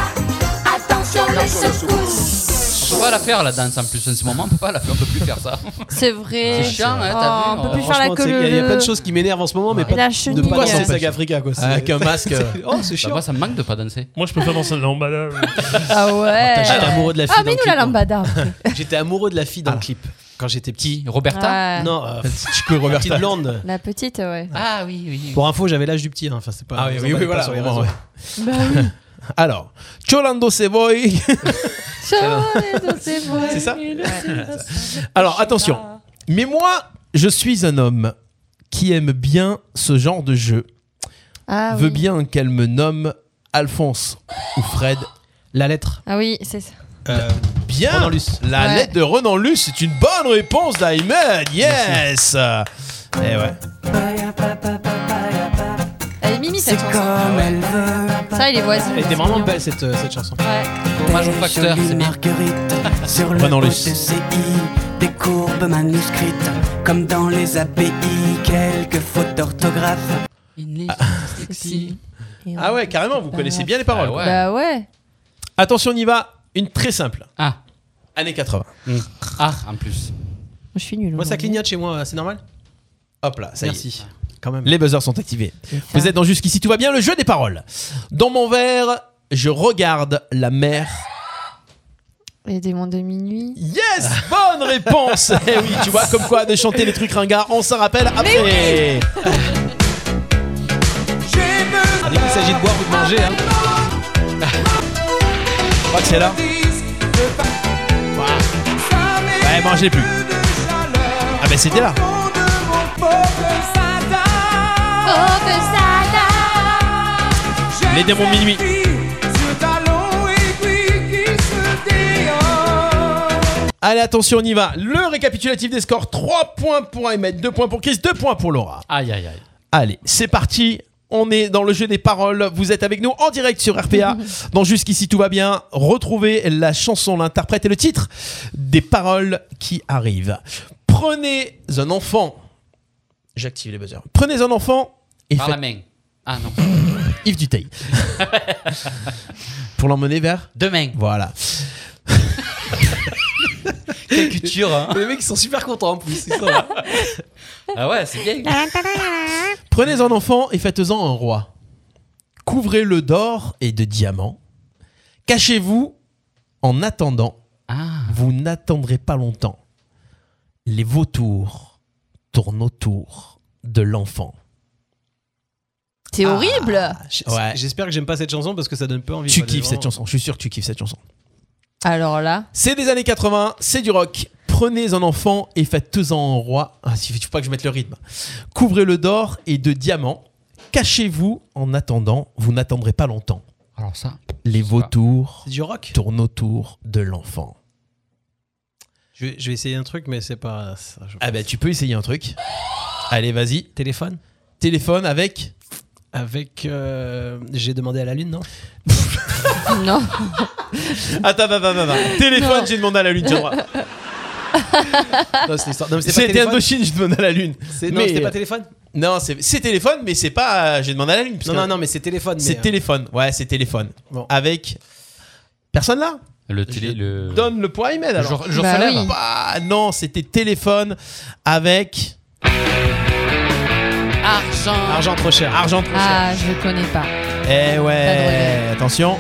attention les secousses On peut pas la faire la danse en plus en ce moment, on peut pas la faire, on peut plus faire ça. C'est vrai. C'est chiant, hein, Oh, t'as vu On peut plus faire la Franchement, tu queue. sais, il y a- il y a leu. plein de choses qui m'énervent en ce moment, mais Et la pas de chenille, pas euh. danser Saga Africa quoi. C'est- Avec un masque. c'est- Oh, c'est Bah, chiant. moi, ça me manque de pas danser. Moi, je préfère danser la lambada. Ah ouais. J'étais amoureux de la fille. Ah, dans mais nous la le clip, moi. lambada. après. Ah. J'étais amoureux de la fille dans le clip. quand j'étais petit. Roberta Ouais. Non, euh, La petite chico la Roberta. petite blonde. La petite, ouais. Ah oui, oui. Pour info, j'avais l'âge du petit. hein. Enfin, c'est pas. Ah oui, vous oui, oui, emballez pas voilà, sur les vraiment, réseaux. Bah oui. Alors, Cholando Savoy. C'est ça Alors, attention. Ah. Mais moi, je suis un homme qui aime bien ce genre de jeu. Ah Veut oui. bien qu'elle me nomme Alphonse ou Fred. Euh, La lettre. Ah oui, c'est ça. Bien. La Ouais. lettre de Renan Luce, c'est une bonne réponse d'Aymed. Yes. Eh ouais. Elle est mimi cette chanson. Ah Ça, il est voisin. Elle était vraiment belle cette, euh, cette chanson. Hommage au facteur, c'est bien. Sur le Renan pot de Luce. CI, des courbes manuscrites, comme dans les API, quelques fautes d'orthographe. Ah ouais, carrément, vous connaissez bien les paroles. quoi. Bah ouais. Attention, on y va. Une très simple. Ah. Années 80. Mm. Ah, en plus. Je suis hein. nul. Moi, ça clignote chez moi, c'est normal Hop là, ça y Merci. est. Quand même. Les buzzers sont activés. Vous êtes dans Jusqu'ici, tout va bien, le jeu des paroles. Dans mon verre, je regarde la mer. Les démons de minuit. Yes Bonne réponse Eh oui, tu vois, comme quoi de chanter les trucs ringards, on s'en rappelle après. Dès qu'il s'agit de boire ou de manger, hein. Je crois que c'est là. Ouais, mangez plus. Ah ben c'était là. Les démons de minuit. Allez, attention, on y va. Le récapitulatif des scores 3 points pour Emmett, 2 points pour Chris, 2 points pour Laura. Aïe, aïe, aïe. Allez, c'est parti. On est dans le jeu des paroles. Vous êtes avec nous en direct sur RPA. Dans Jusqu'ici, tout va bien. Retrouvez la chanson, l'interprète et le titre des paroles qui arrivent. Prenez un enfant. J'active les buzzers. Prenez un enfant et Par la faites- main. Ah non. Yves Duteil. Pour l'emmener vers Demain. Voilà. Quelle culture, hein. Les mecs, ils sont super contents en plus. Ah ouais, c'est bien. Prenez un enfant et faites-en un roi. Couvrez-le d'or et de diamants. Cachez-vous en attendant. Ah. Vous n'attendrez pas longtemps. Les vautours tournent autour de l'enfant. C'est horrible. Ah, Ouais. J'espère que j'aime pas cette chanson parce que ça donne peu envie. Tu quoi, de kiffes vraiment- cette chanson, je suis sûr que tu kiffes cette chanson. Alors là. C'est des années 80, c'est du rock. Prenez un enfant et faites-en un roi. Ah, il faut pas que je mette le rythme. Couvrez-le d'or et de diamants. Cachez-vous en attendant, vous n'attendrez pas longtemps. Alors ça. Les vautours C'est du rock. tournent autour de l'enfant. Je vais, je vais essayer un truc, mais c'est pas. ça, je- Ah bah tu peux essayer un truc. Allez, vas-y. Téléphone Téléphone avec Avec. euh, J'ai demandé à la lune, non Non. Attends, attends, attends, attends. Téléphone, j'ai demandé à la lune, tiens droit. Non, c'est l'histoire- non, mais c'est pas C'était téléphone. Indochine, j'ai demandé à la lune. euh, C'est- non, c'était pas téléphone Non, c'est c'est téléphone, mais c'est pas euh, j'ai demandé à la lune. parce Non, que- non, non, mais c'est téléphone. mais, C'est euh, téléphone, ouais, c'est téléphone. Bon. Avec. Personne là Le télé, le. Donne le point à Ahmed alors. Euh. jour- le jour Bah solaire. oui. Bah, non, c'était téléphone avec. Argent. Argent trop cher. Argent trop cher. Ah, je le connais pas. Eh ouais, Pas attention.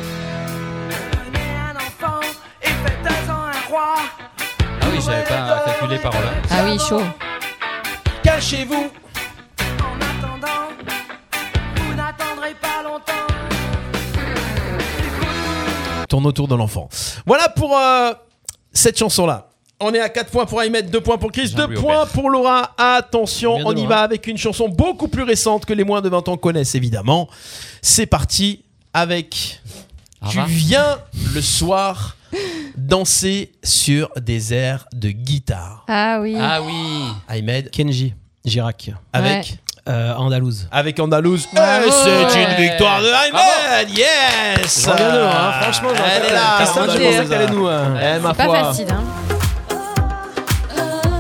Ah oui, j'avais pas calculé hein. par là. Ah oui, chaud. Cachez-vous. Vous n'attendrez pas longtemps. Tourne autour de l'enfant. Voilà pour euh, cette chanson-là. On est à 4 points pour Ahmed, 2 points pour Chris, 2 Ah Jean-Louis points pour Laura. Attention, Bien on de y loin. va avec une chanson beaucoup plus récente que les moins de 20 ans connaissent évidemment. C'est parti avec Tu revoir. viens le soir danser sur des airs de guitare. Ah oui. oui. Ahmed. Kenji. Girac. Avec Euh, Andalouse. Avec Andalouse. Eh, c'est une victoire de Ah. Ahmed. Yes. J'en viens de loin, hein. Franchement, j'en Elle viens est de- là. Christophe, je pensais que t'allais nous, hein. Eh, ma Pas foi. facile, hein.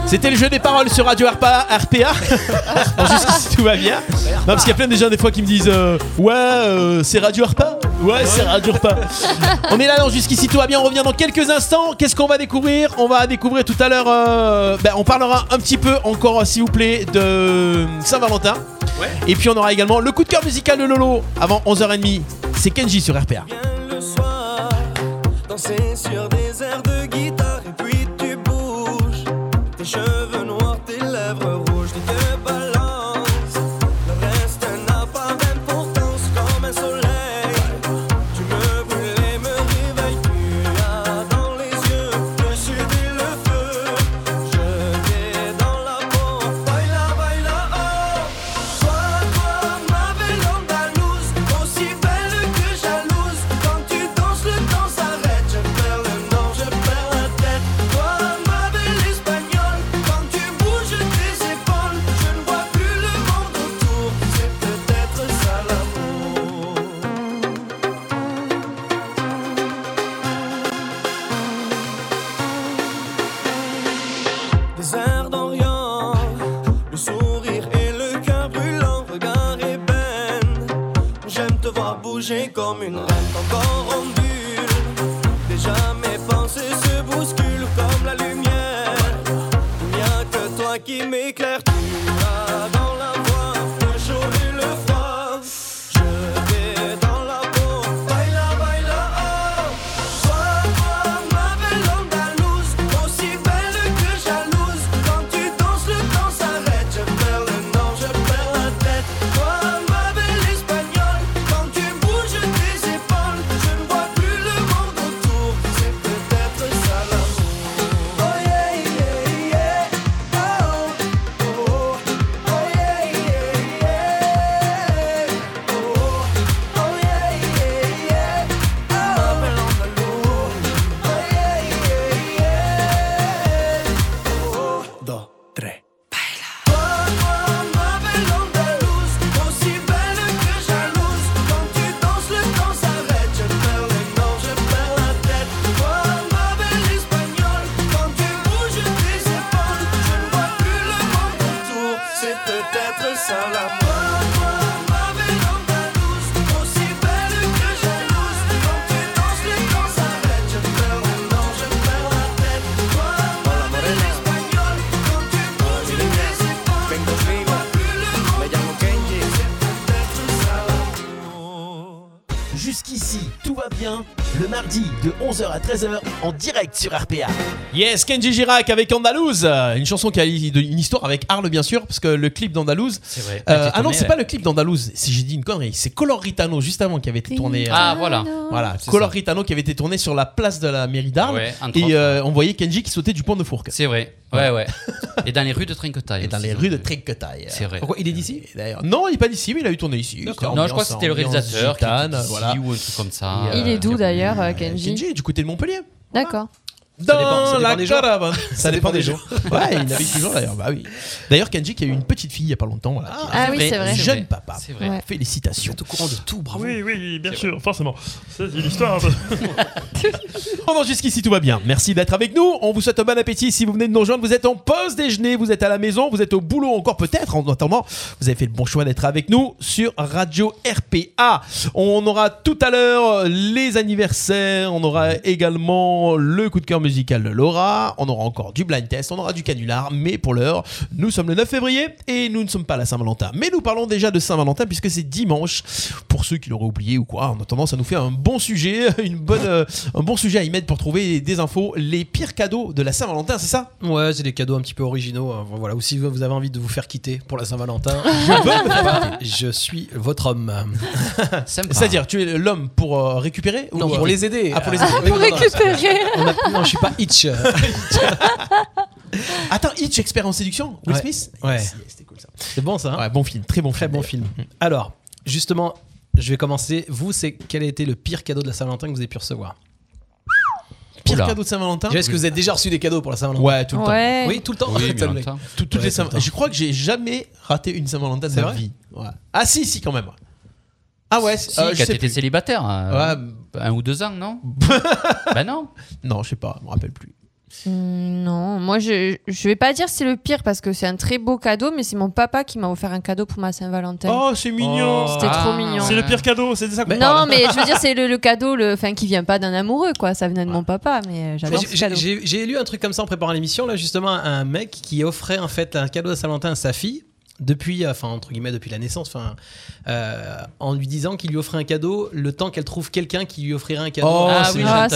C'était le jeu des paroles sur Radio RPA. RPA. Bon, Jusqu'ici tout va bien. Non, parce qu'il y a plein de gens des fois qui me disent euh, Ouais, euh, c'est Radio RPA. Ouais, c'est Radio RPA. hein. on est là, non, jusqu'ici tout va bien. On revient dans quelques instants. Qu'est-ce qu'on va découvrir On va découvrir tout à l'heure. euh, ben, on parlera un petit peu encore, euh, s'il vous plaît, de Saint-Valentin. Ouais. Et puis on aura également le coup de cœur musical de Lolo avant 11h30. C'est Kenji sur RPA. le soir, danser sur des airs de guitare et puis tu bouges tes cheveux Ah, oh. bouger comme une reine quand on ondule. Déjà mes pensées se bousculent comme la lumière. Il n'y a que toi qui m'éclaire. Tu as dans la voix le chaud et le froid. Je vais dans la peau. Baila, baila, oh. Sois moi ma belle andalouse, aussi belle que jalouse. Quand tu danses, le temps s'arrête. Je perds le nord, je perds la tête. Toi, ma belle espagnole, quand tu bouges tes épaules, je ne vois plus le monde autour. C'est peut-être ça l'amour. Oh yeah, yeah, yeah. Oh, oh, oh. Oh yeah, yeah, yeah. Oh, oh. Oh yeah, yeah, yeah. Oh. Ma belle Andalouse. Oh yeah, yeah, yeah. Oh, oh. Dos, tres. Toi, moi, ma belle Andalouse, aussi belle que jalouse. Quand tu danses, le temps s'arrête. Je perds les mains, je perds la tête. Toi, ma belle Espagnole, quand tu bouges tes épaules, je ne vois plus le monde autour. C'est peut-être ça la Toi, moi, ma belle Andalouse, aussi belle que jalouse. Quand tu danses, le temps s'arrête. Je perds les mains, je perds la tête. Toi, moi, ma belle Espagnole, quand tu bouges tes épaules. Vengo vivo, me llamo Kenji. Jusqu'ici, tout va bien. Le mardi de 11h à 13h en direct sur RPA. Yes, Kenji Girac avec Andalouse, euh, une chanson qui a une une histoire avec Arle bien sûr, parce que le clip d'Andalouse. C'est vrai. Euh, Elle a été ah non, tournée, c'est pas ouais. le clip d'Andalouse, si j'ai dit une connerie, c'est Color Ritano juste avant qui avait été tourné. euh, Ah, voilà. Voilà, C'est Color ça. Ritano qui avait été tourné sur la place de la mairie d'Arles Ouais, un troc, et euh, on voyait Kenji qui sautait du pont de Fourques. C'est vrai. Ouais, ouais. Et dans les rues de Trinquetaille. Et dans aussi, les donc. rues de Trinquetaille. C'est vrai. il est d'ici D'ailleurs. Non, il est pas d'ici, mais il a eu tourné ici. D'accord. Non, je crois que c'était le réalisateur qui était d'ici ou un truc comme ça. Il est d'où d'ailleurs, euh, Kenji Kenji, du côté de Montpellier. D'accord. Dans dépend- ça la dépend des jours. caravane. Ça Ça dépend dépend des des gens. Ouais, il avait toujours d'ailleurs. Bah oui. D'ailleurs, Kenji qui a eu une petite fille il y a pas longtemps. Voilà, qui- Ah oui, c'est vrai. Jeune C'est vrai. papa. C'est vrai. Ouais. Félicitations. au courant de tout, Oui, oui, oui, bien sûr, forcément. Ça, C'est une histoire. Oh non, jusqu'ici tout va bien. Merci d'être avec nous. On vous souhaite un bon appétit si vous venez de nous rejoindre. Vous êtes en pause déjeuner, vous êtes à la maison, vous êtes au boulot encore peut-être. En attendant, vous avez fait le bon choix d'être avec nous sur Radio RPA. On aura tout à l'heure euh, les anniversaires. On aura également le coup de cœur musical de Laura. On aura encore du blind test. On aura du canular. Mais pour l'heure, nous sommes le 9 février et nous ne sommes pas à la Saint-Valentin. Mais nous parlons déjà de Saint-Valentin puisque c'est dimanche. Pour ceux qui l'auraient oublié ou quoi, en attendant, ça nous fait un bon sujet, une bonne, euh, un bon sujet à y mettre pour trouver des infos. Les pires cadeaux de la Saint-Valentin, c'est ça Ouais, c'est des cadeaux un petit peu originaux. hein. Voilà, ou si vous avez envie de vous faire quitter pour la Saint-Valentin, je veux me faire quitter. Je suis votre homme. C'est-à-dire, tu es l'homme pour euh, récupérer ou Non, euh, pour les aider. Ah, pour les Ah, aider. pour Oui, pardon. récupérer. On a- non, je suis pas Hitch. Attends, Hitch, expert en séduction Will Ouais. Smith Ouais. Yes, yes, c'était cool ça. C'est bon ça. hein bon film, Mm. très bon, très bon film. Alors, justement, je vais commencer. Vous, c'est quel a été le pire cadeau de la Saint-Valentin que vous avez pu recevoir Pire cadeau de Saint-Valentin Déjà, Est-ce que vous avez déjà reçu des cadeaux pour la Saint-Valentin Ouais, tout le temps. Oui, tout le temps. Ça me l'est. Tout- toutes Ouais, les tout le Saint- temps. Je crois que j'ai jamais raté une Saint-Valentin de C'est ma vrai vie. Ouais. Ah si, si, quand même. Ah ouais, Si, euh, je quand sais t'étais plus. célibataire. euh, Ouais. Un ou deux ans, non Bah non. Non, je sais pas, je me rappelle plus. Hmm, Non, moi je, je vais pas dire c'est le pire parce que c'est un très beau cadeau, mais c'est mon papa qui m'a offert un cadeau pour ma Saint-Valentin. Oh, c'est mignon. C'était trop mignon. C'est le pire cadeau, c'est de ça qu'on non, parle. mais je veux dire, c'est le, le cadeau le, enfin, qui vient pas d'un amoureux, quoi. Ça venait de mon papa, mais euh, Mais j'adore j'ai- ce cadeau. J'ai j'ai lu un truc comme ça en préparant l'émission, là, justement, à un mec qui offrait en fait un cadeau de Saint-Valentin à sa fille, depuis, euh, enfin, entre guillemets, depuis la naissance, enfin, euh, en lui disant qu'il lui offrait un cadeau le temps qu'elle trouve quelqu'un qui lui offrira un cadeau. Oh, Ah, Ah,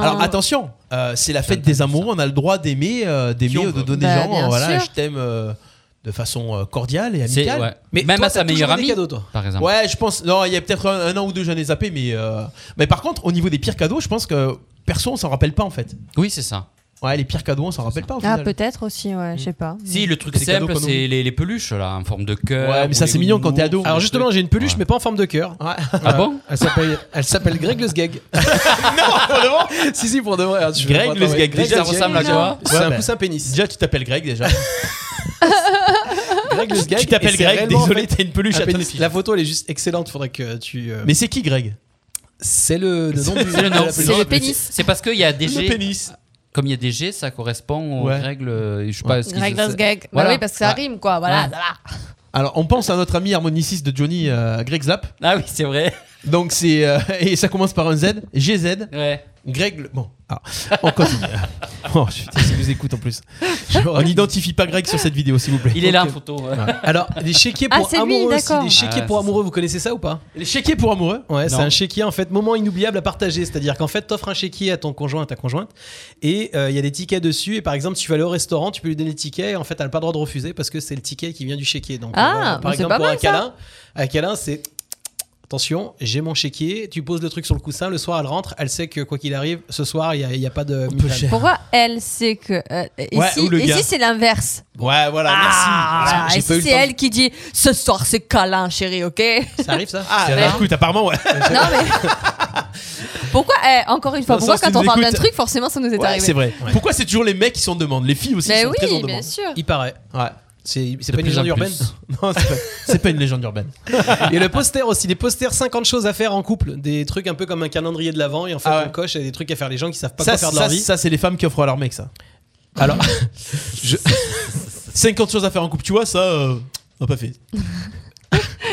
Alors attention, euh, c'est la fête des amoureux, on a le droit d'aimer, euh, d'aimer, Qui on de veut. donner Bah, gens. bien euh, voilà, sûr. je t'aime euh, de façon euh, cordiale et C'est- amicale. ouais. Même toi, à sa t'as toujours meilleure des amie, cadeaux, toi. par exemple. Ouais, je pense. Non, il y a peut-être un, un an ou deux, j'en ai zappé, mais euh, mais par contre, au niveau des pires cadeaux, je pense que perso, on s'en rappelle pas en fait. Oui, c'est ça. Ouais, les pires cadeaux, on s'en rappelle pas. Au Ah, final. peut-être aussi, ouais, je sais pas. Mm. Si, le truc C'est des cadeaux simple, qu'on c'est les, les peluches, là, en forme de cœur. Ouais, mais ça, ou c'est des mignon quand t'es nounours, ado. ou Alors des justement, trucs. j'ai une peluche, mais pas en forme de cœur. Euh, Ah bon Elle s'appelle, elle s'appelle Greg le Sgeg. non, pour de vrai Si, si, pour de vrai. Alors, tu Greg veux pas le t'envoyer- Sgeg, Greg déjà, le ça ressemble à Sgeg. quoi C'est Ouais, un bah. poussin pénis. Déjà, tu t'appelles Greg déjà. Greg le Sgeg. Tu t'appelles et c'est Greg, réellement, désolé, en fait, t'as une peluche un à ton pénis. effigie. La photo, elle est juste excellente. Faudrait que tu. euh, Mais c'est qui Greg C'est le, le nom du. C'est de la le nom. peluche. Non, C'est parce qu'il y a des Le G. pénis. Comme il y a des G, ça correspond aux Ouais. règles. euh, Je sais pas. ce qu'ils- Greg Does Gag. Voilà. Bah oui, parce que ça Ouais. rime, quoi. Voilà, Ouais. ça va. Alors, on pense à notre ami harmoniciste de Johnny, euh, Greg Zap. Ah oui, c'est vrai. Donc c'est euh, et ça commence par un Z, GZ. Ouais. Greg. le- Bon, ah, alors, on continue. oh, je suis il nous écoute en plus. Je- on n'identifie pas Greg sur cette vidéo, s'il vous plaît. Il est là en Ok. photo. Ouais. Alors, des chéquiers Ah, pour c'est lui, amoureux aussi, d'accord. des chéquiers Ah ouais, pour c'est amoureux, vous connaissez ça ou pas Les chéquiers pour amoureux Ouais, c'est Non. un chéquier en fait, moment inoubliable à partager. C'est-à-dire qu'en fait, t'offres un chéquier à ton conjoint, à ta conjointe, et euh, il y a des tickets dessus. Et par exemple, si tu vas aller au restaurant, tu peux lui donner le ticket. Et en fait, t'as pas le droit de refuser parce que c'est le ticket qui vient du chéquier. Donc, Ah, voilà, mais par c'est exemple, pas pour mal, un ça. câlin, un câlin, c'est attention, j'ai mon chéquier. Tu poses le truc sur le coussin. Le soir, elle rentre. Elle sait que quoi qu'il arrive, ce soir, il y a- il y a, pas de. mitaine. Pourquoi elle sait que. euh, et Ouais, si, ou le et gars. si c'est l'inverse Ouais, voilà, Ah, merci. et J'ai pas si eu le c'est temps de- elle qui dit ce soir c'est câlin, chérie, ok Ça arrive ça Ah, bah, écoute, apparemment, ouais. Pourquoi, eh, encore une fois, Vincent, pourquoi si quand on nous parle d'un écoutes- truc, forcément ça nous est Ouais, arrivé c'est vrai. Pourquoi c'est toujours les mecs qui sont en demande Les filles aussi Bah Mais sont oui, très en bien demande. sûr. Il paraît. Ouais. C'est c'est De pas une plus en légende urbaine plus. Non, c'est pas- C'est pas une légende urbaine. Et le poster aussi, les posters 50 choses à faire en couple, des trucs un peu comme un calendrier de l'avant et en fait Ah ouais. on coche et des trucs à faire les gens qui savent pas Ça, quoi faire de leur ça, vie. ça, c'est les femmes qui offrent à leur mec, ça. Alors, je... 50 choses à faire en couple, tu vois, ça, euh, on n'a pas fait.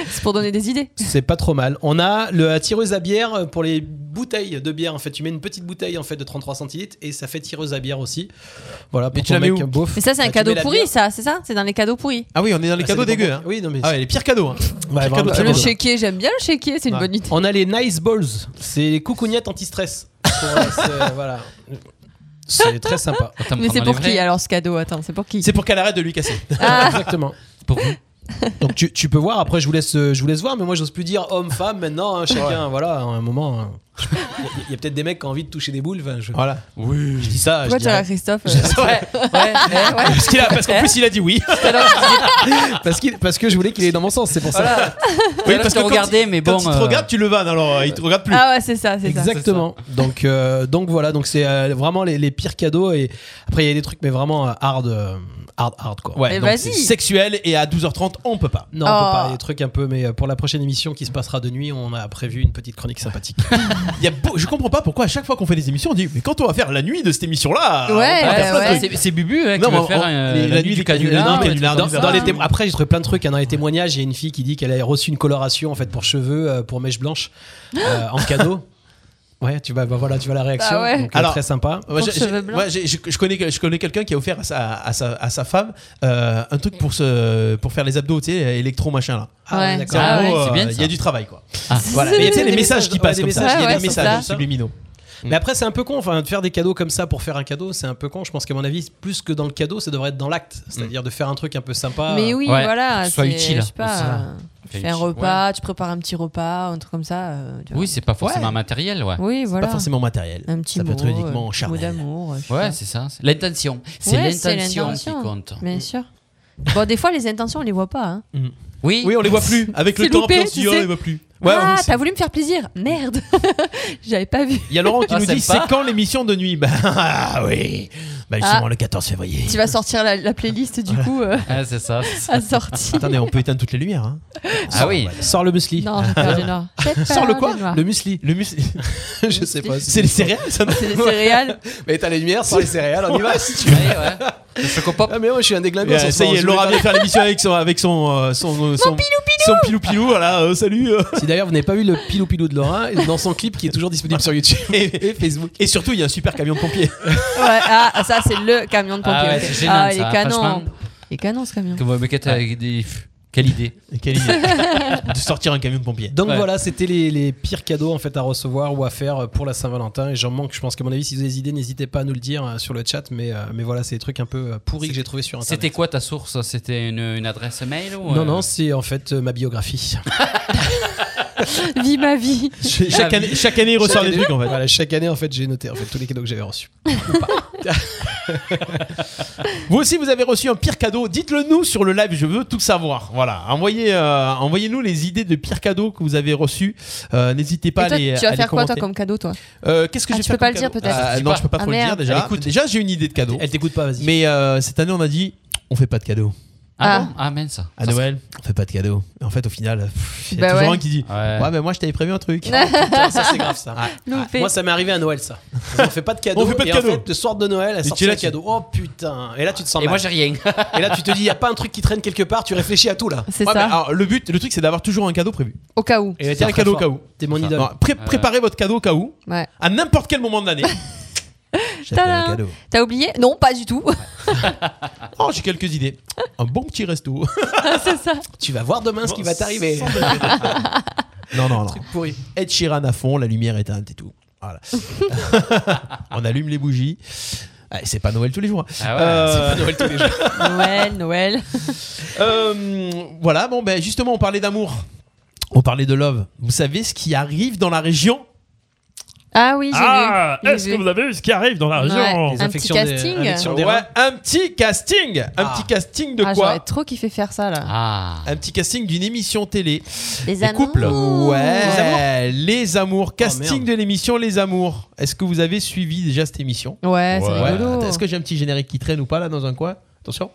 C'est pour donner des idées. C'est pas trop mal. On a le la tireuse à bière euh, pour les bouteilles de bière en fait, tu mets une petite bouteille en fait de 33 centilitres et ça fait tireuse à bière aussi. Voilà, pour Mais tu ton la mets mec où beauf. Mais ça, c'est Bah, un tu cadeau mets la pourri, bière. ça, c'est ça C'est dans les cadeaux pourris. Ah oui, on est dans les Ah, cadeaux c'est des dégueux. bonbons. Hein. Oui, non, mais Ah c'est- ouais, les pires cadeaux. Hein. Ouais, Pires vraiment, cadeaux, tu le pires cadeaux. chèques. Chéquier, j'aime bien le chéquier, c'est une Ouais. Bah, bonne idée. On a les nice balls, c'est les coucougnettes anti-stress. Pour, euh, c'est- voilà. C'est très sympa. Mais c'est pour qui alors ce cadeau Attends, c'est pour qui Ah. C'est pour qu'elle arrête de lui casser. Exactement. Donc tu, tu peux voir, après je vous laisse, euh, je vous laisse voir, mais moi j'ose plus dire homme-femme maintenant, hein, chacun, voilà, à un moment. hein. Il y a- il y a, peut-être des mecs qui ont envie de toucher des boules. Voilà. Oui. Je dis ça. Pourquoi je tu as dirais- Eh, la Christophe Je- Ah, Ouais, ouais, ouais. Parce qu'il a- parce qu'en plus, il a dit oui. parce, qu'il- parce que je voulais qu'il ait dans mon sens, c'est pour ça. Oui, parce que quand il- quand il te regarde, tu le vannes, alors euh, il te regarde plus. Ah ouais, c'est ça, c'est ça. Exactement. Donc, euh, donc voilà, donc c'est euh, vraiment les, les pires cadeaux. Et après, il y a des trucs, mais vraiment euh, hard, euh, hard, hard quoi. Ouais, donc c'est sexuel et à 12h30, on peut pas. Non, on peut pas, Oh. il y a des trucs un peu, mais euh, pour la prochaine émission qui se passera de nuit, on a prévu une petite chronique sympathique. Il y a beau- je comprends pas pourquoi à chaque fois qu'on fait des émissions, on dit mais quand on va faire la nuit de cette émission là Ouais, ouais, ouais. C'est- c'est hein, Bubu Non, mais on- on- les- euh, la nuit des canulars, dans- dans- dans les témo- Après, j'ai trouvé plein de trucs. hein, Dans les témoignages, il y a une fille qui dit qu'elle a reçu une coloration en fait pour cheveux, euh, pour mèche blanche, euh, en cadeau. Ouais, tu vas, bah voilà, tu vois la réaction. Bah ouais. Donc, euh, Alors, très sympa. moi, j'ai- j'ai- moi, j'ai- je, je connais je connais quelqu'un qui a offert à sa, à sa, à sa femme euh, un truc pour se pour faire les abdos tu sais électro machin là Ah ouais, Ouais. C'est d'accord. en Ah gros, ouais. euh, C'est bien, il y ça. a du travail quoi Ah. voilà mais tu sais Des les messages qui passent ouais, comme des ça messages, il y a ouais, des c'est messages ça. subliminaux Mm. Mais après, c'est un peu con. Enfin, de faire des cadeaux comme ça pour faire un cadeau, c'est un peu con. Je pense qu'à mon avis, plus que dans le cadeau, ça devrait être dans l'acte. Mm. C'est-à-dire de faire un truc un peu Ah. sympa. Mais oui, voilà. c'est- Je sais pas, Voilà. euh, tu fais un repas, tu prépares un petit repas, un truc comme ça. euh, tu vois. Oui, c'est pas forcément matériel, ouais. Oui, voilà. matériel. Un petit Ça peut être mot, uniquement euh, mot charnel. d'amour, je sais Ouais, pas. c'est ça. c'est- L'intention. C'est Ouais, l'intention qui l'intention, compte. Bien sûr. Bon, des fois, les intentions, on les voit pas. hein. Mm. Oui. oui on les voit plus avec le C'est temps loupé, après, on se dit tu oh, sais. on les voit plus ouais ah, on- t'as voulu me faire plaisir Merde J'avais pas vu. il y a Laurent qui Ah, nous c'est dit pas. c'est quand l'émission de nuit bah ah oui bah justement Ah. le 14 février Tu vas sortir la, la playlist du coup euh, Ah, c'est ça. à sortir. Attendez, on peut éteindre toutes les lumières. Hein. Ah oui. Sors le muesli. Non, j'ai peur du noir. J'ai Sors le peur quoi du noir. Le muesli. Le muesli. Je sais pas. C'est les céréales, ça non C'est les céréales. Mais t'as les lumières, sors les céréales, on y va si tu veux. Ah, mais moi, je suis un déglingo. Ouais, sur ce Euh, ça y moment, est, je Laura voulais vient pas- faire l'émission avec son avec son euh, son, euh, son, son pilou pilou. Voilà, euh, salut. Si d'ailleurs vous n'avez pas vu le pilou pilou de Laura, dans son clip qui est toujours disponible sur YouTube et, Facebook. Et surtout, il y a un super camion de pompiers. Ouais, ah, ça, c'est le camion de pompier. Ah ouais, ok. c'est gênant, Ah, il ça, est canon. franchement. Il est canon ce camion. Que vous me quittez avec des- pff, Quelle idée. Ah. Quelle idée. de sortir un camion de pompiers. Donc Ouais. voilà, c'était les, les pires cadeaux en fait à recevoir ou à faire pour la Saint-Valentin. Et j'en manque, je pense qu'à mon avis, si vous avez des idées, n'hésitez pas à nous le dire euh, sur le chat. Mais, euh, mais voilà, c'est des trucs un peu euh, pourris que j'ai trouvé sur internet. C'était quoi ta source C'était une, une adresse mail ou euh, Non, non, c'est en fait euh, ma biographie. Vis ma vie. Chaque année- chaque année, il ressort Chaque des année- trucs, en fait. Voilà, chaque année, en fait, j'ai noté en fait tous les cadeaux que j'avais reçus. Vous aussi, vous avez reçu un pire cadeau. Dites-le nous sur le live. Je veux tout savoir. Voilà. Envoyez, euh, envoyez-nous les idées de pires cadeaux que vous avez reçus. Euh, n'hésitez pas Et toi, à les. tu vas à les faire quoi toi commenter. comme cadeau toi Euh, Qu'est-ce que Ah, j'ai tu fait peux pas comme le dire, cadeau peut-être. Ah, Je sais Non, pas. je peux pas Ah, trop le dire merde. déjà. Elle écoute. Déjà, j'ai une idée de cadeau. Elle t'écoute pas, vas-y. Mais euh, cette année, on a dit, on fait pas de cadeau. Ah, bon Ah, mince. ça. À Noël, on fait pas de cadeau. En fait, au final, pff, il y a Bah toujours ouais. un qui dit Ouais, mais moi, je t'avais prévu un truc. Putain, ça, c'est grave ça. Ouais. Moi, ça m'est arrivé à Noël, ça. On fait pas de cadeaux. Ah. On fait pas de et cadeaux. En fait, le soir de Noël, Et elle tu sortit es là, un tu- cadeau. Oh putain. Et là, tu te sens Et mal. moi, j'ai rien. et là, tu te dis, y a pas un truc qui traîne quelque part. Tu réfléchis à tout là. C'est Ouais, ça. mais alors, le but, le truc, c'est d'avoir toujours un cadeau prévu. Au cas où. Et c'est un cadeau au cas où. T'es mon idole. pré- préparez votre cadeau au cas où. Ouais. À n'importe quel moment de l'année. Tadam T'as oublié Non, pas du tout. Ah. Oh, j'ai quelques idées. Un bon petit resto. Ah, c'est ça. Tu vas voir demain ce qui va t'arriver. non, non, non. Truc pourri. Ed Sheeran à fond, la lumière éteinte et tout. Voilà. On allume les bougies. Ah, c'est pas Noël tous les jours. Ah ouais, c'est pas Noël tous les jours. Noël, Noël. Euh, voilà, bon, ben justement, on parlait d'amour. On parlait de love. Vous savez ce qui arrive dans la région Ah oui, j'ai Ah, vu. J'ai est-ce vu. que vous avez vu ce qui arrive dans la Ouais, région un Les infections petit des- casting. infections des Ouais, reins. un petit casting. Un petit casting de Ah, quoi J'aurais trop kiffé faire ça là. Un petit casting d'une émission télé. Les Des amours. couples. Les Ouais. amours. Les amours. Oh, Casting merde. de l'émission Les amours. Est-ce que vous avez suivi déjà cette émission Ouais, c'est rigolo. Attends, Est-ce que j'ai un petit générique qui traîne ou pas là dans un coin Attention.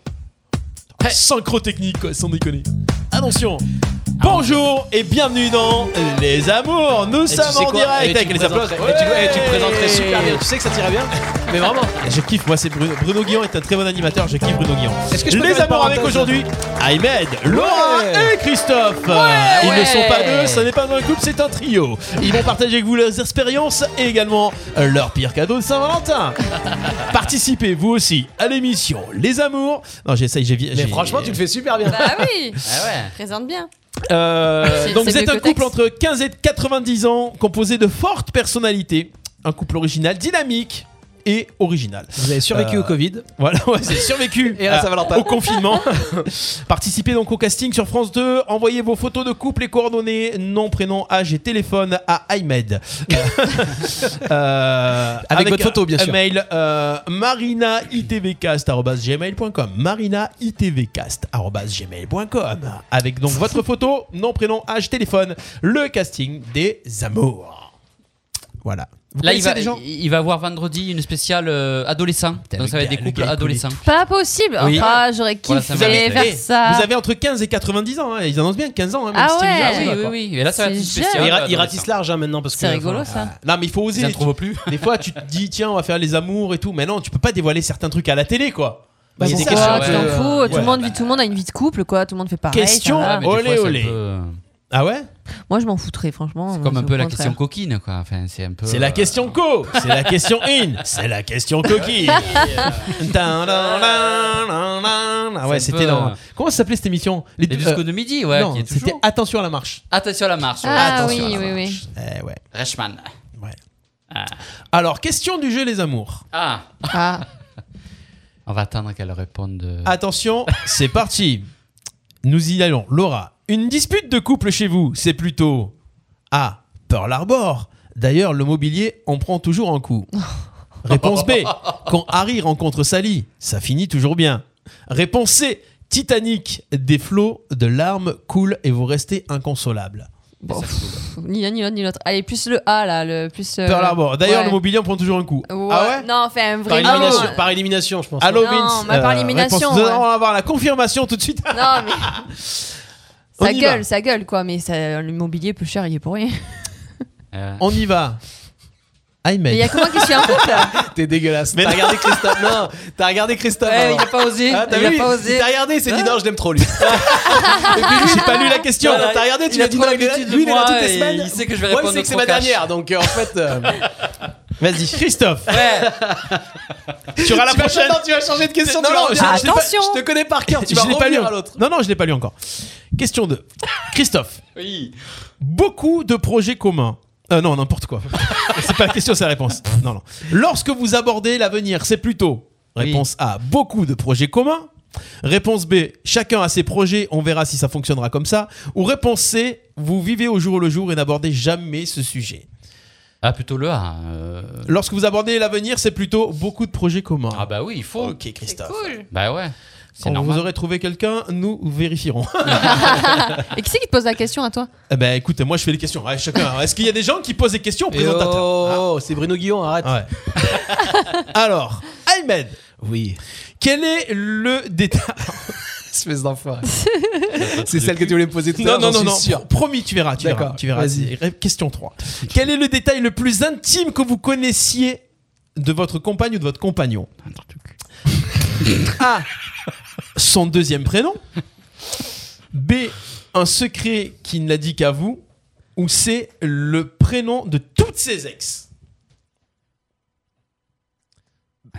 Synchro technique, quoi, sans déconner. Attention. Bonjour et bienvenue dans Les Amours. Nous Et tu sommes sais en quoi Et direct tu avec le les applaudissements. présenterais- et tu- et tu le présenterais super bien. Tu sais que ça t'irait bien. Mais vraiment. Je kiffe, moi c'est Bruno. Bruno Guillon est un très bon animateur, je kiffe Bruno Guillon. Est-ce que je peux Les faire une amours avec parenthèse aujourd'hui Ahmed, Laura et Christophe. Ils ouais. ne sont pas deux, ce n'est pas un couple, c'est un trio. Ils vont partager avec vous leurs expériences et également euh, leur pire cadeau de Saint-Valentin. Participez vous aussi à l'émission Les Amours. Non, j'essaye, j'ai vi- Mais j'ai- franchement, tu le fais super bien. Bah Ah oui. ouais. Présente bien. Euh, C'est- donc c'est vous êtes mieux un que le couple texte. entre 15 et 90 ans, composé de fortes personnalités, un couple original, dynamique et original. Euh, Vous avez survécu au Covid. Voilà, ouais, c'est survécu Et à la euh, Saint-Valentin. au confinement. Participez donc au casting sur France 2. Envoyez vos photos de couple et coordonnées, nom, prénom, âge et téléphone à Ahmed. Euh, Avec votre photo, bien un sûr. mail euh, marinaITVcast@gmail.com. marinaITVcast@gmail.com. Avec donc votre photo, nom, prénom, âge, téléphone. Le casting des amours. Voilà. Vous Là, il connaissez va, des gens il va avoir vendredi une spéciale euh, adolescent. Donc, ça va être des couples adolescents. Pas possible. Oui. Ah, j'aurais kiffé Voilà, ça m'arrive. faire Eh, ça. Vous avez entre 15 et 90 ans, hein. ils annoncent bien 15 ans. hein, même Ah si c'est ouais. bizarre, Oui, quoi, oui, quoi. oui. Et là, ça va être une C'est spéciale, Il, génial. ra- il ratisse large hein, maintenant parce que. C'est rigolo, enfin, ça. Non, mais il faut oser. Ils en tu- trouvent plus. Des fois, tu te dis, tiens, on va faire les amours et tout. Mais non, tu peux pas dévoiler certains trucs à la télé, quoi. Bah, Il y a des Pourquoi Tu questions t'en que- fous. tout Ouais. le monde vit, tout le monde a une vie de couple, quoi. Tout le monde fait pareil. Question, ça va. olé, olé. Ah ouais Moi, je m'en foutrais, franchement. C'est comme Moi, un au peu la contraire. question coquine, quoi. Enfin, c'est un peu. C'est la euh, question co, c'est la question in, c'est la question coquille. Tan, lan, lan, lan, lan. Ah ouais, C'est un c'était peu, dans. euh, Comment ça s'appelait cette émission Les, deux discos de midi, ouais, Non, qui est toujours- c'était Attention à la marche. Attention à la marche. ouais. Ah Attention à oui, la oui, marche. oui. Eh ouais. Reichmann. Alors, question du jeu les amours. Ah. Ah. On va attendre qu'elle réponde. euh, Attention, c'est parti. Nous y allons. Laura, une dispute de couple chez vous, c'est plutôt A. Pearl Harbor. D'ailleurs, le mobilier en prend toujours un coup. Réponse B. Quand Harry rencontre Sally, ça finit toujours bien. Réponse C. Titanic. Des flots de larmes coulent et vous restez inconsolable. Pff, Ni l'un ni l'autre ni l'autre. Allez, plus le A là, le plus. euh, Pearl Harbor. D'ailleurs, ouais. le mobilier en prend toujours un coup. Ah ouais Non, enfin, un Par vrai. élimination, par élimination, je pense. Allô, Non, Vince. mais par Euh, élimination, réponse- Nous ouais. allons avoir la confirmation tout de suite. Non, mais. On Ça y gueule, va. ça gueule quoi, mais ça, le mobilier peu cher, il est pour rien. On y va. Aïe, Mais il y a que moi qui suis en couple là. T'es dégueulasse. T'as regardé Christophe. Non, t'as regardé Christophe. Ouais, alors. il a pas osé, Ah, t'as il a vu pas osé. Il t'a regardé, il s'est dit Ah, non, je l'aime trop lui. Et puis lui, j'ai pas lu la question. Non, T'as regardé, tu Il a m'as dit trop non, il est là- l'habitude de lui, il est là moi toutes les et semaines. il sait que je vais Moi, il répondre sait que c'est au ma cash. dernière, donc euh, en fait. euh, Vas-y, Christophe. Tu auras la vas- prochaine. non, tu vas changer de question. Non, tu vas non, revenir. je- je l'ai pas- Attention. Je te connais par cœur, tu Je vas l'ai pas lu. revenir à l'autre. Non, non, je l'ai pas lu encore. Question 2. Christophe. Oui. Beaucoup de projets communs. Euh, non, n'importe quoi. c'est pas la question, c'est la réponse. Non, non. Lorsque vous abordez l'avenir, c'est plutôt. Réponse A. Beaucoup de projets communs. Réponse B. Chacun a ses projets, on verra si ça fonctionnera comme ça. Ou réponse C. Vous vivez au jour le jour et n'abordez jamais ce sujet. Ah, plutôt le A. euh. Lorsque vous abordez l'avenir, c'est plutôt beaucoup de projets communs. Ah bah oui, il faut. Ok, Christophe. Bah ouais. C'est Quand vous normal. aurez trouvé quelqu'un, nous vérifierons. Et qui c'est qui te pose la question à toi Eh ben écoute, moi je fais les questions. Ouais, chacun. hein. Est-ce qu'il y a des gens qui posent des questions au Et présentateur Oh, c'est Bruno Guillon, arrête. Alors, Ahmed. Oui. Quel est le détail Espèce d'enfoiré. C'est celle que tu voulais me poser tout à Non, l'heure. non, j'en non, non. suis sûr. Promis, tu verras. Tu verras. D'accord, Tu verras. vas-y. Question 3. Quel est le détail le plus intime que vous connaissiez de votre compagne ou de votre compagnon A. Son deuxième prénom. B. Un secret qui ne l'a dit qu'à vous. Ou C. Le prénom de toutes ses ex.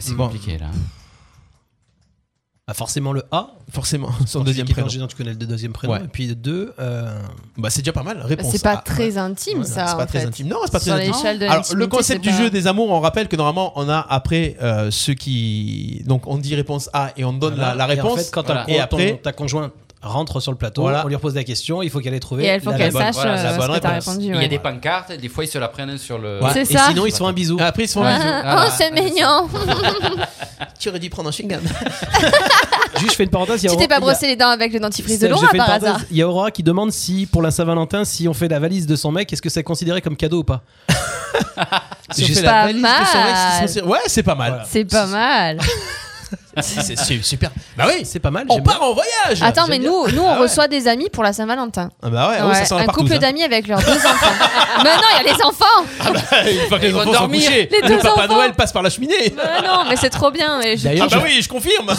c'est compliqué là. Ah, forcément le A. Forcément. Son deuxième prénom. tu connais le deuxième prénom. Ouais. Et puis le 2. Bah, c'est déjà pas mal. Ah, Bah, C'est pas très intime ça. C'est pas en très fait. intime. Non, c'est pas très Sur intime. l'échelle de Alors, l'intimité, le concept c'est du pas- jeu des amours, on rappelle que normalement, on a après euh, ceux qui. Donc, on dit réponse A et on donne la, la réponse. Et en fait, quand Voilà. ta- Et ton- après. ta conjointe rentre sur le plateau, Voilà. on lui repose la question, il faut qu'elle ait trouvé. Et elle faut la- qu'elle la bonne- sache, voilà, euh, la ce bonne que t'as réponse. répondu, Il y a ouais. des pancartes, des fois ils se la prennent sur le. Ouais. C'est Et ça. sinon, ils se font un bisou. Après, ils se font un bisou. Oh, c'est mignon. Tu aurais dû prendre un chewing-gum. Juste, je fais une parenthèse. il y a ah. tu t'es Aurora- pas il y a- brossé les dents avec le dentifrice de J'ai Laura fait une par parenthèse. hasard. Il y a Aurora qui demande si, pour la Saint-Valentin, si on fait la valise de son mec, est-ce que c'est considéré comme cadeau ou pas Si on fait Pas la valise de son ex, mal. ils sont- Ouais, c'est pas mal. C'est pas mal. C'est c'est super. Bah oui, c'est pas mal. On part en voyage. Attends, J'aime mais bien. nous, nous, on reçoit des amis pour la Saint-Valentin. Ah bah ouais, oh, ça sent la un partouze, couple hein. d'amis avec leurs deux enfants. mais non, il y a les enfants. Ah bah, une fois que les vont enfants sont dormir. couchés, Les le deux Papa enfants. Noël passe par la cheminée. Ah non, mais c'est trop bien. et je- Ah bah oui, je confirme.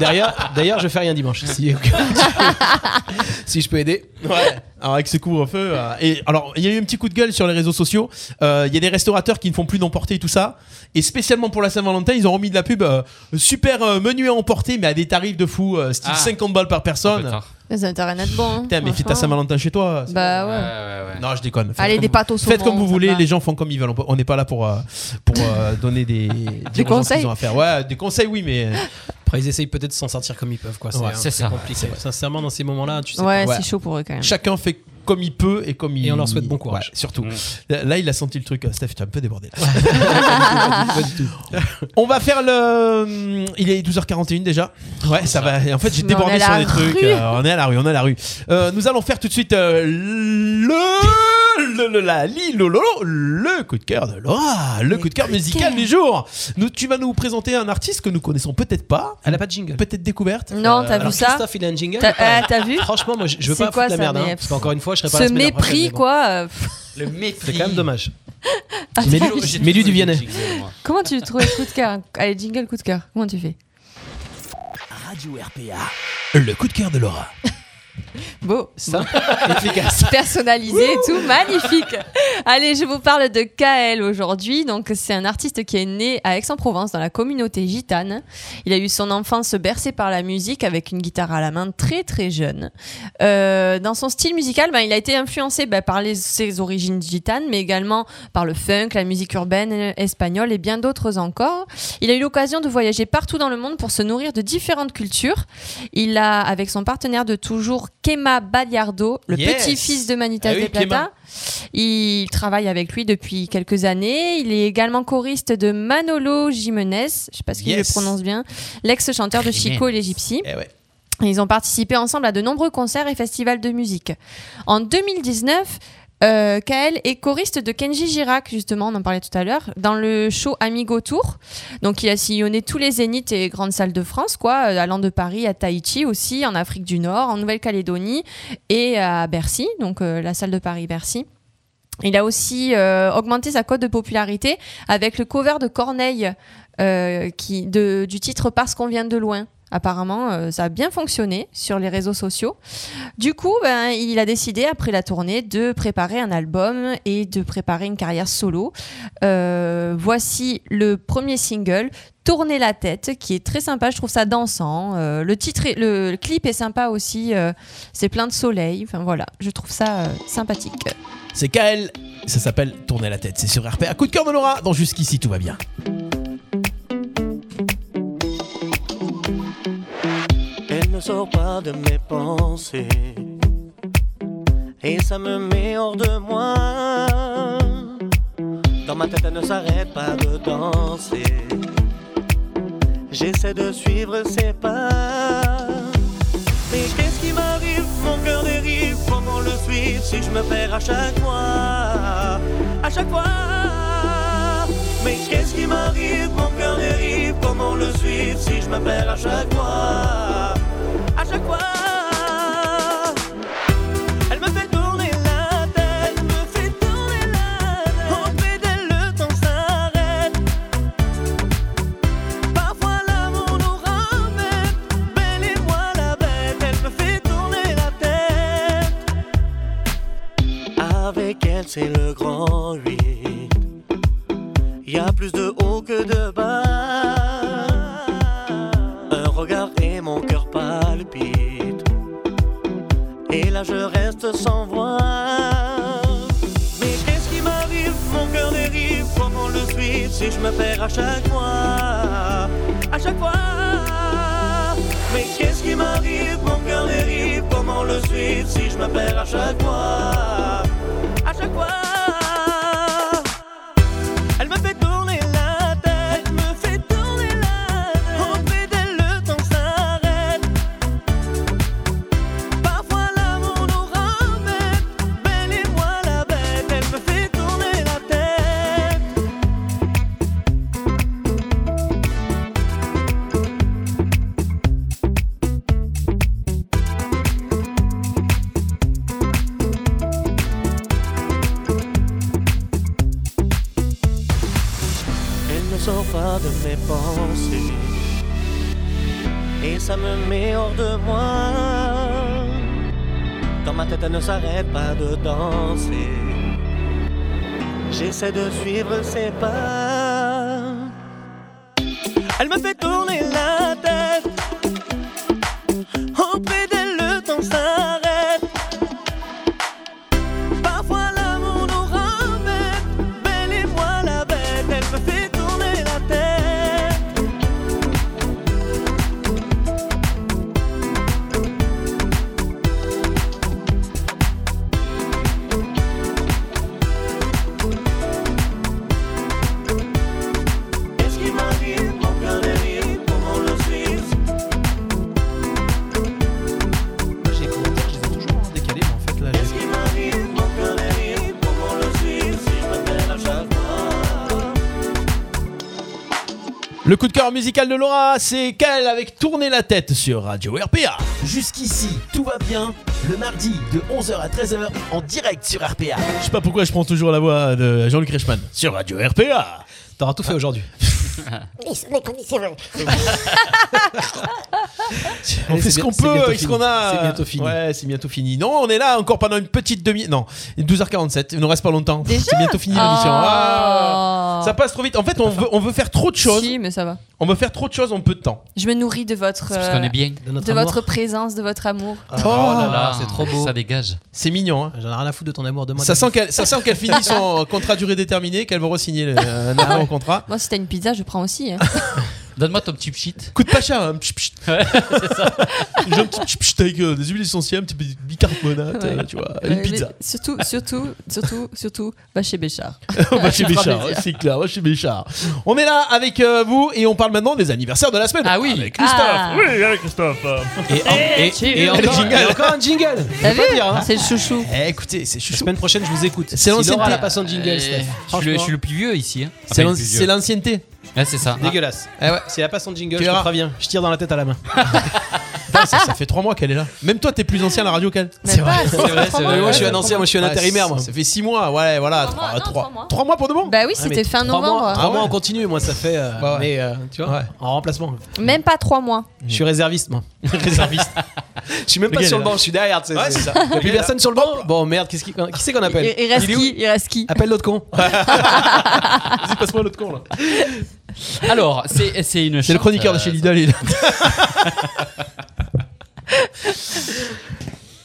D'ailleurs, d'ailleurs, je fais rien dimanche. Si, si je peux aider. Ouais. Alors avec ce couvre-feu euh, et alors il y a eu un petit coup de gueule sur les réseaux sociaux. Euh, Il y a des restaurateurs qui ne font plus d'emporter et tout ça. Et spécialement pour la Saint-Valentin, ils ont remis de la pub euh, super euh, menu à emporter mais à des tarifs de fou, euh, style Ah. 50 balles par personne. Mais ça n'a rien à être bon. hein, Putain, mais fais ta franchement. Saint-Valentin chez toi. Bah ouais. Non, je déconne. Faites Allez, comme des vous- pâtes au Faites saumon, comme vous ça voulez, va. les gens font comme ils veulent. On peut- On n'est pas là pour, euh, pour euh, donner des, dire aux gens ce qu'ils conseils. ont à faire. Ouais, des conseils, oui, mais. Après, ils essayent peut-être de s'en sortir comme ils peuvent. quoi. C'est Ouais, un- c'est c'est ça. compliqué. Sincèrement, dans ces moments-là, tu sais. Ouais, pas. c'est chaud pour eux quand même. Chacun fait comme il peut et comme il. Et on leur souhaite bon courage. Mm. Ouais, surtout. Là, il a senti le truc. euh, Steph, tu as un peu débordé. là. on va faire le. Il est 12h41 déjà. Ouais, ça va. En fait, j'ai Mais on débordé est à sur la des trucs. rue. Euh, on est à la rue, on est à la rue. Euh, nous allons faire tout de suite euh, le. Le, le- la, li- lo- lo- lo- le coup de cœur de Laura, le coup de cœur musical du jour. Nous, tu vas nous présenter un artiste que nous connaissons peut-être pas. Elle a pas de jingle. Peut-être découverte. Euh, Non, t'as vu ça Christophe, il a un jingle. T'as- ou pas euh, t'as vu Franchement, moi, je je veux C'est pas quoi foutre la ça, merde. hein, mais- parce qu'encore une fois, je serai pas Ce la semaine d'après, mépris, mais bon. quoi. Ah, euh, pff, Le mépris. C'est quand même dommage. Mets-lui mets-lui du Vianney. Comment tu trouves le coup de cœur Allez, jingle coup de cœur. Comment tu fais Radio RPA. Le coup de cœur de Laura. Beau. Simple, efficace. personnalisé et tout, magnifique. Allez, je vous parle de Kael aujourd'hui. Donc, c'est un artiste qui est né à Aix-en-Provence dans la communauté gitane. Il a eu son enfance bercée par la musique avec une guitare à la main très très jeune. Euh, dans son style musical, ben, il a été influencé ben, par les- ses origines gitanes, mais également par le funk, la musique urbaine euh, espagnole et bien d'autres encore. Il a eu l'occasion de voyager partout dans le monde pour se nourrir de différentes cultures. Il a, avec son partenaire de toujours, Kema Baliardo, le Yes. petit-fils de Manitas Ah oui, de Plata. Kema. Il travaille avec lui depuis quelques années. Il est également choriste de Manolo Jiménez, je sais pas ce qu'il Yes. le prononce bien, l'ex-chanteur de Chico et les Gypsy. Et Ils ont participé ensemble à de nombreux concerts et festivals de musique. En 2019, euh, Kael est choriste de Kenji Girac, justement, on en parlait tout à l'heure, dans le show Amigo Tour. Donc, il a sillonné tous les zéniths et grandes salles de France, quoi, euh, allant de Paris à Tahiti aussi, en Afrique du Nord, en Nouvelle-Calédonie et à Bercy, donc euh, la salle de Paris-Bercy. Il a aussi euh, augmenté sa cote de popularité avec le cover de Corneille euh, qui, de- du titre Parce qu'on vient de loin. Apparemment, euh, ça a bien fonctionné sur les réseaux sociaux. Du coup, ben, il a décidé, après la tournée, de préparer un album et de préparer une carrière solo. Euh, voici le premier single, Tourner la tête, qui est très sympa. Je trouve ça dansant. Euh, le, titre est- le, le clip est sympa aussi. euh, C'est plein de soleil. Enfin voilà, je trouve ça euh, sympathique. C'est Kael, ça s'appelle Tourner la tête. C'est sur RPA. Coup de cœur de Laura, dans Jusqu'ici tout va bien. Elle ne sort pas de mes pensées Et ça me met hors de moi Dans ma tête elle ne s'arrête pas de danser J'essaie de suivre ses pas Mais qu'est-ce qui m'arrive Mon cœur dérive Comment le suivre si je me perds à chaque fois À chaque fois Mais qu'est-ce qui m'arrive Mon cœur dérive Comment le suivre si je me perds à chaque fois À chaque fois Elle me fait tourner la tête Elle me fait tourner la tête Au pied d'elle le temps s'arrête Ben, y a plus de haut que de bas. Un regard et mon cœur palpite. Et là je reste sans voix. Mais qu'est-ce qui m'arrive Mon cœur dérive. Comment le suivre si je me perds à chaque fois À chaque fois. Mais qu'est-ce qui m'arrive Mon cœur dérive. Comment le suivre si je me perds à chaque fois À chaque fois. Elle me fait tourner la tête, elle me fait tourner la tête. On fait d'elle le temps s'arrête. Parfois l'amour nous ramène, belle et moi la bête. Elle me fait tourner la tête. Elle ne sort pas de mes pensées. Et ça me met hors de moi. Dans ma tête, elle ne s'arrête pas de danser. J'essaie de suivre ses pas. Elle me fait tourner la tête. Auprès d'elle, le temps s'arrête. Parfois, l'amour nous ramène. Belle et moi la bête, elle me fait tourner la tête. Qu'est-ce qui m'arrive, mon cœur dérive, comment le suivre J'ai couru dire que je les ai toujours en décalé, mais en fait là, Qu'est-ce qui m'arrive, mon cœur dérive, comment le suivre si je me perds à chaque fois Le coup de cœur musical de Laura, c'est Kael avec Tourner la tête sur Radio RPA. Jusqu'ici, tout va bien. Le mardi de 11h à 13h en direct sur RPA. Je sais pas pourquoi je prends toujours la voix de Jean-Luc Reichmann sur Radio RPA. T'auras tout fait aujourd'hui. On Allez, fait c'est ce bien- qu'on c'est peut bientôt avec ce fini. qu'on a. C'est bientôt fini. Ouais, c'est bientôt fini. Non, on est là encore pendant une petite demi. Non, 12h47. Il nous reste pas longtemps. C'est bientôt fini l'émission. Oh. Ah, ça passe trop vite. En fait, on veut, on veut faire trop de choses. Si, mais ça va. On veut faire trop de choses en peu de temps. Je me nourris de votre. euh, parce qu'on est bien. De, De notre votre amour. présence, de votre amour. Ah, oh c'est trop beau. Ça dégage. C'est mignon. Hein. J'en ai rien à foutre de ton amour de moi. Ça sent qu'elle, ça sent qu'elle finit son contrat durée déterminée, qu'elle va re-signer le- euh, un Ah avant contrat. Moi, si t'as une pizza, je prends aussi. hein. Ah, Donne-moi ton petit pchit. Coup de pacha, un petit pchit. c'est ça. J'ai un petit pchit pchit avec euh, des huiles essentielles, un petit peu de bicarbonate, euh, Ouais. tu vois, Ouais, une mais pizza. Surtout, surtout, surtout, surtout, va chez Béchard. va chez Ça fera Béchard, plaisir. c'est clair, va chez Béchard. On est là avec euh, vous et on parle maintenant des anniversaires de la semaine. Ah oui, avec Christophe. Ah. Oui, avec Christophe. Et, Eh, tu- et encore- et encore un jingle. T'as vu C'est le chouchou. hein. Eh, écoutez, c'est chouchou. La semaine prochaine, je vous écoute. C'est l'ancienneté. Laura, elle a pas son jingle, Steph. Je suis, le, Franchement. je suis le plus vieux ici. hein. C'est Enfin, l'an- le plus vieux. c'est l'ancienneté. Ouais, c'est ça. Dégueulasse. Eh ouais. Si elle a pas son jingle, Tu je te verras. préviens. Je tire dans la tête à la main. Putain, ça, ça fait 3 mois qu'elle est là. Même toi, t'es plus ancien à la radio qu'elle. Même C'est pas, vrai, c'est c'est vrai, trois c'est vrai. mois. Moi, je suis un ancien, moi, je suis un Ouais, intérimaire, moi. Ça fait 6 mois, ouais, voilà. 3 mois. pour de bon Bah oui, c'était fin novembre. Trois mois en continu, moi, ça fait. euh, Ah Bah ouais. Mm. Mais euh, tu vois, en remplacement. Même pas trois mois. Je suis réserviste, moi. réserviste. Je suis même Le pas gars, sur le il est banc, là. je suis derrière. tu sais, Ouais, c'est- c'est ça. Y a Le gars, il plus est là. personne sur le banc Bon, merde, qu'est-ce qui, qui c'est qu'on appelle Il- il reste est où qui Il reste qui Appelle l'autre con. Vas-y, passe-moi l'autre con là. Alors, c'est c'est une. C'est le chante, chroniqueur de euh, chez Lidl. il est là.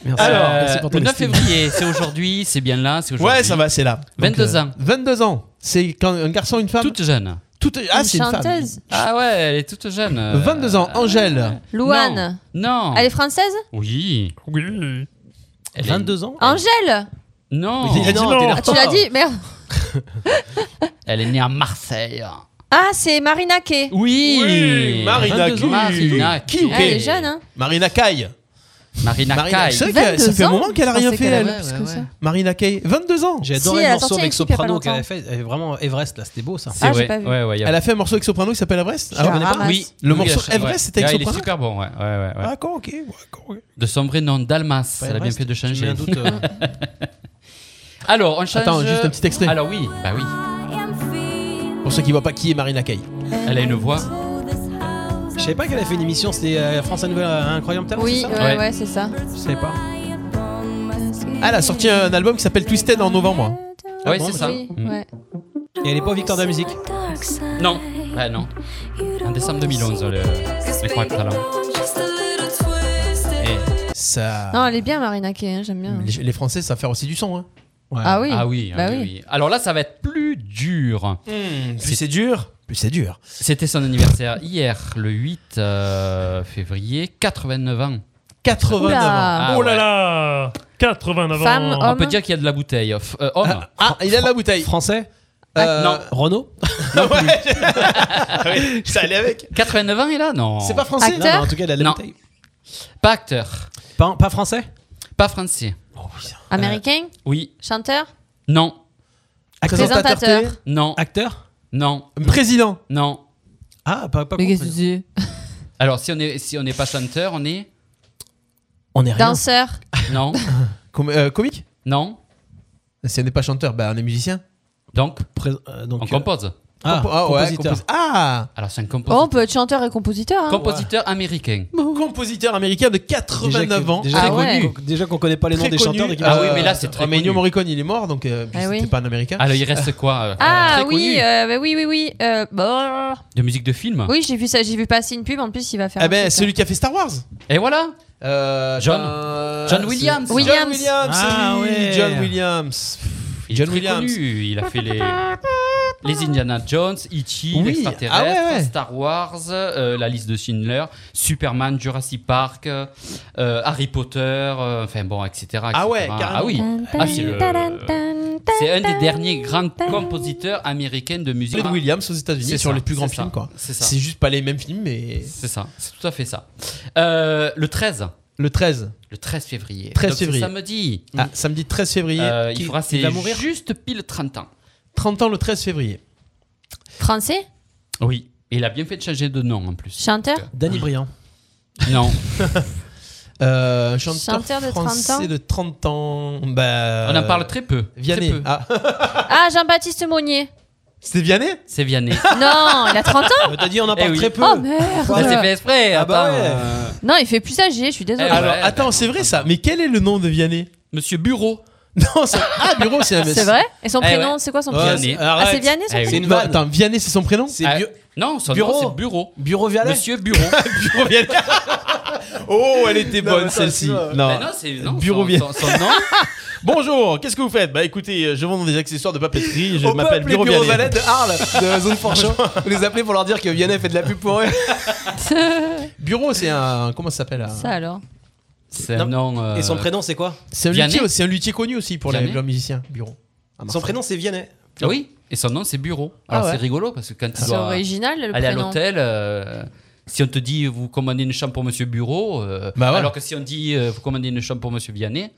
Merci. Alors, Euh, merci pour ton le 9 estime. février, c'est aujourd'hui, c'est bien là, c'est aujourd'hui. Ouais, ça va, c'est là. Donc, 22 euh, ans. 22 ans. C'est quand un garçon, une femme Toute jeune. Toute... Ah, c'est une femme. chanteuse. Ah ouais, elle est toute jeune. euh, 22 ans, Angèle. Louane. Non. Elle est française Oui. Oui. 22 ans Angèle Ah, Non. Mais il a dit non, t'es là. Tu l'as dit Merde. Elle est née à Marseille. Ah, c'est Marina Kay. Oui, Marina 22 ans. Marina Qui ou Ah, qui elle est jeune, hein. Marina Kaye. Marina Marina Kaye. C'est vrai qu'elle- Ça 22 fait un ans moment qu'elle a Je rien pensais fait, qu'elle elle. avait plus que ça. Marina Kaye, 22 ans. J'ai adoré le morceau avec Soprano qu'elle avait fait. Elle est Vraiment Everest, là, c'était beau ça. C'est Ah, j'ai vrai. pas vu. Ouais, ouais, y a- Elle a fait un morceau avec Soprano qui s'appelle Ah, Everest Je la connais pas. ramasse. euh, Oui. Le Oui, morceau elle- ouais. Everest, c'était avec Ah, Il est Soprano super bon, ouais. ouais, ouais, ouais. D'accord, ok. ouais, d'accord, ok. De son vrai nom, Dalmas. Pas Elle a bien Everest. fait de changer. J'ai un doute, euh. Alors, on change. Attends, juste un petit extrait. Alors oui, bah oui. Pour ceux qui voient pas qui est Marina Kaye. Elle a une voix. Je savais pas qu'elle avait fait une émission, c'était euh, France à Nouvelle euh, Incroyable Talent. Oui, c'est ouais, ça ouais, c'est ça. Je savais pas. Elle a sorti un album qui s'appelle Twisted en novembre. hein. Ouais, c'est ça. Ah Oui, Mm. ouais. Et elle est pas au victoire de la musique. Non. Ouais, non. En décembre 2011, le, le Croix Talent. Eh, Ah. Ça. Non, elle est bien, Marina Kaye, hein, j'aime Mm. bien. Les, les Français savent faire aussi du son. Hein. Ah oui. Ah oui, Bah oui, oui. oui. Alors là, ça va être plus dur. Hmm, plus c'est dur, plus c'est dur. C'était son anniversaire hier, le 8 euh, février, 89 ans. 89 Oula. ans. Oh là là 89 Femme, ans. On peut dire qu'il y a de la bouteille. F- euh, homme. Ah, ah, il a de la bouteille. Euh, Français Non. Renault Ah Ça allait avec. 89 ans, il a Non. C'est pas français hein. Acteur Non, mais en tout cas, il a de la Non. bouteille. Pas acteur. Pas, français Pas français. Oh, Américain Oui. Chanteur Non. Acteur. Présentateur Présentateur télé Non. Acteur Non. Président Non. Ah, pas, pas Mais qu'est-ce que c'est Alors, si on est si on n'est pas chanteur, on est On est rien. Danseur Non. Com- euh, comique Non. Si on n'est pas chanteur, bah on est musicien. Donc, euh, donc on compose. Ah, Compo- ah ouais, compositeur. compos- Ah Alors, c'est un Oh, compositeur. on peut être chanteur et compositeur. hein. Compositeur américain. Compositeur américain de 89 ans. déjà Ah ouais. qu'on- déjà qu'on connaît pas les noms Très des connu. chanteurs. et qui- Ah oui, mais là, c'est très Ennio connu. Morricone, il est mort, donc euh, puis Ah oui. c'était pas un américain. Alors, il reste quoi euh, Ah très oui, connu Ah. euh, bah oui, oui, oui. euh, bah, De musique de film Oui, j'ai vu ça, j'ai vu passer une pub. En plus, il va faire. Eh un ben, truc, hein. celui qui a fait Star Wars. Et voilà. John. euh, John c'est- Williams. John Williams. Ah oui, ouais. John Williams. Il John est très Williams. connu. Il a fait les, les Indiana Jones, E.T., Oui. l'extraterrestre, Ah ouais, ouais. Star Wars, euh, la liste de Schindler, Superman, Jurassic Park, euh, Harry Potter, euh, enfin bon, etc., Ah ouais, etc.. carrément. Ah oui. Ah, c'est le- le- c'est un des derniers grands compositeurs américains de musique. John Williams aux États-Unis, C'est sur ça, les plus grands c'est ça, films, quoi. C'est ça. C'est juste pas les mêmes films, mais. C'est ça, c'est tout à fait ça. Euh, le 13. Le 13. Le 13 février. 13 Donc, c'est février. Samedi. Ah, samedi 13 février. Euh, il Qui- fera il ses va mourir juste pile 30 ans. 30 ans le 13 février. Français Oui. Et il a bien fait de changer de nom en plus. euh, Chanteur Danny Briand. Non. Euh, chanteur, Chanteur de 30 ans français de 30 ans. Bah, On en parle très peu. Très Vianney. peu. Ah, Ah, Jean-Baptiste Monnier. c'était Vianney C'est Vianney. Non, il a 30 ans T'as dit on en Eh parle oui. très peu. Oh merde Bah, c'est fait exprès. Ah bah attends, ouais. euh, Non, il fait plus âgé, je suis Eh désolée. Alors, attends, c'est vrai ça. Mais quel est le nom de Vianney Monsieur Bureau. Non, c'est- Ah, Bureau, c'est un C'est vrai Et son Eh prénom, ouais. c'est quoi son Ouais, prénom c'est- Ah, c'est Vianney son Eh oui. prénom C'est une vanne. Attends, Vianney, c'est son prénom Ah, Non, son Bureau. nom c'est Bureau. Bureau Vialet Monsieur Bureau. Bureau Vianney. oh, elle était Non, bonne mais ça, celle-ci. tu Non. vois. Bah non, c'est- non, Bureau son- Vianney. son- son nom. Bonjour, qu'est-ce que vous faites Bah écoutez, je vends des accessoires de papeterie. Je On peut m'appelle appeler Bureau, Bureau Vianney. Valet de Arles, de la zone Forchamp. Vous les appelez pour leur dire que Vianney fait de la pub pour eux. Bureau, c'est un. Comment ça s'appelle un- Ça alors C'est un nom. euh, Et son prénom, c'est quoi C'est un, Vianney. luthier, c'est un luthier connu aussi pour les Vianney. gens musiciens. Bureau. À bah, Son Marseille. prénom, c'est Vianney. Ah oui, et son nom c'est Bureau. Ah Alors ouais. c'est rigolo parce que quand tu C'est dois original, le aller à prénom. l'hôtel, euh, si on te dit vous commandez une chambre pour Monsieur Bureau, euh, Bah ouais. Mm. alors que si on dit euh, vous commandez une chambre pour Monsieur Vianney,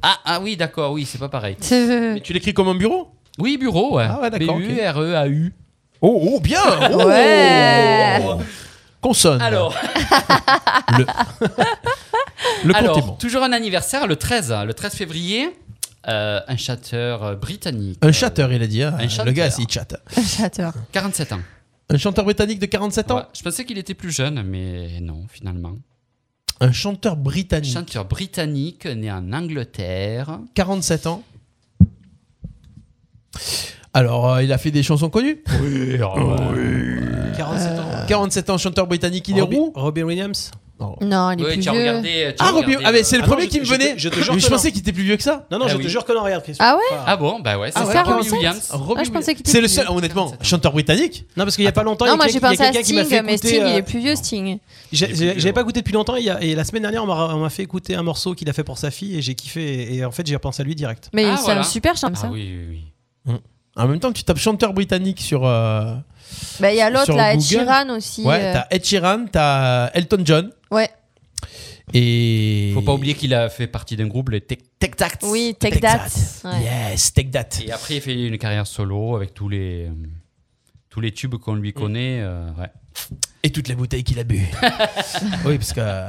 ah ah oui d'accord oui c'est pas pareil. Mais tu l'écris comme un bureau Oui Bureau ouais. Ah ouais, d'accord, B U R E A U. Oh, oh, bien oh. Ouais. Consonne. Alors. Le compte est bon. Alors, toujours un anniversaire, le 13, hein, le 13 février, euh, un chanteur euh, britannique, Un chanteur, il a dit. hein. Un Le chanteur. gars, il chatte. Chanteur. 47 ans. Un chanteur britannique de 47 ans Ouais, je pensais qu'il était plus jeune, mais non, finalement. Un chanteur britannique. Chanteur britannique, né en Angleterre. 47 ans. Alors, euh, il a fait des chansons connues Oui, 47 ans. 47 ans, chanteur britannique, il est Robin- roux Robin Williams Non, il est plus tu as vieux. regardé. tu as Ah, Robin, regardé euh, ah, mais c'est le Attends, premier je- qui me je te- venait. je te jure Mais je que pensais non. qu'il était plus vieux que ça. Non, non, Ah je oui. te jure que non, regarde. Chris. Ah ouais Ah bon, bah ouais, c'est Ah ouais, ça, 47. Robin Williams. Robin Ah, je pensais qu'il était C'est le plus seul, vieux. honnêtement, chanteur britannique. Non, parce qu'il y a pas longtemps, il y a Non, moi j'ai quelqu'un- il y pensé a à quelqu'un qui m'a Sting, fait mais écouter, Sting, il euh, est plus vieux, Sting. J'ai- j'ai- J'avais pas écouté depuis longtemps et, et la semaine dernière on m'a on m'a fait écouter un morceau qu'il a fait pour sa fille et j'ai kiffé et, et en fait j'ai repensé à lui direct. Mais Ah, c'est voilà. un super chanteur. Ah oui, oui, oui. Hum. En même temps, tu tapes chanteur britannique sur. euh, Bah, il y a l'autre, sur là, Ed Google. Sheeran aussi. Ouais, euh, t'as Ed Sheeran, t'as Elton John. Ouais. Et. Faut pas oublier qu'il a fait partie d'un groupe, les Tech Tech Tats. Oui, Take That. Ouais. Yes, take that. Et après, il fait une carrière solo avec tous les, euh, tous les tubes qu'on lui connaît. euh, ouais. Et toutes les bouteilles qu'il a bu. oui, parce que euh,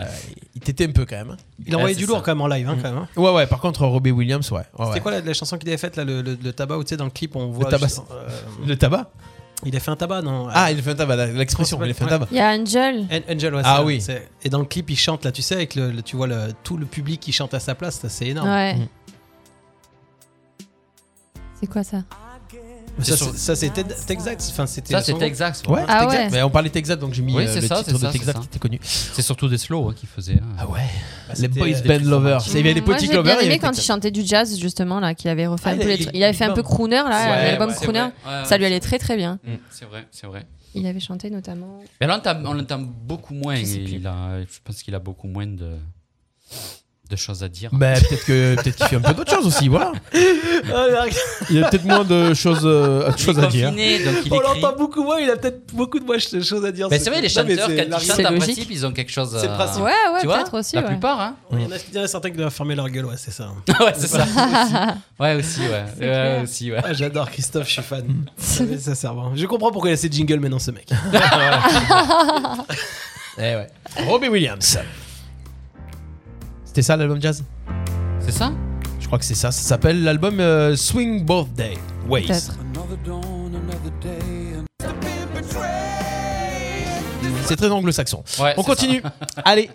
il t'était un peu quand même. hein. Il a envoyé c'est du lourd ça. Mm. quand même en live hein, quand même. hein. Ouais, ouais. Par contre, Robbie Williams, ouais. ouais, C'était ouais. quoi la, la chanson qu'il avait faite là le, le- le tabac où tu sais dans le clip on voit tabac, juste, euh, Le tabac il a fait un tabac non Ah, il a fait un tabac. la- L'expression, il a fait un Ouais. tabac. Il y a Angel. An- Angel ouais, Ah c'est- oui. c'est- et dans le clip il chante là tu sais avec le, le- tu vois le, tout le public qui chante à sa place ça, c'est énorme. Ouais. Mm. C'est quoi ça Mais Ça, sur- c'est- ça, c'est Ted- Texas. Enfin, c'était Ça, le c'est son- Texas, ouais. Ouais, Ah Texas. ouais. Mais on parlait Texas, donc j'ai mis Oui, euh, c'est le ça, titre c'est de ça, Texas c'est qui ça. était connu. C'est surtout des slow hein, qui faisaient. Ah ouais. les c'était, boys euh, des band trucs lovers. romantiques. Il y avait les Moi, petits j'ai lovers. bien il y aimé avait quand il chantait du jazz, justement, là, qu'il avait refait un peu les trucs. Il avait fait un peu crooner, là, Ouais, l'album ouais, c'est crooner. vrai. Ouais, ça lui ouais, allait très très bien. Mm. C'est vrai, c'est vrai. Il avait chanté notamment. Mais là, on l'entend- on l'entend beaucoup moins. Je sais il a- je pense qu'il a beaucoup moins de, de choses à dire. Bah, peut-être que- peut-être qu'il fait un peu d'autres choses aussi, voilà. Ah, Il y a peut-être moins de choses, euh, de choses à dire. confiné, donc il Oh, On écrit. l'entend beaucoup moins, il a peut-être beaucoup de moins de choses à dire. Mais c'est vrai, les Non, mais chanteurs, c'est quand ils large. chantent, en principe, ils ont quelque chose. C'est le à- principe. euh, tu vois, La plupart, hein. Il y en a- il y en a certains qui doivent fermer leur gueule, ouais, c'est ça. Ouais, c'est ça. Voilà. Ouais, aussi, ouais. C'est Ouais, clair. aussi, ouais. Ah, J'adore Christophe, je suis fan. Ça, ça sert vraiment. Je comprends pourquoi il a ses jingles maintenant, ce mec. Eh ouais. Robbie Williams. C'était ça l'album jazz C'est ça Je crois que c'est ça. Ça s'appelle l'album euh, Swing Both Day. Ways. C'est très anglo-saxon. Ouais, On c'est ça. continue. Allez.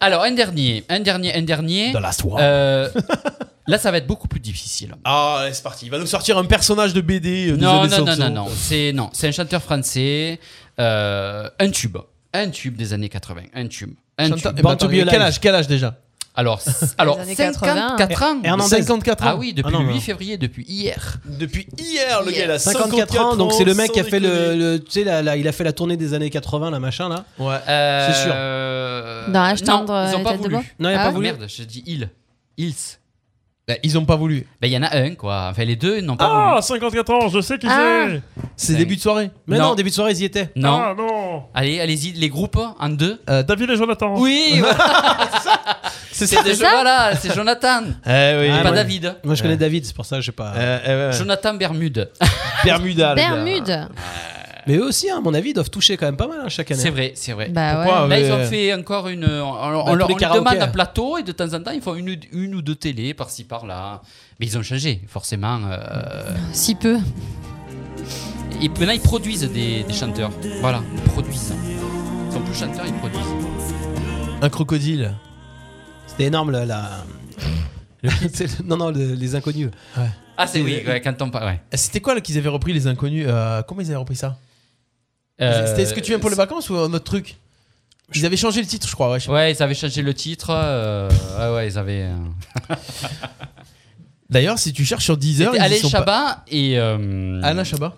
Alors, un dernier, un dernier, un dernier. The last one. Euh, là, ça va être beaucoup plus difficile. Ah, allez, c'est parti. Il va nous sortir un personnage de BD. euh, des Non, années non, non, 60. non, non, c'est non, c'est un chanteur français, euh, un tube, un tube des années 80, un tube, un Chanteur- tube. Born to be alive. Quel âge, quel âge déjà Alors, c- alors années 54 80. ans. Hernandez. 54 ans. Ah oui, depuis Ah non, le non. 8 février, depuis hier. Depuis hier, Ah, le gars, il a 54 ans, donc c'est le mec qui a sans fait le, déconner. le- tu sais, la- la- il a fait la tournée des années 80, la machin là. Ouais. C'est sûr. sûr. Dans Ashtand, euh, ils ont les pas têtes de voulu. bois Non, il a Ah pas ouais voulu. Merde, j'ai dit il. Ils. ils ont pas voulu. Ben, il y en a un, quoi. Enfin, les deux, ils n'ont pas voulu. Ah, 54 ans, je sais qui Ah. c'est. C'est début de soirée. Mais non, début de soirée, ils y étaient. Non. Ah, non. Allez, allez-y, les groupes en deux. Euh, David et Jonathan. Oui, c'est ça. C'est C'est ça voilà, c'est Jonathan. Eh oui. Eh, Pas Ah, moi- David. Moi je connais Ouais. David, c'est pour ça que j'ai pas. Jonathan Bermude. Bermuda. Bermude Mais eux aussi, hein, à mon avis, ils doivent toucher quand même pas mal hein, chaque année. C'est vrai, c'est vrai. Bah Pourquoi, ouais. Là, ils ont euh, fait encore une. On, on- tous Bah, on les leur on leur karaokés. demande un plateau et de temps en temps, ils font une, une ou deux télés par-ci par-là. Mais ils ont changé, forcément. euh, Si peu. Et maintenant, ils produisent des, des chanteurs. Voilà, ils produisent. Ils sont plus chanteurs, ils produisent. Un crocodile. C'était énorme là. la- C'est le- non, non, le- les inconnus. Ah, c'est oui, ouais, quand on parle. Ouais. Eh, C'était quoi là, qu'ils avaient repris les inconnus Euh, Comment ils avaient repris ça Euh, C'était Est-ce que tu viens pour les vacances ou un autre truc Ils avaient changé le titre, je crois. Ouais, je sais pas. Ouais, ils avaient changé le titre. euh, ouais, ouais, ils avaient. euh, D'ailleurs, si tu cherches sur Deezer, C'était ils y Alain sont Chabat pas- et. euh, Alain Chabat.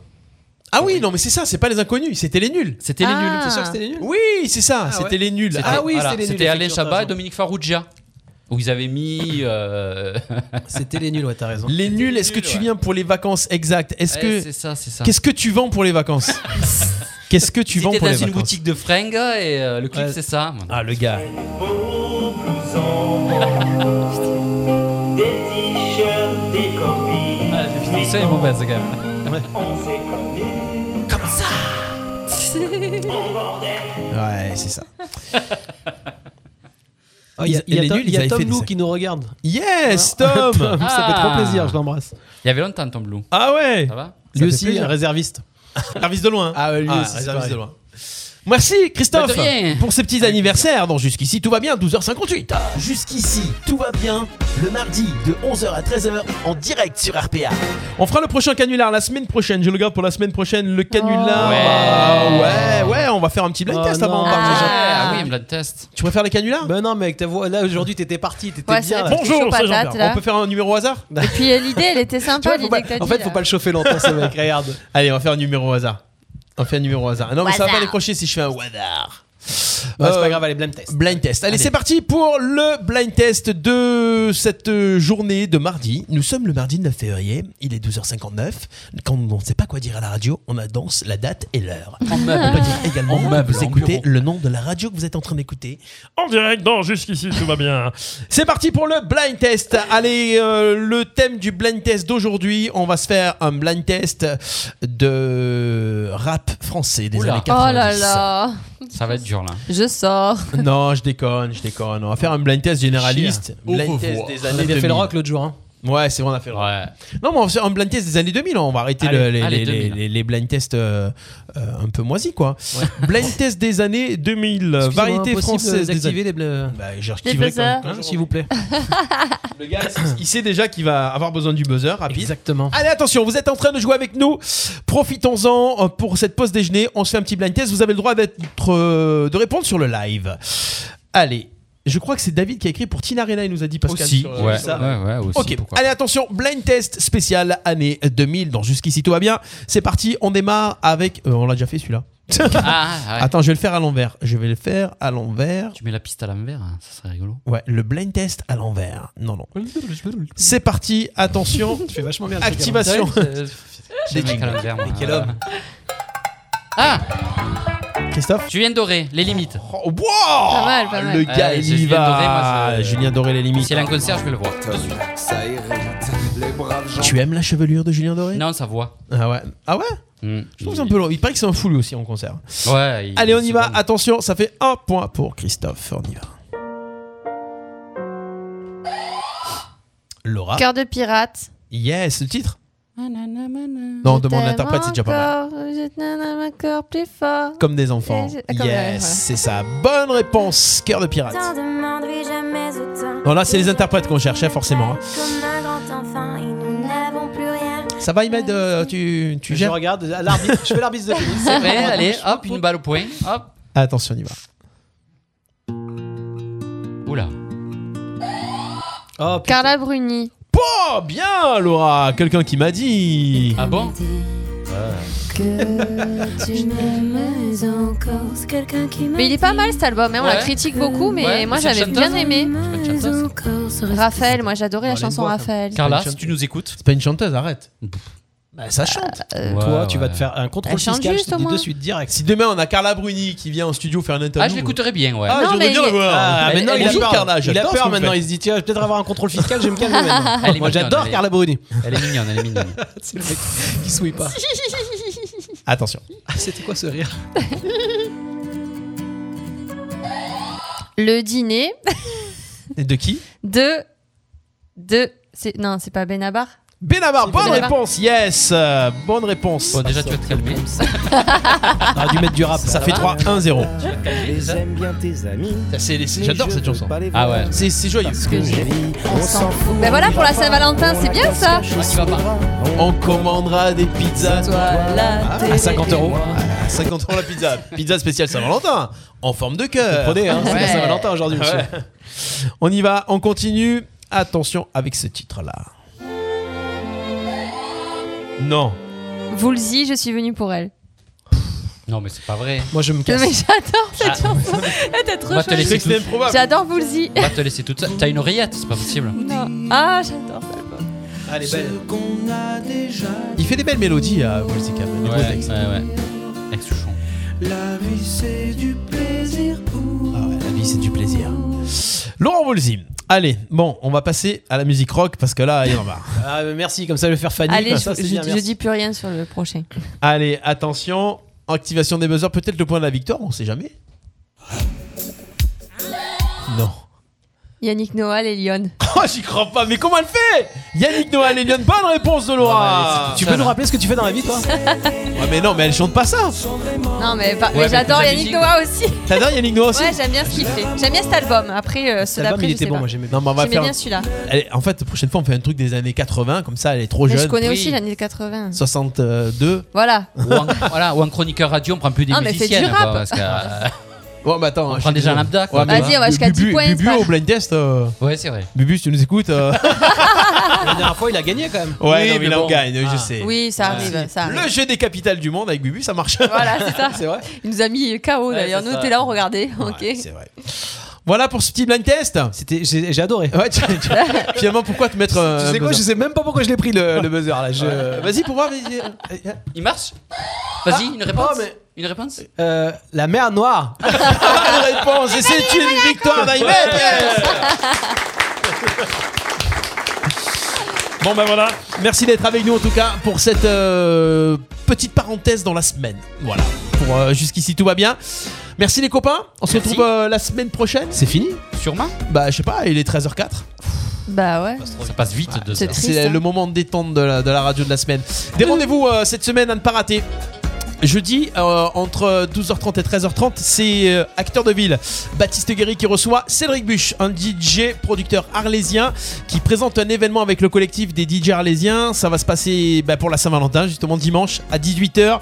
Ah oui, non, mais c'est ça, c'est pas les inconnus, c'était les nuls. C'était les nuls. Ah. C'est sûr que c'était les nuls Oui, c'est ça, Ah c'était ouais. les nuls. C'était- Ah oui, voilà, c'était les nuls. C'était Alain effectivement, Chabat et t'as raison. Dominique Farrugia. Où ils avaient mis. euh, C'était les nuls, ouais, t'as raison. Les nuls, est-ce que tu viens pour les vacances exactes Est-ce Ouais, que c'est ça, c'est ça. Qu'est-ce que tu vends pour les vacances Qu'est-ce que tu Ils vends étaient pour dans les une vacances boutique de fringues et euh, le clip, Ouais. c'est ça. Ah le gars. Des t-shirts, des copies. Ah, la définition est mauvaise, quand même. On s'est connus comme ça. Au bordel. Ouais, c'est ça. Oh, Il y a, il y a les Tom, nuls, il y a avaient Tom fait des- Lou qui nous regarde. Yes, Ah, Tom Tom, Ça fait trop plaisir, je l'embrasse. Il y avait longtemps, Tom Blue. Ah ouais euh, hein. Ça va Lui aussi, un réserviste. Réserviste de loin. Ah ouais, lui Ah, aussi, c'est réserviste pareil. de loin. Merci Christophe Bah, de rien. pour ces petits anniversaires. dont jusqu'ici tout va bien, 12h58. Jusqu'ici, tout va bien. Le mardi de 11h à 13h en direct sur RPA. On fera le prochain canular la semaine prochaine. Je le garde pour la semaine prochaine, le canular. Oh, Oh. Ouais. ouais, ouais, on va faire un petit blind test avant. on part, les gens. Ah oui, blind test. Tu préfères les canulars Ben non, mec, ta voix. Là, aujourd'hui, t'étais parti, t'étais Ouais, c'est bien. vrai là. que t'étais chaud patate, là. On peut faire un numéro au hasard Et puis euh, l'idée, elle était Tu sympa, vois, faut l'idée pas- que t'as dit. en fait, là. faut pas le chauffer longtemps, ce mec. Regarde. Allez, on va faire un numéro au hasard. On fait un numéro au hasard. Non, mais ça va Hasard. pas décrocher si je fais un au hasard. Ouais, c'est Euh, pas grave, allez, blind test. Blind test. Allez, Allez. c'est parti pour le blind test de cette euh, journée de mardi. Nous sommes le mardi 9 février, il est 12h59. Quand on ne sait pas quoi dire à la radio, on annonce la date et l'heure. On peut dire également En que meuble, vous en écoutez bureau. le nom de la radio que vous êtes en train d'écouter. En direct, non, jusqu'ici, tout va bien. Hein. C'est parti pour le blind test. Allez, euh, le thème du blind test d'aujourd'hui, on va se faire un blind test de rap français des années 90. Oh là là Ça va être dur là. Je sors. Non, je déconne, je déconne. On va faire un blind test généraliste. Au Blind revoir. test des On a années bien 2000. fait le rock l'autre jour. hein. Ouais, c'est vrai, on a fait. le- Non, mais on va faire un blind test des années 2000. On va arrêter Allez, le- les, allez, les- 2000. les- les blind tests euh, euh, un peu moisis, quoi. blind test des années 2000. euh, Excusez-moi, Variété impossible française des d'activer années. les bleus. Bah, je Les rectiverai buzzers. quand même, hein, s'il vous plaît. le gars, il sait déjà qu'il va avoir besoin du buzzer rapide. Exactement. Allez, attention, vous êtes en train de jouer avec nous. Profitons-en euh, pour cette pause déjeuner. On se fait un petit blind test. Vous avez le droit d'être, euh, de répondre sur le live. Allez. Je crois que c'est David qui a écrit pour Tina Arena, il nous a dit Pascal. Aussi, sur, euh, ouais, ça. ouais, ouais, aussi, Ok, pourquoi allez attention, blind test spécial année 2000. Dans jusqu'ici tout va bien. C'est parti, on démarre avec. euh, on l'a déjà fait celui-là. Ah, ouais. Attends, je vais le faire à l'envers. Je vais le faire à l'envers. Tu mets la piste à l'envers, hein, ça serait rigolo. Ouais, le blind test à l'envers. Non, non. C'est parti, attention. Tu fais vachement bien le truc à Activation. l'envers. Ouais, J'ai Des le mec à jingles. l'envers, moi. Mais quel homme. Ah Christophe Julien Doré, les limites. Oh, Euh, Pas mal, Ah pas Le gars, il y va. Ah, Julien Doré, les limites. Si elle est en concert, je vais le voir. tout de suite. Tu aimes la chevelure de Julien Doré Non, ça voit. Ah ouais. Ah ouais Je trouve que c'est un peu long. Il paraît que c'est un fou lui aussi en concert. Ouais, il- Allez, on y va. Attention, ça fait un point pour Christophe. On y va. Laura. Cœur de pirate. Yes, le titre Non, demande l'interprète, c'est déjà pas mal. Je t'aime encore plus fort. Comme des enfants. Et je- ah, comme- ouais, ouais. Yes, c'est ça. Bonne réponse. Cœur de pirate. T'en demanderai jamais autant. Bon, là, c'est les interprètes qu'on cherchait, forcément. hein. Comme un grand enfant, et nous n'avons plus rien. Ça va, Imed euh, Tu, tu Je gères regarde, l'arbitre, je fais l'arbitre de tennis. C'est vrai, allez, hop, une balle au point. Hop. Attention, on y va. Oula. Carla Bruni. Oh, bien, Laura Quelqu'un qui m'a dit. Ah bon Que tu m'aimes encore. C'est quelqu'un qui Mais il est pas mal cet album, hein, on Ouais. la critique beaucoup, mais Ouais, moi mais c'est une j'avais bien chanteuse. aimé. chanteuse. Raphaël, moi j'adorais la chanson Raphaël. Carla, si tu nous écoutes. C'est pas une chanteuse, arrête. Bah, ça chante. euh, Toi, tu vas te faire un contrôle Elle chante fiscal, je juste, te au dis de moins. suite, direct. Si demain on a Carla Bruni qui vient en studio faire une interview. Ah, je l'écouterais bien, ouais. Ah, Non, j'aimerais mais bien il la est- voir. Ah, Elle- maintenant, elle il a joue, peur. Carla, Il a j'adore ce peur que vous maintenant, faites. il se dit tiens, je vais peut-être avoir un contrôle fiscal, je vais me calmer maintenant. Elle est Moi mignonne, j'adore elle est- Carla Bruni. Elle est mignonne, elle est mignonne. C'est le mec qui souille pas. Attention. Ah, C'était quoi ce rire Le dîner Et De qui de. de. c'est- Non, c'est pas Benabar. Benabar, bonne Benabar. réponse, yes euh, Bonne réponse. Bon, déjà, tu vas te calmer. On aurait dû mettre du rap. Ça fait 3-1-0. J'aime bien tes amis. Ça, c'est- c'est- J'adore cette chanson. Ah ouais. C'est c'est joyeux. On s'en fout. Ben voilà pour la Saint-Valentin, c'est bien ça. Ah, On commandera des pizzas. la Ah, télé à 50 et euros. moi. Ah, 50 euros la pizza. Pizza spéciale Saint-Valentin. En forme de cœur. Vous comprenez, hein, c'est la Ouais. Saint-Valentin aujourd'hui, monsieur. On y va, on continue. Attention avec ce titre-là. Non. Voulzy, je suis venue pour elle. Non, mais c'est pas vrai. Moi, je me Non, mais j'adore cette Ah. chanson. Elle était trop Va te chouette. laisser toute- J'adore Woolsey. On va te laisser toute seule. T'as une oreillette, c'est pas possible. Non. Ah, j'adore cet album. Ah, Elle est belle. Il fait des belles mélodies à Woolsey quand même, des beaux textes. La vie c'est du plaisir pour Ah ouais, la vie c'est du plaisir. Laurent Woolsey. Allez, bon, on va passer à la musique rock parce que là, il y en a marre. Ah, mais merci, comme ça je vais faire Fanny. Allez, comme je, ça, c'est je- bien, je merci. dis plus rien sur le prochain. Allez, attention. Activation des buzzers, peut-être le point de la victoire, on sait jamais. Non. Yannick Noah et Lyon. Oh, j'y crois pas, mais comment elle fait Yannick Noah Lélion, bonne réponse de Laura Ah, Tu peux nous rappeler ce que tu fais dans la vie, toi Ouais, mais non, mais elle chante pas ça Non, mais, pas- Ouais, mais mais j'adore plus la Yannick musique. Noah aussi. T'adores Yannick Noah aussi Ouais, j'aime bien ce qu'il fait. J'aime bien cet album. Après, euh, ceux Cet album, d'après, il je sais était bon, pas. moi j'aimais bien. Non, mais on va J'aimais faire- bien celui-là. Allez, en fait, la prochaine fois, on fait un truc des années 80, comme ça, elle est trop Mais jeune. je connais Oui. aussi l'année 80. 62. Voilà. Ou en, voilà, ou en chroniqueur radio, on prend plus des Ah, mais fais musiciennes. du rap. quoi, parce que, euh, Ouais, mais attends, on prend déjà l'abdac. Ouais, mais bah, Vas-y, on va jusqu'à Bubu- 10 points, c'est Bubu pas au blind test. euh, Ouais, c'est vrai. Bubu, si tu nous écoutes. euh, La dernière fois, il a gagné quand même. Ouais, non, mais là, on gagne, Ah. je sais. Oui, ça arrive, Ah, si. ça arrive. Le jeu des capitales du monde avec Bubu, ça marche. Voilà, c'est ça. C'est vrai. Il nous a mis KO Ouais, d'ailleurs. c'est Nous, ça. t'es là, on regardait. ok. C'est vrai. Voilà pour ce petit blind test. C'était, j'ai, adoré. finalement, pourquoi te mettre euh, Tu sais quoi, je sais même pas pourquoi je l'ai pris le, le buzzer là. Je... Vas-y pour voir. Il marche Vas-y, Ah, une réponse oh, mais- Une réponse Euh, la mer noire. Bonne Ah, réponse. Et c'est une victoire d'Aimed. Bon ben voilà, merci d'être avec nous en tout cas pour cette euh, petite parenthèse dans la semaine. Voilà, pour euh, jusqu'ici tout va bien. Merci les copains, on se retrouve euh, la semaine prochaine. C'est fini Sûrement Bah je sais pas, il est 13h04. Bah ouais. Ça passe vite deux C'est heures. euh, le moment de détente de la, de la radio de la semaine. Des rendez-vous euh, cette semaine à ne pas rater. Jeudi, euh, entre 12h30 et 13h30, c'est euh, Acteur de Ville, Baptiste Guéry qui reçoit Cédric Buche, un DJ producteur arlésien qui présente un événement avec le collectif des DJ arlésiens. Ça va se passer bah, pour la Saint-Valentin, justement dimanche à 18h.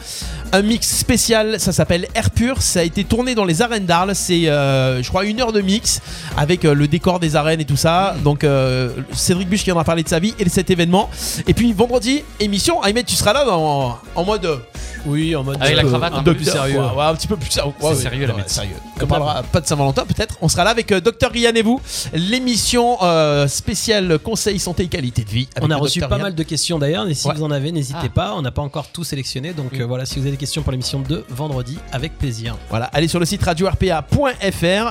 Un mix spécial, ça s'appelle Air Pur. Ça a été tourné dans les arènes d'Arles. C'est, euh, je crois, une heure de mix avec euh, le décor des arènes et tout ça. Donc, euh, Cédric Buche qui en a parlé de sa vie et de cet événement. Et puis, vendredi, émission. Ahmed, tu seras là dans- en mode. euh, Oui, en mode. Avec la cravate, un peu plus sérieux. Ouais, ouais, un petit peu plus sérieux. Ouais, ouais, sérieux, la ouais, médecine. sérieux. On parlera pas de Saint-Valentin peut-être. On sera là avec euh, Docteur Rian et vous. L'émission euh, spéciale Conseil Santé et Qualité de Vie. avec On a le reçu Dr. pas Rian. mal de questions d'ailleurs, et si vous en avez, Ah. n'hésitez pas. On n'a pas encore tout sélectionné, donc Mm. euh, voilà, si vous avez des questions pour l'émission de vendredi, avec plaisir. Voilà, allez sur le site radio-rpa.fr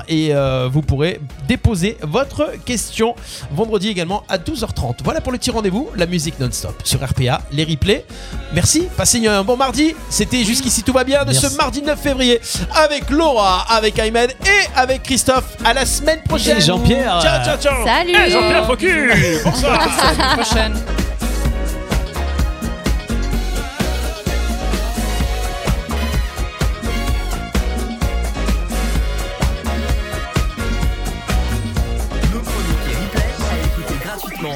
et euh, vous pourrez déposer votre question vendredi également à 12h30. Voilà pour le petit rendez-vous, la musique non-stop sur RPA, les replays. Merci, passez un bon mardi. C'était jusqu'ici tout va bien de ce Merci. mardi 9 février avec Laura, avec Ayman et avec Christophe. À la semaine prochaine. Et Jean-Pierre. Ciao, ciao, ciao. Salut. Eh, Jean-Pierre Faucu Bonsoir À la prochaine. Gratuitement